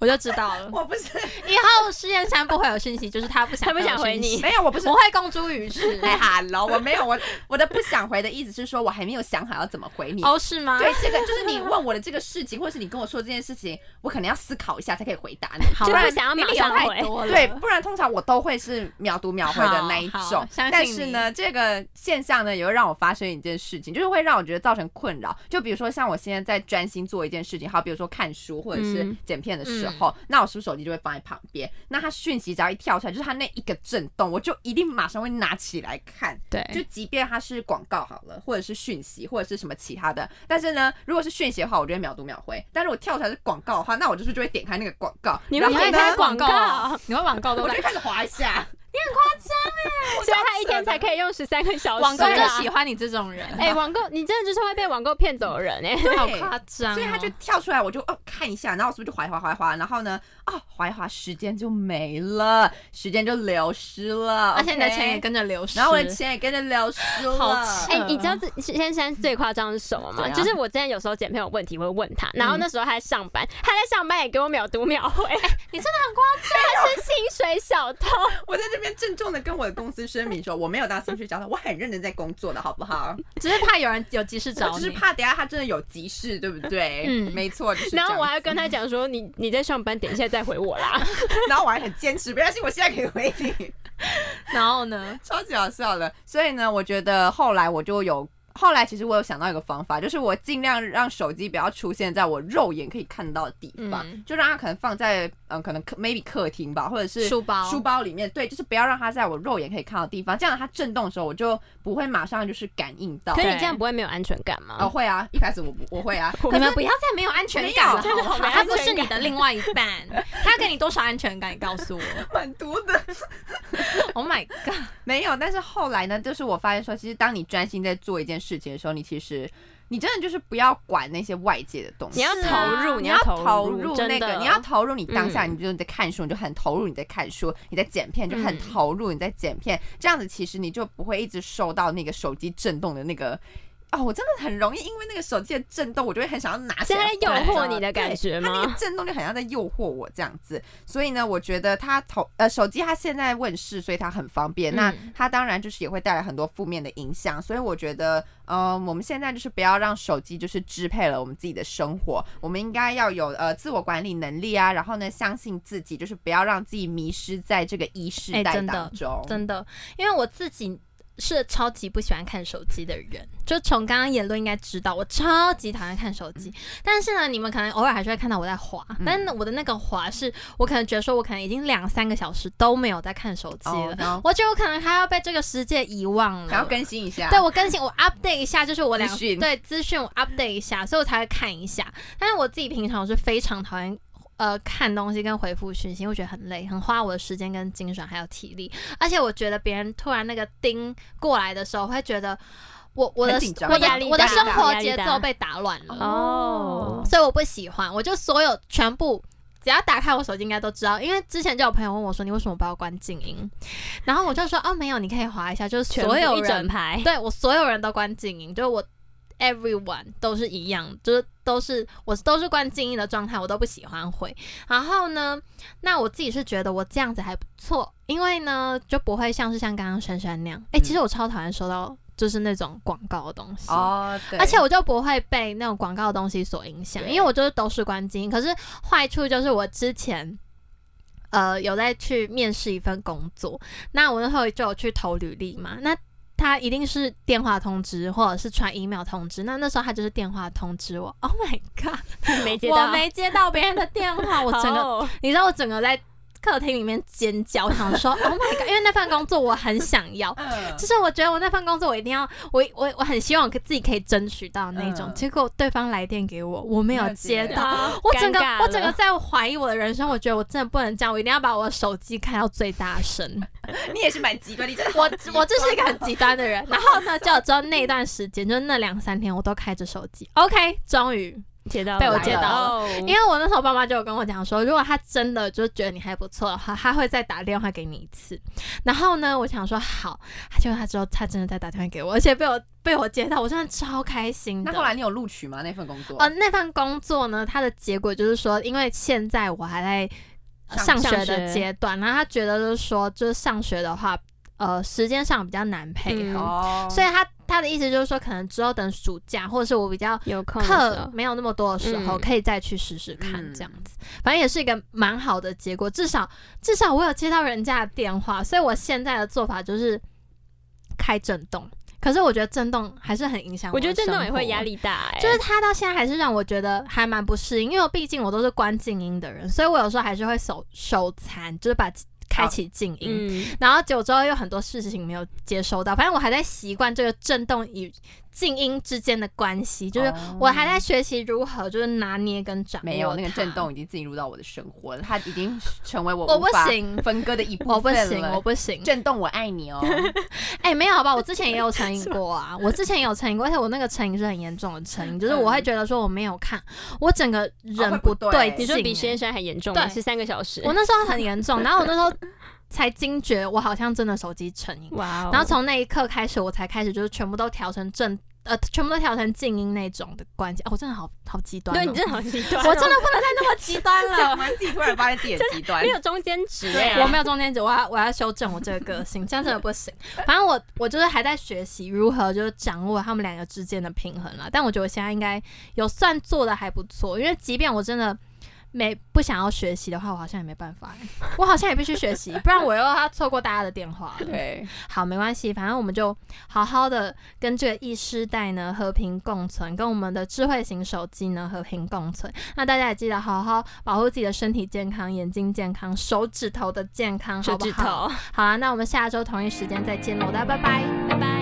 [SPEAKER 1] 我就知道了。
[SPEAKER 2] 我不是
[SPEAKER 1] [LAUGHS] 以后实验山不会有讯息，就是他不想
[SPEAKER 3] 他不想
[SPEAKER 1] 我
[SPEAKER 3] 回
[SPEAKER 1] 讯
[SPEAKER 3] 你
[SPEAKER 1] 息，
[SPEAKER 2] 没有，我不是
[SPEAKER 1] 我会公诸于世。
[SPEAKER 3] 啊
[SPEAKER 2] 哎 hello，我没有我我的不想回的意思是说我还没有想好要怎么回你。
[SPEAKER 1] 哦，是吗？
[SPEAKER 2] 对，
[SPEAKER 3] [LAUGHS]
[SPEAKER 2] 这个就是你问我的这个事情，或是你跟我说这件事情，我可能要思考一下才可以回答你。
[SPEAKER 1] 好
[SPEAKER 3] 就
[SPEAKER 1] 吧
[SPEAKER 3] 不想要
[SPEAKER 1] 你
[SPEAKER 3] 马
[SPEAKER 1] 理由
[SPEAKER 3] 上
[SPEAKER 1] 太
[SPEAKER 3] 回。
[SPEAKER 1] 多了。
[SPEAKER 2] 对，不然通常我都会是秒读秒回的那一
[SPEAKER 1] 好
[SPEAKER 2] 种
[SPEAKER 1] 好。相信
[SPEAKER 2] 但是呢，这个现象呢，也会让我发生一件事情，就是会让我觉得造成困扰。就比如说像我现在在专心做一件事情，好，比如说看书或者是
[SPEAKER 3] 嗯
[SPEAKER 2] 剪片的时候，那我是不是手机就会放在旁边？那它讯息只要一跳出来，就是它那一个震动，我就一定马上会拿起来看。就
[SPEAKER 3] 对，
[SPEAKER 2] 即便它是广告好了，或者是讯息，或者是什么其他的，但是呢，如果是讯息的话，我就会秒读秒回；但如果跳出来是广告的话，那我就是就会点开那个广告，
[SPEAKER 3] 你
[SPEAKER 2] 然
[SPEAKER 3] 会
[SPEAKER 2] 后
[SPEAKER 3] 点
[SPEAKER 2] 呢
[SPEAKER 3] 开广
[SPEAKER 1] 广
[SPEAKER 3] 告，
[SPEAKER 1] 你会网购对
[SPEAKER 2] 我
[SPEAKER 1] 不
[SPEAKER 2] 就
[SPEAKER 1] 对？
[SPEAKER 2] 开始滑一下。
[SPEAKER 3] [LAUGHS] 所以欸他一天才可以用十三个小时。
[SPEAKER 1] 网购
[SPEAKER 3] 对
[SPEAKER 1] 就
[SPEAKER 3] 啊
[SPEAKER 1] 喜欢你这种人，
[SPEAKER 3] 哎、网购你真的就是会被网购骗走
[SPEAKER 1] [LAUGHS]
[SPEAKER 3] 的人哎、
[SPEAKER 1] 好夸张哦。
[SPEAKER 2] 所以他就跳出来，我就哦看一下，然后我是不是就划一划划一划，然后呢，哦划一划，时间就没了，时间就流失了，
[SPEAKER 1] 而且你的
[SPEAKER 2] OK
[SPEAKER 1] 钱也，跟着流失。
[SPEAKER 2] 然后我的钱也跟着流失
[SPEAKER 1] 好
[SPEAKER 2] 了
[SPEAKER 1] 气。
[SPEAKER 3] 哎、你知道这先生最夸张的是什么吗？
[SPEAKER 2] 怎样
[SPEAKER 3] 就是我之前有时候剪片有问题，我会问他，然后那时候他在上班，他在上班也给我秒读秒回，
[SPEAKER 1] 哎你真的很夸
[SPEAKER 3] [LAUGHS] 他是薪水小
[SPEAKER 1] [LAUGHS]
[SPEAKER 3] 偷，
[SPEAKER 2] 我在这边郑重的跟我的公司声明说，我没有当兴趣教授，我很认真在工作的，好不好？
[SPEAKER 1] 张，只是怕有人有急事
[SPEAKER 2] 我
[SPEAKER 1] 找
[SPEAKER 2] 只是
[SPEAKER 1] 你。
[SPEAKER 2] 怕等一下他真的有急事，对不对？
[SPEAKER 3] 嗯
[SPEAKER 2] 没错。就是这
[SPEAKER 3] 然
[SPEAKER 2] 样子、
[SPEAKER 3] 后我还跟他讲说你你在上班，等一下再回我啦。
[SPEAKER 2] 然后我还很坚持，没关系，我现在可以回你。
[SPEAKER 1] [LAUGHS] 然后呢？
[SPEAKER 2] 超级好笑的。所以呢，我觉得后来我就有。后来其实我有想到一个方法，就是我尽量让手机不要出现在我肉眼可以看到的地方，
[SPEAKER 1] 嗯
[SPEAKER 2] 就让它可能放在嗯，可能客 maybe 客厅吧，或者是
[SPEAKER 1] 书包
[SPEAKER 2] 书包里面，对，就是不要让它在我肉眼可以看到的地方，这样它震动的时候，我就不会马上就是感应到
[SPEAKER 3] 可。是你
[SPEAKER 1] 对
[SPEAKER 3] 这样不会没有安全感吗？
[SPEAKER 2] 哦，会啊，一开始我不我
[SPEAKER 1] [LAUGHS]
[SPEAKER 2] 会啊，
[SPEAKER 1] 你们不要再没有安全感了，好
[SPEAKER 2] 没有
[SPEAKER 1] 不好？
[SPEAKER 3] 真的好没
[SPEAKER 1] 他
[SPEAKER 3] 安全感
[SPEAKER 1] 不是你的另外一半，他给你多少安全感？你告诉我。
[SPEAKER 2] 蛮毒的。
[SPEAKER 1] Oh my god！
[SPEAKER 2] 没有，但是后来呢，就是我发现说，其实当你专心在做一件事情的时候，你其实你真的就是不要管那些外界的东西，
[SPEAKER 3] 你要
[SPEAKER 1] 是啊
[SPEAKER 3] 投入，
[SPEAKER 2] 你
[SPEAKER 3] 要
[SPEAKER 2] 投
[SPEAKER 3] 入，真
[SPEAKER 2] 那个，
[SPEAKER 3] 的，嗯
[SPEAKER 2] 你要投入你当下，你就在看书，你就很投入你在看书，你在剪片就很
[SPEAKER 1] 嗯
[SPEAKER 2] 投入你在剪片，这样子其实你就不会一直受到那个手机震动的那个。哦，我真的很容易因为那个手机的震动，我就会很想要拿起
[SPEAKER 3] 现
[SPEAKER 2] 来
[SPEAKER 3] 在
[SPEAKER 2] 换。
[SPEAKER 3] 诱惑你的感
[SPEAKER 2] 对
[SPEAKER 3] 觉
[SPEAKER 2] 它那个
[SPEAKER 3] 吗？
[SPEAKER 2] 震动就很像在诱惑我这样子，所以呢，我觉得它投呃手机它现在问世，所以它很方便。那
[SPEAKER 1] 嗯
[SPEAKER 2] 它当然就是也会带来很多负面的影响，所以我觉得，呃，我们现在就是不要让手机就是支配了我们自己的生活，我们应该要有呃自我管理能力啊，然后呢，相信自己，就是不要让自己迷失在这个一世
[SPEAKER 1] 哎
[SPEAKER 2] 代
[SPEAKER 1] 真的
[SPEAKER 2] 当中。
[SPEAKER 1] 真的，因为我自己是超级不喜欢看手机的人，就从刚刚言论应该知道，我超级讨厌看手机。但是呢，你们可能偶尔还是会看到我在滑，
[SPEAKER 2] 嗯
[SPEAKER 1] 但我的那个滑是我可能觉得说，我可能已经两三个小时都没有在看手机
[SPEAKER 2] 哦
[SPEAKER 1] 了，[LAUGHS]
[SPEAKER 2] 然后
[SPEAKER 1] 我觉得我可能还要被这个世界遗忘了。
[SPEAKER 2] 然后更新一下，
[SPEAKER 1] 对我更新，我 update 一下，就是我两
[SPEAKER 2] 资讯
[SPEAKER 1] 对资讯我 update 一下，所以我才会看一下。但是我自己平常我是非常讨厌。呃，看东西跟回复讯息，我觉得很累，很花我的时间跟精神还有体力。而且我觉得别人突然那个叮过来的时候，我会觉得我我的
[SPEAKER 2] 很紧张
[SPEAKER 1] 我的
[SPEAKER 3] 压力大
[SPEAKER 1] 我的生活
[SPEAKER 3] 压力
[SPEAKER 1] 节
[SPEAKER 3] 大
[SPEAKER 1] 奏被打乱了，
[SPEAKER 3] 哦
[SPEAKER 1] 所以我不喜欢。我就所有全部只要打开我手机，应该都知道。因为之前就有朋友问我说：“你为什么不要关静音？”然后我就说：“哦，没有，你可以划一下，就是
[SPEAKER 3] 全
[SPEAKER 1] 所
[SPEAKER 3] 部
[SPEAKER 1] 有
[SPEAKER 3] 一整
[SPEAKER 1] 人
[SPEAKER 3] 排，
[SPEAKER 1] 对我所有人都关静音，就是我 everyone 都是一样，就是都是我都是关静音的状态，我都不喜欢回。然后呢，那我自己是觉得我这样子还不错，因为呢就不会像是像刚刚珊珊那样，诶，其实我超讨厌收到就是那种广告的东西。
[SPEAKER 2] 哦，对，
[SPEAKER 1] 而且我就不会被那种广告的东西所影响，
[SPEAKER 2] 对
[SPEAKER 1] 因为我就是都是关静音。可是坏处就是我之前。呃，有在去面试一份工作，那我那时候就有去投履历嘛。那他一定是电话通知或者是传 email 通知，那那时候他就是电话通知我。Oh my god！
[SPEAKER 3] 没接
[SPEAKER 1] 我
[SPEAKER 3] 到， [LAUGHS]
[SPEAKER 1] 没接到别人的电话，我整个
[SPEAKER 3] 个
[SPEAKER 1] 你知道我整个在客厅里面尖叫，我想说 Oh my god！因为那份工作我很想要，
[SPEAKER 2] 嗯
[SPEAKER 1] 就是我觉得我那份工作我一定要，我我我很希望我自己可以争取到那种。
[SPEAKER 2] 嗯
[SPEAKER 1] 结果对方来电给我，我没有接
[SPEAKER 2] 没有接
[SPEAKER 1] 到，
[SPEAKER 3] 啊
[SPEAKER 1] 我整个我整个
[SPEAKER 3] 个
[SPEAKER 1] 在怀疑我的人生。我觉得我真的不能这样，我一定要把我的手机开到最大声。
[SPEAKER 2] 你也是蛮极端，你真的好
[SPEAKER 1] [LAUGHS] 我
[SPEAKER 2] 极
[SPEAKER 1] 我就是一个
[SPEAKER 2] 端
[SPEAKER 1] 很极端的人。然后呢，就我知道那段时间，就那两三天，我都开着手机。OK，终于
[SPEAKER 3] 接到了，
[SPEAKER 1] 被我
[SPEAKER 2] 接到
[SPEAKER 1] 了
[SPEAKER 3] 哦
[SPEAKER 1] 因为我那时候爸妈就有跟我讲说，如果他真的就觉得你还不错的话，他会再打电话给你一次。然后呢，我想说好，结果他之后他真的再打电话给我，而且被我 [LAUGHS] 被我接到，我真的超开心的。
[SPEAKER 2] 那后来你有录取吗？那份工作？
[SPEAKER 1] 呃，那份工作呢，它的结果就是说，因为现在我还在呃
[SPEAKER 2] 上
[SPEAKER 1] 上学
[SPEAKER 3] 上
[SPEAKER 1] 的
[SPEAKER 3] 学
[SPEAKER 1] 阶段，然后他觉得就是说，就是上学的话，呃，时间上比较难配
[SPEAKER 3] 嗯
[SPEAKER 1] 合，
[SPEAKER 2] 哦，
[SPEAKER 1] 所以他他的意思就是说，可能之后等暑假或者是我比较
[SPEAKER 3] 有空的时
[SPEAKER 1] 课
[SPEAKER 3] 候
[SPEAKER 1] 没有那么多的时候，
[SPEAKER 3] 嗯
[SPEAKER 1] 可以再去试试看，
[SPEAKER 2] 嗯
[SPEAKER 1] 这样子，反正也是一个蛮好的结果。至少至少我有接到人家的电话，所以我现在的做法就是开震动。可是我觉得震动还是很影响
[SPEAKER 3] 我觉得
[SPEAKER 1] 的
[SPEAKER 3] 震动也
[SPEAKER 1] 生活
[SPEAKER 3] 会压。力大，哎，
[SPEAKER 1] 就是他到现在还是让我觉得还蛮不适应，因为我毕竟我都是关静音的人，所以我有时候还是会手手残，就是把开启静音。
[SPEAKER 3] 嗯，
[SPEAKER 1] 然后久之后又很多事情没有接收到，反正我还在习惯这个震动与静音之间的关系，就是
[SPEAKER 2] 哦
[SPEAKER 1] 我还在学习如何就是拿捏跟掌握
[SPEAKER 2] 没有那个
[SPEAKER 1] 它
[SPEAKER 2] 震，动已经进入到我的生活了，它已经
[SPEAKER 1] [LAUGHS]
[SPEAKER 2] 成为我
[SPEAKER 1] 我
[SPEAKER 2] 无
[SPEAKER 1] 不
[SPEAKER 2] 法
[SPEAKER 1] 行，
[SPEAKER 2] [LAUGHS] 分割
[SPEAKER 1] [LAUGHS]
[SPEAKER 2] 的一部分
[SPEAKER 1] 我不行，
[SPEAKER 2] 了
[SPEAKER 1] 我不行。
[SPEAKER 2] 震动，我爱
[SPEAKER 1] [LAUGHS]
[SPEAKER 2] 你哦。
[SPEAKER 1] 哎、没有好吧？我之前也有成瘾过啊，我之前也有成瘾过，而且我那个成瘾是很严重的成瘾，就是我会觉得说我没有看，我整个
[SPEAKER 2] 哦会
[SPEAKER 1] 人
[SPEAKER 2] 不对
[SPEAKER 1] 对劲、
[SPEAKER 3] 你说比
[SPEAKER 1] 哎
[SPEAKER 3] 先生还严重吗，
[SPEAKER 1] 对
[SPEAKER 3] 是三个小时，
[SPEAKER 1] 我那时候很严重，然后我那时候才惊觉我好像真的手机成瘾。
[SPEAKER 3] 哇 [LAUGHS] 哦，
[SPEAKER 1] 然后从那一刻开始，我才开始就是全部都调成正呃，全部都调成静音那种的关系。哦，我真的好好极端、哦，
[SPEAKER 3] 对你真的好极端哦，
[SPEAKER 1] 我真的不能再那么极端
[SPEAKER 2] [LAUGHS] 讲
[SPEAKER 1] 了。
[SPEAKER 2] 完自己突然发现自己的
[SPEAKER 1] [LAUGHS]
[SPEAKER 2] 极端
[SPEAKER 3] 没，有中间值
[SPEAKER 2] 对
[SPEAKER 3] 哎，
[SPEAKER 1] 欸我没有中间值，我要我要修正我这个个性，这样真的不行。反正我我就是还在学习如何就是掌握他们两个之间的平衡啦。但我觉得我现在应该有算做的还不错，因为即便我真的没不想要学习的话，我好像也没办法欸，我好像也必须学习，不然我又要错过大家的电话了。
[SPEAKER 2] 对，
[SPEAKER 1] 好，没关系，反正我们就好好的跟这个意识代呢和平共存，跟我们的智慧型手机呢和平共存。那大家也记得好好保护自己的身体健康、眼睛健康、手指头的健康，好
[SPEAKER 3] 手
[SPEAKER 1] 不
[SPEAKER 3] 指
[SPEAKER 1] 好？啊
[SPEAKER 3] 头，
[SPEAKER 1] 好啦，那我们下周同一时间再见喽，大家拜拜。
[SPEAKER 3] 拜拜。